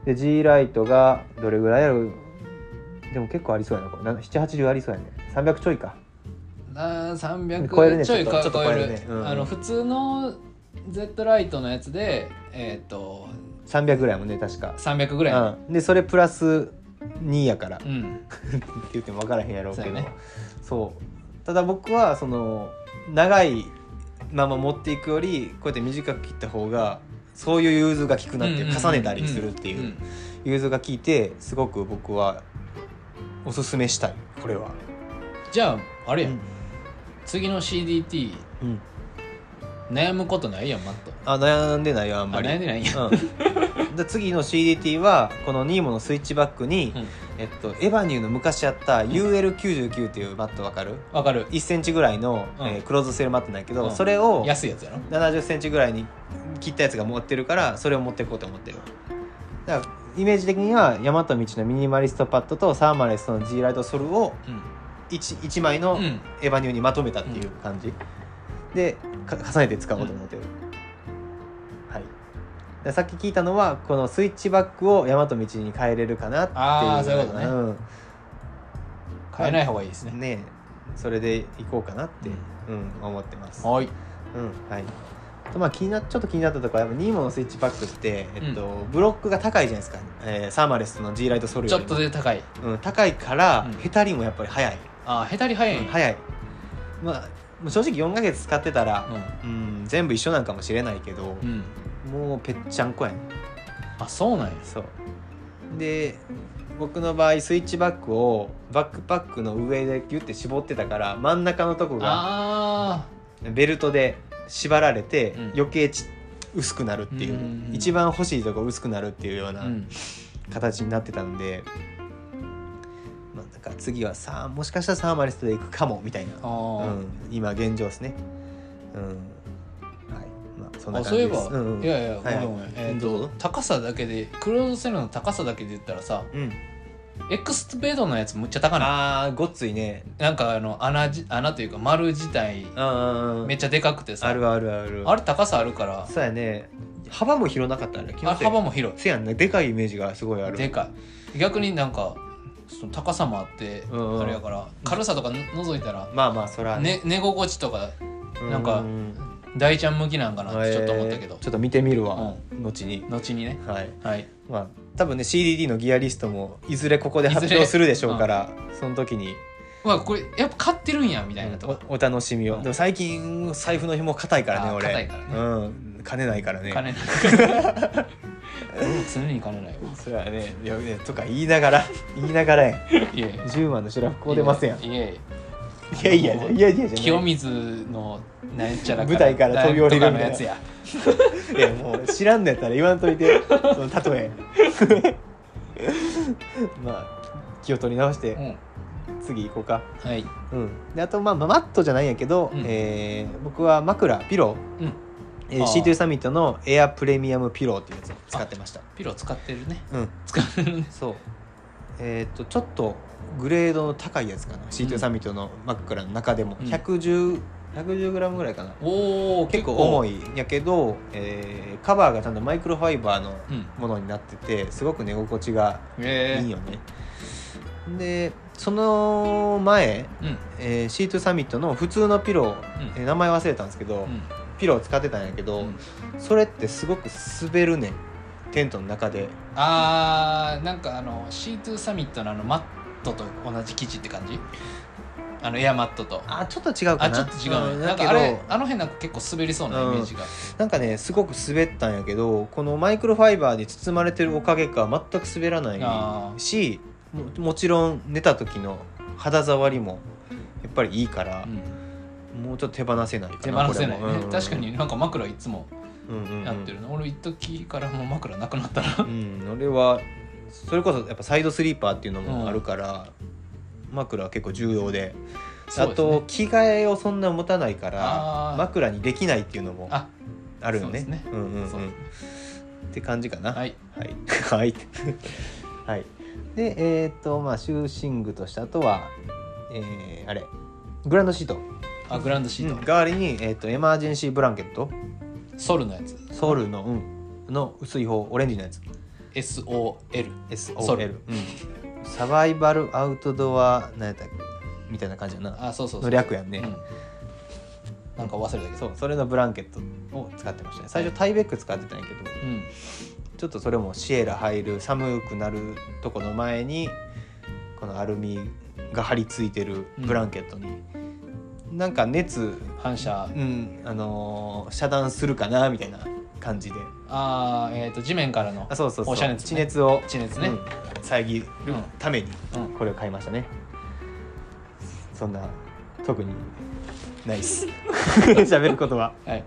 Speaker 2: で G ライトがどれぐらいやろでも結構ありそうやなこれ780ありそうやね300ちょいか
Speaker 1: なあ300
Speaker 2: 超えるね
Speaker 1: ちょい
Speaker 2: ちょっとちょっ
Speaker 1: 超
Speaker 2: と
Speaker 1: える
Speaker 2: 超えるねうん
Speaker 1: あの普通の Z ライトのやつでえっ、と
Speaker 2: 300g ね確か、
Speaker 1: 300ぐらいの
Speaker 2: うん、でそれプラス2やから
Speaker 1: うん、
Speaker 2: って言っても分からへんやろうけど
Speaker 1: そ
Speaker 2: そうう,、
Speaker 1: やね
Speaker 2: ただ僕はその長いまま持っていくよりこうやって短く切った方がそういう融通が効くなっていう重ねたりするっていう融通が効いてすごく僕はおすすめしたいこれは。
Speaker 1: じゃああれ
Speaker 2: う
Speaker 1: や、
Speaker 2: ん
Speaker 1: 次の CDT
Speaker 2: うん
Speaker 1: 悩むことないやんマット
Speaker 2: あ悩んでないよあん
Speaker 1: あ
Speaker 2: まり。
Speaker 1: 悩んでないんや
Speaker 2: うん、で次の CDT はこのニーモのスイッチバックに、
Speaker 1: うん
Speaker 2: えっと、エヴァニューの昔やった UL99 っていうマットわかる
Speaker 1: わかる
Speaker 2: ?1 センチぐらいの、
Speaker 1: うん
Speaker 2: えークローズセールマットなんやけど、
Speaker 1: うん
Speaker 2: それを
Speaker 1: 安いやつやろ
Speaker 2: 7 0ンチぐらいに切ったやつが持ってるからそれを持っていこうと思ってるだからイメージ的には大和道のミニマリストパッドとサーマレスの G ライトソルを
Speaker 1: うん
Speaker 2: 1, 1枚の
Speaker 1: うん
Speaker 2: エヴァニューにまとめたっていう感じ、でか重ねて使おうと思ってる、はいでさっき聞いたのはこのスイッチバックを大和道に変えれるかなっていう
Speaker 1: あーそういうことね
Speaker 2: ん
Speaker 1: 変えない方がいいですね、
Speaker 2: ねそれでいこうかなって、
Speaker 1: う
Speaker 2: うん思ってます
Speaker 1: はい
Speaker 2: うんはいとまあ、気になちょっと気になったところはやっぱニーモのスイッチバックって、えっと
Speaker 1: う
Speaker 2: ブロックが高いじゃないですか、えーサーマレスの G ライトソル
Speaker 1: ち
Speaker 2: よ
Speaker 1: ょ
Speaker 2: り
Speaker 1: っ
Speaker 2: も
Speaker 1: とで高い
Speaker 2: うん、高いから、
Speaker 1: うん
Speaker 2: ヘタリもやっぱり早い、
Speaker 1: ああへたり早いんや、
Speaker 2: 早いまあもう正直4ヶ月使ってたら、うん全部一緒なんかもしれないけど
Speaker 1: う、ん、うん、
Speaker 2: もうぺっちゃんこやね
Speaker 1: あそうなんや
Speaker 2: そうで僕の場合スイッチバックをバックパックの上でギュッて絞ってたから真ん中のとこが
Speaker 1: あ
Speaker 2: ベルトで縛られて、
Speaker 1: うん
Speaker 2: 余計ち薄くなるっていう、
Speaker 1: うんうんうん
Speaker 2: 一番欲しいとこ薄くなるっていうよう
Speaker 1: あ
Speaker 2: な
Speaker 1: うん
Speaker 2: 形になってたんで、まあ、なんか次はさもしかしたらサーマリストでいくかもみたいな、
Speaker 1: あ
Speaker 2: う
Speaker 1: ー
Speaker 2: ん、今現状ですね。うんはいまあ、そんな
Speaker 1: あ
Speaker 2: 感
Speaker 1: そ
Speaker 2: じ
Speaker 1: ういえ
Speaker 2: です
Speaker 1: ば、
Speaker 2: うんうん
Speaker 1: いやいやごめ
Speaker 2: はい
Speaker 1: ん
Speaker 2: はい
Speaker 1: ごめん、えーと
Speaker 2: どうぞ
Speaker 1: 高さだけでクローズセルの高さだけで言ったらさ
Speaker 2: うん、
Speaker 1: エクスペードのやつむっちゃ高ない
Speaker 2: あーごっついね
Speaker 1: なんかあの穴じ穴というか丸自体
Speaker 2: うんうん
Speaker 1: めっちゃでかくてさ
Speaker 2: あるあるある
Speaker 1: あれ高さあるから
Speaker 2: そうやね幅も広なかったんだ
Speaker 1: あ
Speaker 2: 気の
Speaker 1: れ
Speaker 2: せい
Speaker 1: 幅も広
Speaker 2: せやんねでかいイメージがすごいあ
Speaker 1: い
Speaker 2: る
Speaker 1: でかい逆になんかその高さもあって
Speaker 2: うんうん
Speaker 1: あれやから軽さとかの覗いたら、
Speaker 2: まあまあそら
Speaker 1: ね、寝心地とか
Speaker 2: う
Speaker 1: なんか
Speaker 2: う
Speaker 1: 大ちゃん向きなんかなってちょっと思ったけ
Speaker 2: え
Speaker 1: ど
Speaker 2: ー、ちょっと見てみるわ、後に
Speaker 1: 後にね
Speaker 2: はい
Speaker 1: はい
Speaker 2: まあ多分ね CDD のギアリストもいずれここで発
Speaker 1: いずれ
Speaker 2: 表するでしょうからその時に
Speaker 1: うわこれやっぱ買ってるんやみたいなとこ
Speaker 2: おお楽しみを、
Speaker 1: うん
Speaker 2: でも最近財布の紐硬いからね
Speaker 1: あー
Speaker 2: 俺
Speaker 1: 硬いからね
Speaker 2: うん金ないからね
Speaker 1: 金ない俺も常に金 ないわ
Speaker 2: それはねいやいやとか言いながら 言いながらやん
Speaker 1: いやいや
Speaker 2: 10万のシュラフこう出ますやんい
Speaker 1: いやいや
Speaker 2: やいやいやいやいやじゃ
Speaker 1: 清
Speaker 2: ない
Speaker 1: 水のなんちゃら
Speaker 2: 舞台から飛び降りるみたいな
Speaker 1: とかのやつや
Speaker 2: いやもう知らんのやったら言わんといてその例え まあ気を取り直して
Speaker 1: うん
Speaker 2: 次行こうか
Speaker 1: はい
Speaker 2: うんであとまあまあマットじゃないんやけど、
Speaker 1: うん
Speaker 2: えー僕は枕ピロー、
Speaker 1: うん
Speaker 2: えー、
Speaker 1: あー
Speaker 2: C2 サミットのエアプレミアムピローっていうやつを使ってました
Speaker 1: ピロー使ってるね
Speaker 2: うん
Speaker 1: 使ってるね
Speaker 2: そうえっ、とちょっとグレードの高いやつかな
Speaker 1: う
Speaker 2: C2
Speaker 1: ん
Speaker 2: サミットの枕の中でも
Speaker 1: うん
Speaker 2: 110 110g ぐらいかな
Speaker 1: おお
Speaker 2: 結構重
Speaker 1: い
Speaker 2: いんやけど、えーカバーがちゃんとマイクロファイバーの
Speaker 1: うん
Speaker 2: ものになっててすごく寝心地が
Speaker 1: え
Speaker 2: いい
Speaker 1: え
Speaker 2: よね、でその前、
Speaker 1: うん
Speaker 2: えー、C2 サミットの普通のピロー、えー名前忘れたんですけど、
Speaker 1: うん
Speaker 2: ピロー使ってたんやけ
Speaker 1: う
Speaker 2: ど、
Speaker 1: ん
Speaker 2: それってすごく滑るねんテントの中で
Speaker 1: あーなんかあの C2 サミットのあのマットと同じ生地って感じあのエアマットと
Speaker 2: あちょっと違うか
Speaker 1: あ
Speaker 2: な
Speaker 1: ちょっと違うね、
Speaker 2: ん
Speaker 1: な
Speaker 2: だ
Speaker 1: ん
Speaker 2: け
Speaker 1: か
Speaker 2: ど
Speaker 1: あれあの辺なんか結構滑りそうなイメージが、
Speaker 2: なんかねすごく滑ったんやけどこのマイクロファイバーに包まれてるおかげか全く滑ら
Speaker 1: あ
Speaker 2: ない
Speaker 1: ー
Speaker 2: しももちろん寝た時の肌触りもやっぱりいいから
Speaker 1: う、ん
Speaker 2: もうちょっと手放せないか
Speaker 1: 手
Speaker 2: な
Speaker 1: 放せないね、
Speaker 2: これもう ん
Speaker 1: 確かになんか枕いつも
Speaker 2: うんうんうん
Speaker 1: やってるの、俺一時からもう枕なくなったら
Speaker 2: うん俺はそれこそやっぱサイドスリーパーっていうのもあるから、枕は結構重要で
Speaker 1: そう
Speaker 2: あ
Speaker 1: ですね
Speaker 2: と着替えをそんな持たないから
Speaker 1: あー
Speaker 2: 枕にできないっていうのも
Speaker 1: あ
Speaker 2: あるよね
Speaker 1: そうですね
Speaker 2: うんうんうん
Speaker 1: そうですね
Speaker 2: って感じかな
Speaker 1: はい
Speaker 2: はい はいはいでえっ、とまあシューシングとしてあとはえーあれグランドシート
Speaker 1: あグランドシート、
Speaker 2: うん代わりに、えー、とエマージェンシーブランケット
Speaker 1: ソルのやつ
Speaker 2: ソウルの、うん、の薄い方オレンジのやつ
Speaker 1: SOL
Speaker 2: SOL、
Speaker 1: ソル
Speaker 2: うんサバイバルアウトドア何やったっけみたいな感じやな
Speaker 1: あそうそうそ
Speaker 2: の
Speaker 1: う
Speaker 2: 略やんね、
Speaker 1: うん、なんか忘れたけど
Speaker 2: そうそれのブランケットを使ってましたね最初タイベック使ってたんやけど
Speaker 1: うん
Speaker 2: ちょっとそれもシエラ入る寒くなるとこの前にこのアルミが張り付いてるブランケットに、なんか熱、
Speaker 1: 反射
Speaker 2: うんあのー遮断するかなみたいな感じで
Speaker 1: あーえっ、と地面からの
Speaker 2: あそうそうそ
Speaker 1: 放
Speaker 2: う
Speaker 1: 射熱ね
Speaker 2: 地熱を、
Speaker 1: 地熱ね
Speaker 2: うん遮る
Speaker 1: うん
Speaker 2: ために
Speaker 1: うん
Speaker 2: これを買いましたね、そんな特にない っす 喋ることは
Speaker 1: はい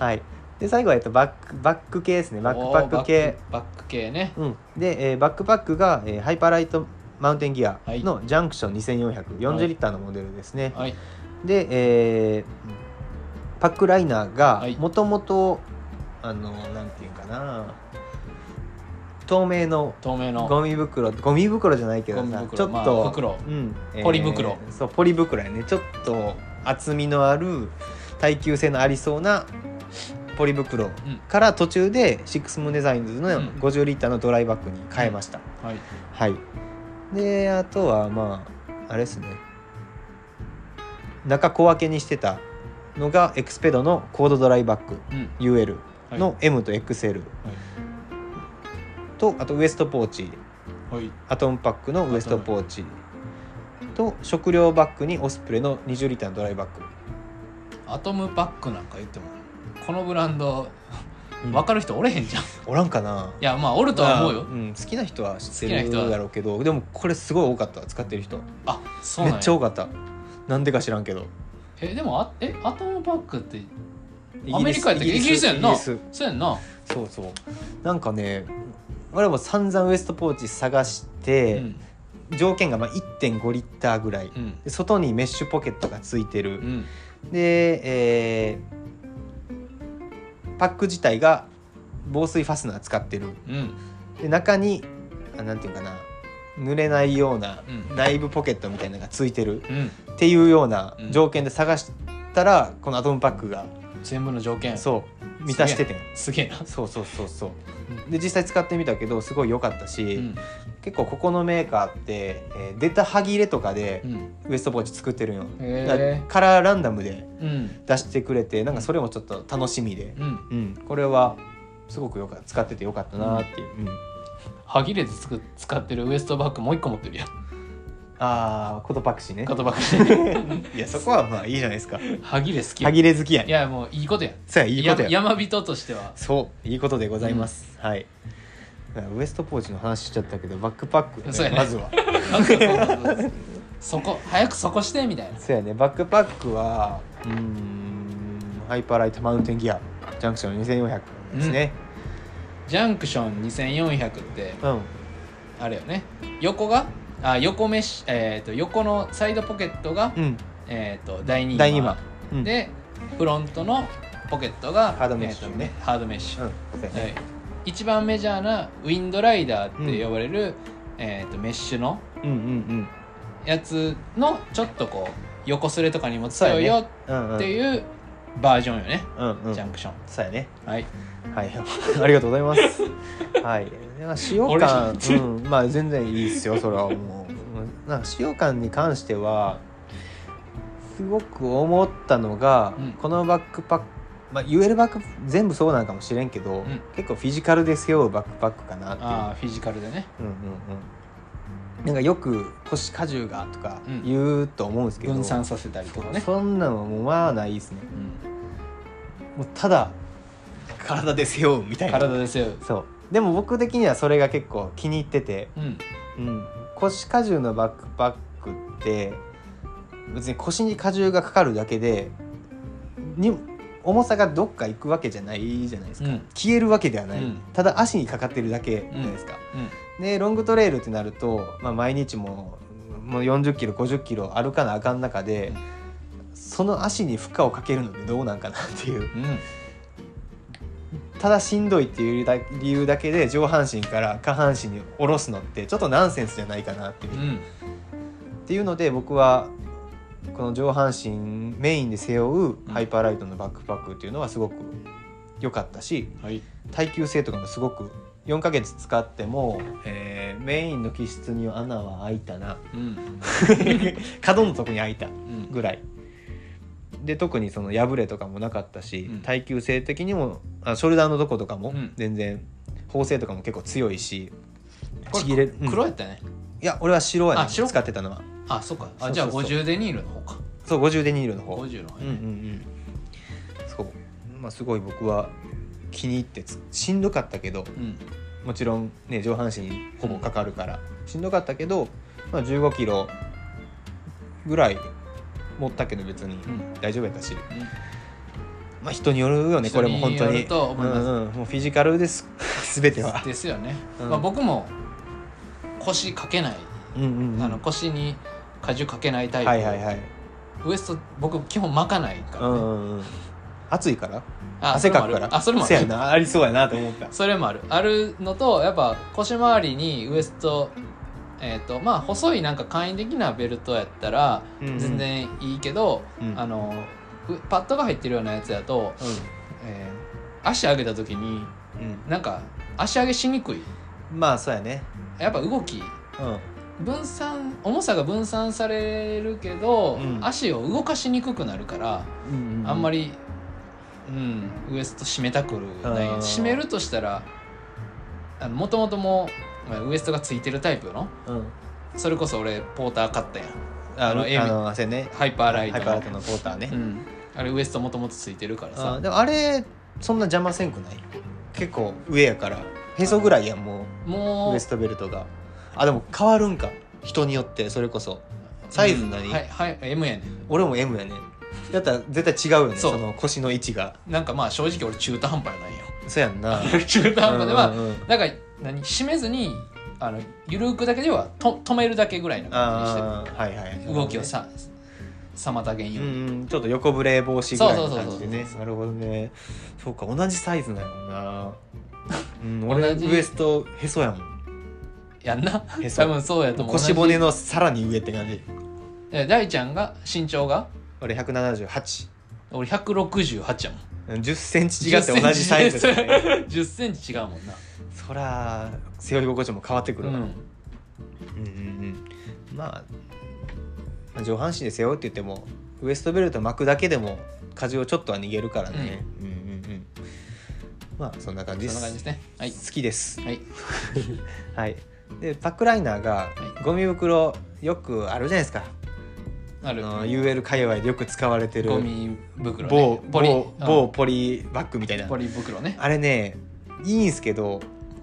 Speaker 2: はいで最後は、えっと、バックバック系ですねバックパック系
Speaker 1: おーバックバック系ね
Speaker 2: うん、で、えーバックパックが、えーハイパーライトマウンテンギアのジャンクション2440、
Speaker 1: はい
Speaker 2: リッターのモデルですね、
Speaker 1: はい
Speaker 2: で、えーパックライナーが
Speaker 1: はい
Speaker 2: もともとあのなんていうかな透明の
Speaker 1: 透明の
Speaker 2: ゴミ袋ゴミ袋じゃないけど
Speaker 1: ゴミ
Speaker 2: さ
Speaker 1: 袋
Speaker 2: ちょっと、
Speaker 1: まあ袋
Speaker 2: うん
Speaker 1: ポリ袋
Speaker 2: えーそうポリ袋やねちょっと厚みのある耐久性のありそうなポリ袋から途中でシックスムーンデザインズの
Speaker 1: うん
Speaker 2: 50リッターのドライバッグに変えました、
Speaker 1: はい
Speaker 2: はいであとはまああれですね中小分けにしてたのがエクスペドのコードドライバッグ
Speaker 1: うん
Speaker 2: UL
Speaker 1: はい
Speaker 2: の M と XL とあとウエストポーチ
Speaker 1: はいはい
Speaker 2: アトムパックのウエストポーチと食料バッグにオスプレイの20リッターのドライバッグ
Speaker 1: アトムパックなんか言ってもこのブランド
Speaker 2: うん
Speaker 1: 分かる人おれへんじゃん、い
Speaker 2: おらんかな
Speaker 1: やまあおるとは思うよ、
Speaker 2: ん、好きな人は知
Speaker 1: 好
Speaker 2: って
Speaker 1: きな
Speaker 2: る
Speaker 1: 人は
Speaker 2: だろうけどでもこれすごい多かった使ってる人
Speaker 1: あそう
Speaker 2: め
Speaker 1: なんや
Speaker 2: っちゃ多かったなんでか知らんけど
Speaker 1: えでもあえアトムパックって
Speaker 2: イギリス
Speaker 1: アメリカやったっけイギリスやんな
Speaker 2: イギリス
Speaker 1: そうやんな、
Speaker 2: そうそうなんかね俺も散々ウエストポーチ探して、
Speaker 1: うん
Speaker 2: 条件がまあ1.5リッターぐらい、
Speaker 1: うん
Speaker 2: で外にメッシュポケットがついてる、
Speaker 1: うん
Speaker 2: で、えーパック自体が防水ファスナー使ってる
Speaker 1: うん
Speaker 2: で中にあなんていうかな濡れないような
Speaker 1: うん
Speaker 2: 内部ポケットみたいなのがついてる
Speaker 1: うん
Speaker 2: っていうような
Speaker 1: うん
Speaker 2: 条件で探したら、このアトムパックが
Speaker 1: 全部の条件
Speaker 2: そう満たしててん
Speaker 1: すげえな
Speaker 2: そうそうそうそうで実際使ってみたけどすごい良かったし、
Speaker 1: うん
Speaker 2: 結構ここのメーカーって、えー出た歯切れとかで
Speaker 1: うん
Speaker 2: ウエストポーチ作ってるんよ、
Speaker 1: へー
Speaker 2: だからカラーランダムで
Speaker 1: うん
Speaker 2: 出してくれてなんかそれもちょっと楽しみで、
Speaker 1: うん
Speaker 2: うんこれはすごくよかった使っててよかったなっていう、うん
Speaker 1: 歯切れでつく使ってるウエストバッグもう一個持ってるやん
Speaker 2: ああコトパクシーね
Speaker 1: カトバ ッ
Speaker 2: いやそこはまあいいじゃないですか
Speaker 1: グ歯切れ好きや
Speaker 2: 歯
Speaker 1: ん
Speaker 2: 切れ好きや
Speaker 1: い
Speaker 2: ね
Speaker 1: やもういいことや
Speaker 2: そうやいいことや
Speaker 1: や山人としては
Speaker 2: そういいことでございます、はいウエストポーチの話しちゃったけどバックパック、
Speaker 1: そうやね
Speaker 2: まずは
Speaker 1: なんかそうそうそうそこ早くそこしてみたいな
Speaker 2: そうやねバックパックはうーんハイパーライトマウンテンギアジャンクション2400ですね
Speaker 1: ジャンクション2400って
Speaker 2: うん、
Speaker 1: あれよね横があ横メッシュえー、と横のサイドポケットが、
Speaker 2: うん
Speaker 1: えー、と第2
Speaker 2: 第2番、うん、
Speaker 1: でフロントのポケットが
Speaker 2: ハードメッシュね
Speaker 1: えーとハードメッシ
Speaker 2: う
Speaker 1: ュ、
Speaker 2: んそうやね
Speaker 1: はい、一番メジャーなウィンドライダーって呼ばれる、えー、とメッシュの
Speaker 2: うんうん
Speaker 1: やつのちょっとこう横すれとかにも強いよ
Speaker 2: うんうんうん
Speaker 1: っていうバージョンよね、
Speaker 2: うんうん
Speaker 1: ジャンクション、
Speaker 2: そうやね
Speaker 1: はい
Speaker 2: はい ありがとうござい ますはいなんか使用感
Speaker 1: 俺
Speaker 2: うんまあ全然いいですよそれはもううんなんか使用感に関してはすごく思ったのが、
Speaker 1: うん
Speaker 2: このバックパックまあ、UL バック全部そうなのかもしれんけど、
Speaker 1: ん
Speaker 2: 結構フィジカルで背負うバックパックかなっていう
Speaker 1: ああフィジカルでね
Speaker 2: うんうんうん、なんかよく腰荷重がとか
Speaker 1: うん
Speaker 2: 言うと思うんですけど、
Speaker 1: 分散させたりとかね、
Speaker 2: そんなのもまあないですね
Speaker 1: うん
Speaker 2: もうただ体で背負うみたいな
Speaker 1: 体で背負う、
Speaker 2: そうでも僕的にはそれが結構気に入ってて、
Speaker 1: うん、
Speaker 2: うん、腰荷重のバックパックって別に腰に荷重がかかるだけでに重さがどっか行くわけじゃないじゃないです
Speaker 1: う
Speaker 2: か、
Speaker 1: ん
Speaker 2: 消えるわけではない、
Speaker 1: うん
Speaker 2: ただ足にかかってるだけじゃないですか、でロングトレイルってなると、まあ、毎日もうもう40キロ50キロ歩かなあかん中で、その足に負荷をかけるのってどうなんかなっていう
Speaker 1: うんうん
Speaker 2: ただしんどいっていう理由だけで上半身から下半身に下ろすのってちょっとナンセンスじゃないかなっていう,、
Speaker 1: う
Speaker 2: っ
Speaker 1: ん
Speaker 2: ていうので僕はこの上半身メインで背負うハイパーライトのバックパックっていうのはすごく良かったし
Speaker 1: はい
Speaker 2: 耐久性とかもすごく4ヶ月使っても、えーメインの気質には穴は開いたな
Speaker 1: うん
Speaker 2: 角のとこに開いた
Speaker 1: うん
Speaker 2: ぐらいで特にその破れとかもなかったし、
Speaker 1: うん
Speaker 2: 耐久性的にもあショルダーのとことかも
Speaker 1: うん
Speaker 2: 全然、縫製とかも結構強いし
Speaker 1: これ
Speaker 2: ちぎれる
Speaker 1: 黒や
Speaker 2: い
Speaker 1: ったよね
Speaker 2: や俺は白や
Speaker 1: あ
Speaker 2: ね
Speaker 1: 白
Speaker 2: 使ってたのは
Speaker 1: あそっか
Speaker 2: そ
Speaker 1: あ
Speaker 2: う
Speaker 1: じゃあ
Speaker 2: そうそう
Speaker 1: 50デニールの方か
Speaker 2: そう50デニールの方
Speaker 1: 50の方
Speaker 2: うん
Speaker 1: や
Speaker 2: うんう
Speaker 1: ね
Speaker 2: んそうまあすごい僕は気に入ってつしんどかったけど
Speaker 1: うん
Speaker 2: もちろんね上半身にほぼかかるからしんどかったけど、まあ、1 5キロぐらい持ったけど別に
Speaker 1: うん
Speaker 2: 大丈夫やったし、
Speaker 1: うん
Speaker 2: まあ人によるよねこれも本
Speaker 1: 人
Speaker 2: 当
Speaker 1: に
Speaker 2: に
Speaker 1: よると思います
Speaker 2: うんうん、もうフィジカルです 全ては、
Speaker 1: ですよね、
Speaker 2: うん
Speaker 1: まあ、僕も腰かけない、
Speaker 2: うんうんうん
Speaker 1: あの腰に荷重かけないタイプ、
Speaker 2: はいはいはい、
Speaker 1: ウエスト僕基本巻かないか
Speaker 2: う
Speaker 1: ら、ね
Speaker 2: んうんうん、暑いから
Speaker 1: あ
Speaker 2: 汗かくから
Speaker 1: それもあ
Speaker 2: せや
Speaker 1: る
Speaker 2: なありそうやなと思った
Speaker 1: それもあるあるのとやっぱ腰回りにウエストえっ、とまあ細いなんか簡易的なベルトやったら
Speaker 2: うんうん
Speaker 1: 全然いいけど、
Speaker 2: うん
Speaker 1: あのうパッドが入ってるようなやつだと、えー足上げた時に
Speaker 2: うん、
Speaker 1: なんか足上げしにくい
Speaker 2: うん、まあそうやね
Speaker 1: やっぱ動き
Speaker 2: う
Speaker 1: 分散重さが分散されるけど、
Speaker 2: うん
Speaker 1: 足を動かしにくくなるから、
Speaker 2: ん
Speaker 1: あんま
Speaker 2: り
Speaker 1: り、うん、ウエスト締めたく
Speaker 2: あ
Speaker 1: ない
Speaker 2: ー
Speaker 1: 締めるとしたらあのもともともうまあウエストがついてるタイプの
Speaker 2: うん
Speaker 1: それこそ俺ポーター買ったやん
Speaker 2: あ
Speaker 1: あの
Speaker 2: の
Speaker 1: M
Speaker 2: あの汗ね
Speaker 1: ハイパーラ
Speaker 2: ハ
Speaker 1: イ
Speaker 2: イ
Speaker 1: ト
Speaker 2: パ
Speaker 1: の
Speaker 2: ーライトのポーターね、
Speaker 1: うん、あれウエストもともとついてるから
Speaker 2: あ
Speaker 1: さ
Speaker 2: でもあれそんな邪魔せんくない結構上やからへそぐらいやんもう
Speaker 1: も
Speaker 2: ウ
Speaker 1: う
Speaker 2: エストベルトがあでも変わるんか人によってそれこそサイズ何
Speaker 1: うんはいはい M やね
Speaker 2: 俺も M やねだったら絶対違うよね
Speaker 1: そう
Speaker 2: その腰の位置が
Speaker 1: なんかまあ正直俺中途半端やないよ
Speaker 2: そうや んな
Speaker 1: 中途半端では、
Speaker 2: うんうんうん
Speaker 1: なんか何締めずにあの緩くだけではと止めるだけぐらいな感じにして
Speaker 2: あーはいはい
Speaker 1: 動きをさ妨げん
Speaker 2: う
Speaker 1: ように、
Speaker 2: んうんちょっと横ブレ防止ぐらいの感じでね
Speaker 1: そう
Speaker 2: なるほどねそうか同じサイズなのな、うん、
Speaker 1: 同
Speaker 2: 俺
Speaker 1: じ
Speaker 2: ウエストへそやもん
Speaker 1: やんな
Speaker 2: へそ
Speaker 1: 多分そうやと思う
Speaker 2: 腰骨のさらに上って感じ
Speaker 1: え大ちゃんが身長が
Speaker 2: 俺178
Speaker 1: 俺168やもん
Speaker 2: 1 0ンチ違って同じサイズ だね
Speaker 1: 1 0ンチ違うもんな、
Speaker 2: そら背負い心地も変わってく
Speaker 1: う
Speaker 2: るわ、うん、
Speaker 1: ん、
Speaker 2: うんうんまあ上半身で背負うって言ってもウエストベルト巻くだけでも荷重をちょっとは逃げるからね、うん、うんうんまあそんな感じで
Speaker 1: そん
Speaker 2: す
Speaker 1: な感じですねはい
Speaker 2: 好きです
Speaker 1: はい
Speaker 2: はいでパックライナーが
Speaker 1: い
Speaker 2: ゴミ袋よくあるじゃないですか、
Speaker 1: あ
Speaker 2: あ
Speaker 1: る
Speaker 2: の UL 界隈でよく使われてる
Speaker 1: ゴミ袋、ね、
Speaker 2: 某
Speaker 1: ポリ
Speaker 2: 某
Speaker 1: うん
Speaker 2: 某ポリバッグみたいな
Speaker 1: ポリ袋ね
Speaker 2: あれねいいんすけど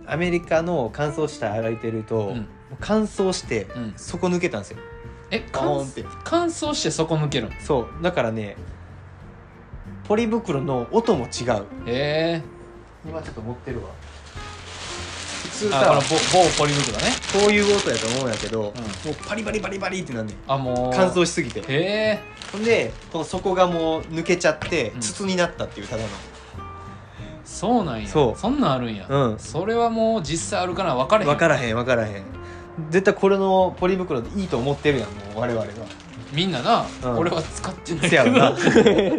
Speaker 2: アメリカの乾燥した歩いてると、
Speaker 1: うん
Speaker 2: 乾燥して
Speaker 1: うん
Speaker 2: 底抜けたんですよ、
Speaker 1: え
Speaker 2: ポ
Speaker 1: 乾
Speaker 2: ーンって
Speaker 1: 乾燥して底抜けるんへ
Speaker 2: そうだからねポリ袋の音も違う
Speaker 1: え
Speaker 2: 今ちょっと持ってるわ普
Speaker 1: ー、
Speaker 2: 通
Speaker 1: あこの
Speaker 2: さ
Speaker 1: 某某ポリ袋ね
Speaker 2: こういう音やと思うんやけど、もうパリバリバリバリってなんねん
Speaker 1: あもう
Speaker 2: 乾燥しすぎて
Speaker 1: へえ
Speaker 2: ほんでこの底がもう抜けちゃって
Speaker 1: うん
Speaker 2: 筒になったっていうただの、
Speaker 1: そうなんや
Speaker 2: そ
Speaker 1: そうそんなんあるんや、
Speaker 2: うん
Speaker 1: それはもう実際あるから分かれへん
Speaker 2: 分からへん分からへん絶対これのポリ袋でいいと思ってるやんもう我々は
Speaker 1: みんなな、
Speaker 2: うん
Speaker 1: 俺は使ってない
Speaker 2: せ
Speaker 1: け
Speaker 2: や
Speaker 1: ど
Speaker 2: ろ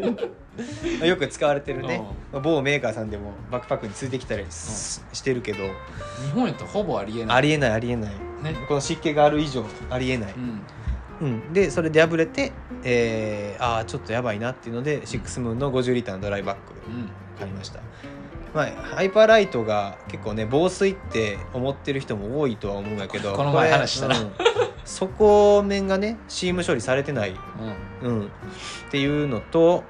Speaker 2: なよく使われてるね某メーカーさんでもバックパックについてきたりし,、してるけど
Speaker 1: 日本やとほぼありえない
Speaker 2: ありえないありえない
Speaker 1: ね
Speaker 2: この湿気がある以上ありえない、
Speaker 1: うん
Speaker 2: うん、でそれで破れて、えー、ああちょっとやばいなっていうのでシックスムーンの50リッターのドライバッグ
Speaker 1: うん
Speaker 2: 買いました、まあ、ハイパーライトが結構ね防水って思ってる人も多いとは思うんだけど
Speaker 1: この前
Speaker 2: れ
Speaker 1: 話したな
Speaker 2: うんそこ面がねシーム処理されてない、
Speaker 1: うん
Speaker 2: うん、っていうのと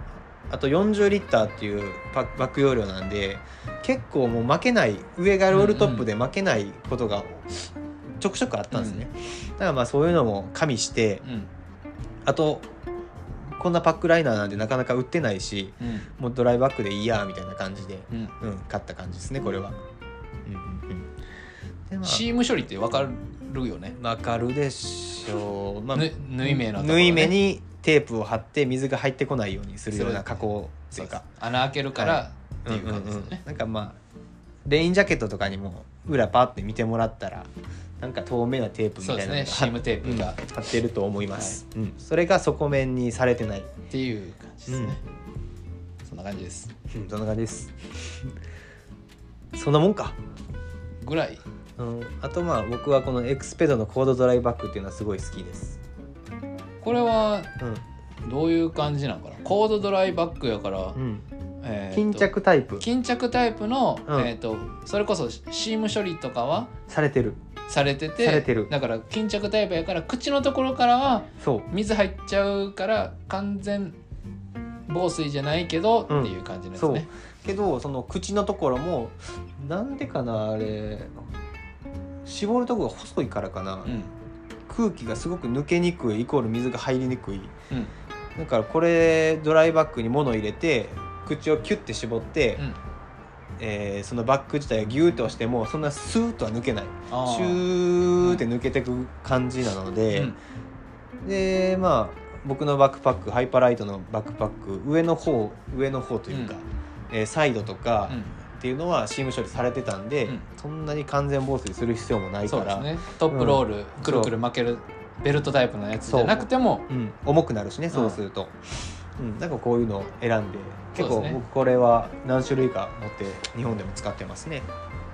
Speaker 2: あと40リッターっていうパッバック容量なんで結構もう負けない上がロールトップで負けないことがちょくちょくあったんですね、だからまあそういうのも加味して
Speaker 1: うん
Speaker 2: あとこんなパックライナーなんてなかなか売ってないし
Speaker 1: うん
Speaker 2: もうドライバッグでいいやみたいな感じで
Speaker 1: うん
Speaker 2: うん、勝った感じですね、これは。うんうんうん。で、ま
Speaker 1: シーム処理って分かるよね
Speaker 2: あ、わかるでしょう。ま
Speaker 1: ぬ縫い目のところね
Speaker 2: 縫い目にテープを貼って、水が入ってこないようにするよう
Speaker 1: す
Speaker 2: な
Speaker 1: る
Speaker 2: 加工っ
Speaker 1: そ
Speaker 2: ていううか。
Speaker 1: 穴開けるから、っていう感じです
Speaker 2: ん
Speaker 1: よ
Speaker 2: ん
Speaker 1: ね
Speaker 2: ん、なんか、まあ。レインジャケットとかにも、裏パって見てもらったら。なんか透明なテープみた
Speaker 1: そう
Speaker 2: い
Speaker 1: で
Speaker 2: な
Speaker 1: す
Speaker 2: のが
Speaker 1: ねシームテープが、っ
Speaker 2: 貼ってると思います、うん、それが底面にされてない、
Speaker 1: ていう感じですね、そんな感じです
Speaker 2: うん、そんな感じですそんなもんか
Speaker 1: ぐらい
Speaker 2: うん、あとまあ僕はこのエクスペドのコードドライバッグっていうのはすごい好きです。
Speaker 1: これは
Speaker 2: うん
Speaker 1: どういう感じなのかなコードドライバッグやから、えーと
Speaker 2: 巾着タイプ
Speaker 1: 巾着タイプの、
Speaker 2: うん
Speaker 1: えー、とそれこそシーム処理とかは
Speaker 2: されてる
Speaker 1: されてて
Speaker 2: されてる
Speaker 1: だから巾着タイプやから口のところからは
Speaker 2: そう
Speaker 1: 水入っちゃうから完全防水じゃないけど、
Speaker 2: うん
Speaker 1: っていう感じです
Speaker 2: そう、
Speaker 1: ね。
Speaker 2: けどその口のところもなんでかなあれ絞るとこが細いからかな、
Speaker 1: うん
Speaker 2: 空気がすごく抜けにくいイコール水が入りにくい
Speaker 1: うん
Speaker 2: だからこれドライバッグに物入れて口をキュッて絞って、
Speaker 1: うん
Speaker 2: えーそのバッグ自体をギューって押してもそんなスーッとは抜けない
Speaker 1: あー
Speaker 2: シューって抜けてく感じなので、
Speaker 1: うん
Speaker 2: でまあ僕のバックパックハイパーライトのバックパック上の方上の方というか、
Speaker 1: うん
Speaker 2: えーサイドとか
Speaker 1: うん
Speaker 2: っていうのはシーム処理されてたんで、
Speaker 1: うん
Speaker 2: そんなに完全防水する必要もない
Speaker 1: そ
Speaker 2: か
Speaker 1: うです
Speaker 2: らう、
Speaker 1: ねトップロール、くるくる巻けるベルトタイプのやつじゃなくても
Speaker 2: ん、重くなるしねそうすると、うんだからこういうのを選んで結
Speaker 1: そ
Speaker 2: 構
Speaker 1: うですね
Speaker 2: 僕これは何種類か持って日本でも使ってますね。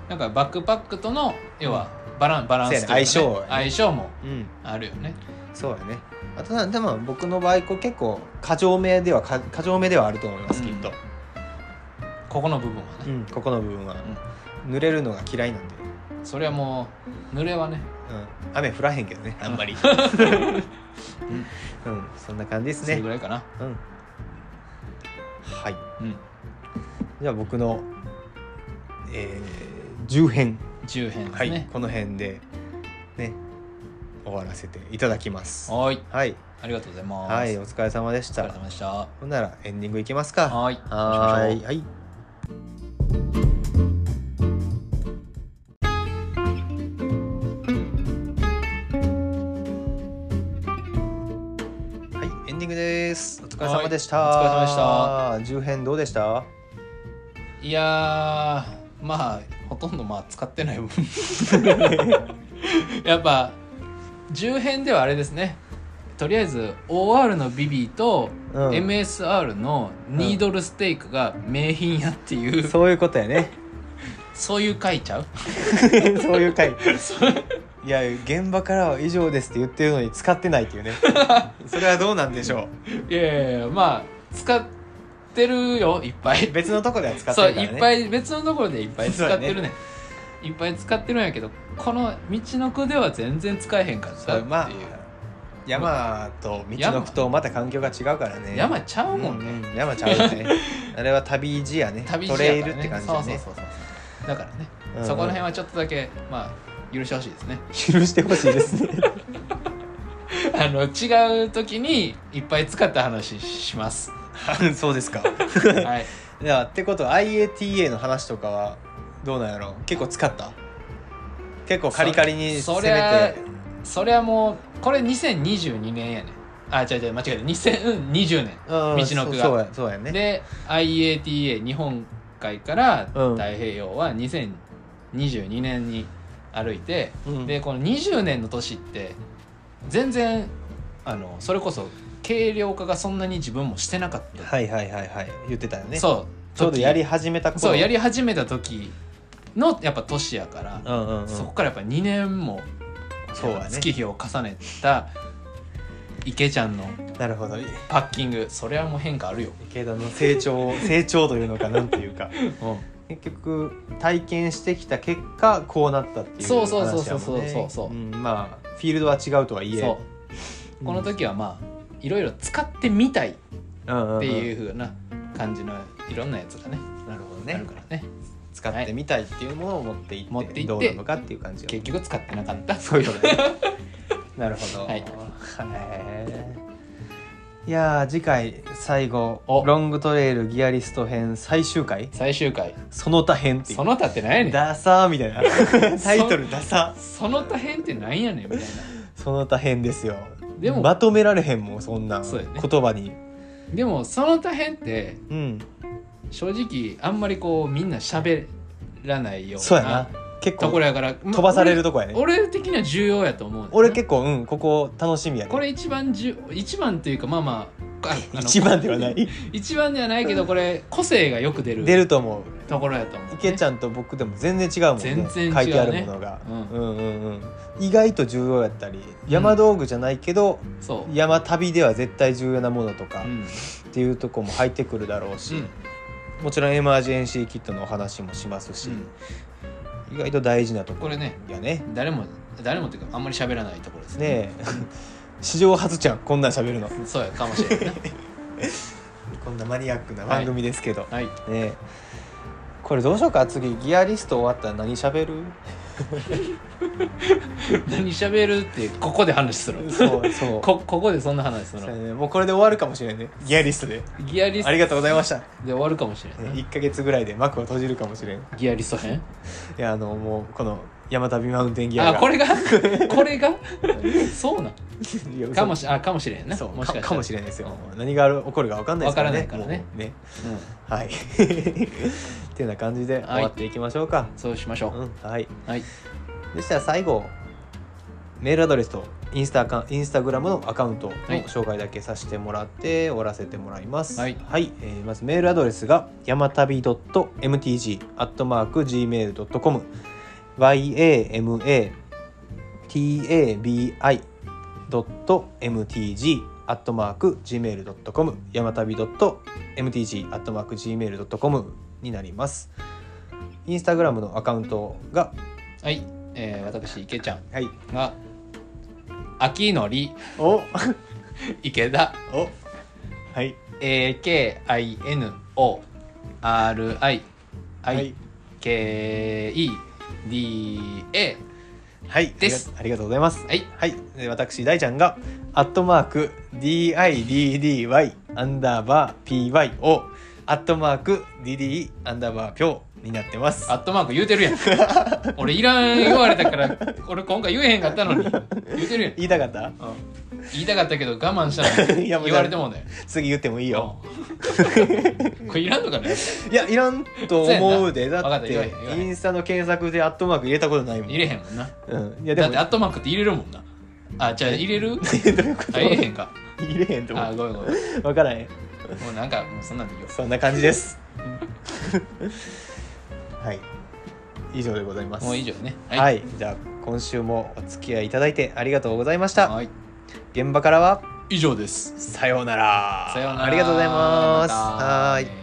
Speaker 1: なんかバックパックとの要はバランバランスというか、ね、
Speaker 2: そうやね相性やね
Speaker 1: 相性も
Speaker 2: うん
Speaker 1: あるよね。
Speaker 2: そうやねあとなでも僕の場合こう結構過剰めでは過過剰めではあると思います、
Speaker 1: うん
Speaker 2: きっと、
Speaker 1: ここの部分はね、
Speaker 2: ここの部分は、濡れるのが嫌いなんで、
Speaker 1: それはもう濡れはね
Speaker 2: うん、雨降らへんけどねあんま りうん、そんな感じです
Speaker 1: それ
Speaker 2: ね
Speaker 1: ぐらいかな。
Speaker 2: うんはい
Speaker 1: うん
Speaker 2: じゃあ僕のえー、10編、
Speaker 1: 10編で
Speaker 2: は
Speaker 1: す
Speaker 2: い、
Speaker 1: ね。
Speaker 2: この辺でね終わらせていただきます
Speaker 1: はーい、
Speaker 2: はい
Speaker 1: ありがとうございます。
Speaker 2: はい
Speaker 1: お
Speaker 2: お疲れ様でし
Speaker 1: 疲れ
Speaker 2: た
Speaker 1: 様でした。は
Speaker 2: ほんならエンディングいきます
Speaker 1: ー
Speaker 2: か
Speaker 1: い、
Speaker 2: は
Speaker 1: そうしましょ
Speaker 2: ー
Speaker 1: う
Speaker 2: いはいはいエンディングですお疲れ様でした、
Speaker 1: はい
Speaker 2: お疲れ様でした10編どうで した
Speaker 1: いやーまあほとんどまあ使ってない 分やっぱ10編ではあれですねとりあえず OR のビビーと
Speaker 2: うん
Speaker 1: MSR のニードルステークが名品やっていう、
Speaker 2: そういうことやね
Speaker 1: そういう回ちゃう
Speaker 2: そうい う回いや現場からは以上ですって言ってるのに使ってないっていうね それはどうなんでしょ
Speaker 1: いやいやいやまあ使ってるよいっぱ
Speaker 2: う
Speaker 1: い、
Speaker 2: 別のとこでは使って
Speaker 1: そう
Speaker 2: るから
Speaker 1: い
Speaker 2: ね
Speaker 1: っぱい別のところでいっぱい使って
Speaker 2: そ
Speaker 1: る
Speaker 2: う
Speaker 1: ねいっぱい使ってるんやけどこの「道のく」では全然使えへんかったってい
Speaker 2: そう
Speaker 1: う、
Speaker 2: まあ山と道のくとまた環境が違うからね
Speaker 1: 山ちゃうもんね、
Speaker 2: うんうん山ちゃうよ ねあれは旅路やね
Speaker 1: 旅
Speaker 2: ト
Speaker 1: 路
Speaker 2: レイ
Speaker 1: や
Speaker 2: ル
Speaker 1: か
Speaker 2: っ
Speaker 1: らね
Speaker 2: て感じだね
Speaker 1: そうそうそうそうだからね、
Speaker 2: うんうん
Speaker 1: そこら辺はちょっとだけまあ許してほしいですね
Speaker 2: 許してほしいですね
Speaker 1: あの違う時にいっぱい使った話し ます
Speaker 2: そうですか
Speaker 1: はい
Speaker 2: いやってことは IATA の話とかはどうなんやろう結構使った結構カリカリに
Speaker 1: そ
Speaker 2: 攻
Speaker 1: そりゃ
Speaker 2: めて
Speaker 1: それはもうこれ2022年やねあ違う違う間違えた2020年
Speaker 2: 道
Speaker 1: 道のくが
Speaker 2: そうやそうやね
Speaker 1: で IATA 日本海から
Speaker 2: うん
Speaker 1: 太平洋は2022年に歩いて、
Speaker 2: うん
Speaker 1: でこの20年の年って全然あのそれこそ軽量化がそんなに自分もしてなかった、
Speaker 2: はいはいはいはい言ってたよね
Speaker 1: そう
Speaker 2: ちょうどやり
Speaker 1: 時
Speaker 2: 始めた頃
Speaker 1: そうやり始めた時のやっぱ年やから、
Speaker 2: うんうんうん
Speaker 1: そこからやっぱ2年も
Speaker 2: そうやね
Speaker 1: 月日を重ねた池ちゃんの
Speaker 2: なるほど
Speaker 1: パッキングそれはもう変化あるよ、
Speaker 2: 池田の 成長成長というのかなんていうか結局体験してきた結果こうなったっていう
Speaker 1: そう
Speaker 2: 話
Speaker 1: そう
Speaker 2: やもん、ね、
Speaker 1: そうそうそうそうそうん
Speaker 2: まあフィールドは違うとはいえ
Speaker 1: そううんこの時はまあいろいろ使ってみたいっ
Speaker 2: うんうんうん
Speaker 1: ていう風な感じのいろんなやつがね
Speaker 2: なるほど
Speaker 1: あ
Speaker 2: ね
Speaker 1: るからね
Speaker 2: 使ってみたいっていうものを持っていって,、
Speaker 1: 持っていって
Speaker 2: どうなのかっていう感じよ
Speaker 1: 結局使ってなかった
Speaker 2: そういうこ とねなるほど
Speaker 1: はい
Speaker 2: へーいやー次回最後
Speaker 1: お
Speaker 2: ロングトレイルギアリスト編最終回
Speaker 1: 最終回
Speaker 2: その他編っていう
Speaker 1: その他って何やねん
Speaker 2: ダサーみたいな タイトルダサ
Speaker 1: その他編ってなんやねんみたいな
Speaker 2: その他編ですよ
Speaker 1: でも
Speaker 2: まとめられへんもんそんな
Speaker 1: そうやね
Speaker 2: 言葉に
Speaker 1: でもその他編って
Speaker 2: うん
Speaker 1: 正直あんまりこうみんな喋らないよう
Speaker 2: そうやな
Speaker 1: な
Speaker 2: 結
Speaker 1: ところ
Speaker 2: 構
Speaker 1: やから
Speaker 2: 飛ばされ
Speaker 1: と
Speaker 2: るとこやね
Speaker 1: 俺俺的には重要やと思う
Speaker 2: 俺
Speaker 1: 結
Speaker 2: 結構うんここ楽しみやね
Speaker 1: これ一番じゅ一番というかまあまあああの
Speaker 2: 一番ではない
Speaker 1: 一番ではないけどこれ個性がよく出る
Speaker 2: 出ると思う
Speaker 1: ところやと思う、ね、
Speaker 2: 池ちゃんと僕でも全然違うもんね
Speaker 1: 全然違うね
Speaker 2: 書いてあるものが
Speaker 1: うん
Speaker 2: うんうんうん意外と重要やったり山道具じゃないけど
Speaker 1: そう、
Speaker 2: 山旅では絶対重要なものとか
Speaker 1: うん
Speaker 2: っていうとこも入ってくるだろうし
Speaker 1: うん
Speaker 2: もちろんエマージェンシーキットのお話もしますし意外と大事なとこ
Speaker 1: これね
Speaker 2: やね
Speaker 1: 誰も誰もっていうかあんまり喋らないところですね
Speaker 2: ねえ史上初ちゃんこんなん喋るの
Speaker 1: そうやかもしれない な
Speaker 2: こんなマニアックな番組ですけど、
Speaker 1: はい
Speaker 2: ねえこれどうしようか次ギアリスト終わったら何喋 る
Speaker 1: 何喋るってここで話する
Speaker 2: そうそう
Speaker 1: こここでそんな話す
Speaker 2: そうや
Speaker 1: る
Speaker 2: ねもうこれで終わるかもしれないねギアリストで
Speaker 1: ギアリス
Speaker 2: あ
Speaker 1: ト
Speaker 2: り
Speaker 1: で
Speaker 2: がとうございましたね
Speaker 1: 終わるかもしれないな、
Speaker 2: 1か月ぐらいで幕を閉じるかもしれんい
Speaker 1: ギアリスト編
Speaker 2: やあのもうこの山旅マウンテンギア
Speaker 1: あ
Speaker 2: が
Speaker 1: こ れがこれがそうなん
Speaker 2: いや嘘
Speaker 1: かもしあかもしれんな
Speaker 2: そう
Speaker 1: もしかした
Speaker 2: からかもしれないですよ何がある起こるか分かんないですからね
Speaker 1: 分からないからね
Speaker 2: もうね
Speaker 1: うん、
Speaker 2: はい っていうような感じで終わっていきましょうか、
Speaker 1: そうしましょう、
Speaker 2: うんはい
Speaker 1: はい
Speaker 2: でしたら最後メールアドレスとインスタアカウンインスタグラムのアカウントの
Speaker 1: はい
Speaker 2: 紹介だけさせてもらって終わらせてもらいます。
Speaker 1: はい
Speaker 2: えーまずメールアドレスが山旅 .mtg.gmail.com yamatabi.mtg.gmail.com 山旅 .mtg.gmail.com になります。インスタグラムのアカウントが
Speaker 1: はい、えー、私池ちゃん
Speaker 2: はい
Speaker 1: が秋のり
Speaker 2: お
Speaker 1: 池田
Speaker 2: おはい
Speaker 1: AKINORIIKI、
Speaker 2: はい
Speaker 1: KEDA
Speaker 2: はい
Speaker 1: です
Speaker 2: ありがありがとうございます
Speaker 1: はい
Speaker 2: はいで私大ちゃんがアットマーク DIDDY アンダーバー PY をアットマーク DD アンダーバーピョになってます
Speaker 1: アットマーク言うてるや ん俺いらん言われたから俺今回言えへんかったのに言うてるやん
Speaker 2: 言いたかった
Speaker 1: 言いたかったけど我慢したのに
Speaker 2: い やもう
Speaker 1: 言われてもね
Speaker 2: 次言ってもいいよ
Speaker 1: うんこれいらんのかね
Speaker 2: いやいらんと思うで
Speaker 1: そうやんな
Speaker 2: だ
Speaker 1: わ
Speaker 2: っ
Speaker 1: かってた言わへん言わへ
Speaker 2: イ
Speaker 1: ん
Speaker 2: ンスタの検索でアットマーク入れたことないもん
Speaker 1: 入れへんもんな
Speaker 2: うんいやで
Speaker 1: だっ
Speaker 2: も
Speaker 1: てアットマークって入れるもんなあじゃあ入れる
Speaker 2: どういうこと
Speaker 1: あ入れへんか
Speaker 2: 入れへんと思
Speaker 1: あ
Speaker 2: う
Speaker 1: ごめんごめん
Speaker 2: 分からへん
Speaker 1: もうなんかもうそんなんでいいよ
Speaker 2: そんな感 じです。はい。以上でございます。
Speaker 1: もう以上ね
Speaker 2: はい、じゃあ今週もお付き合いいただいてありがとうございました。
Speaker 1: はい
Speaker 2: 現場からは
Speaker 1: 以上です
Speaker 2: さようなら。
Speaker 1: さようなら
Speaker 2: ありがとうございます。
Speaker 1: た
Speaker 2: はーい。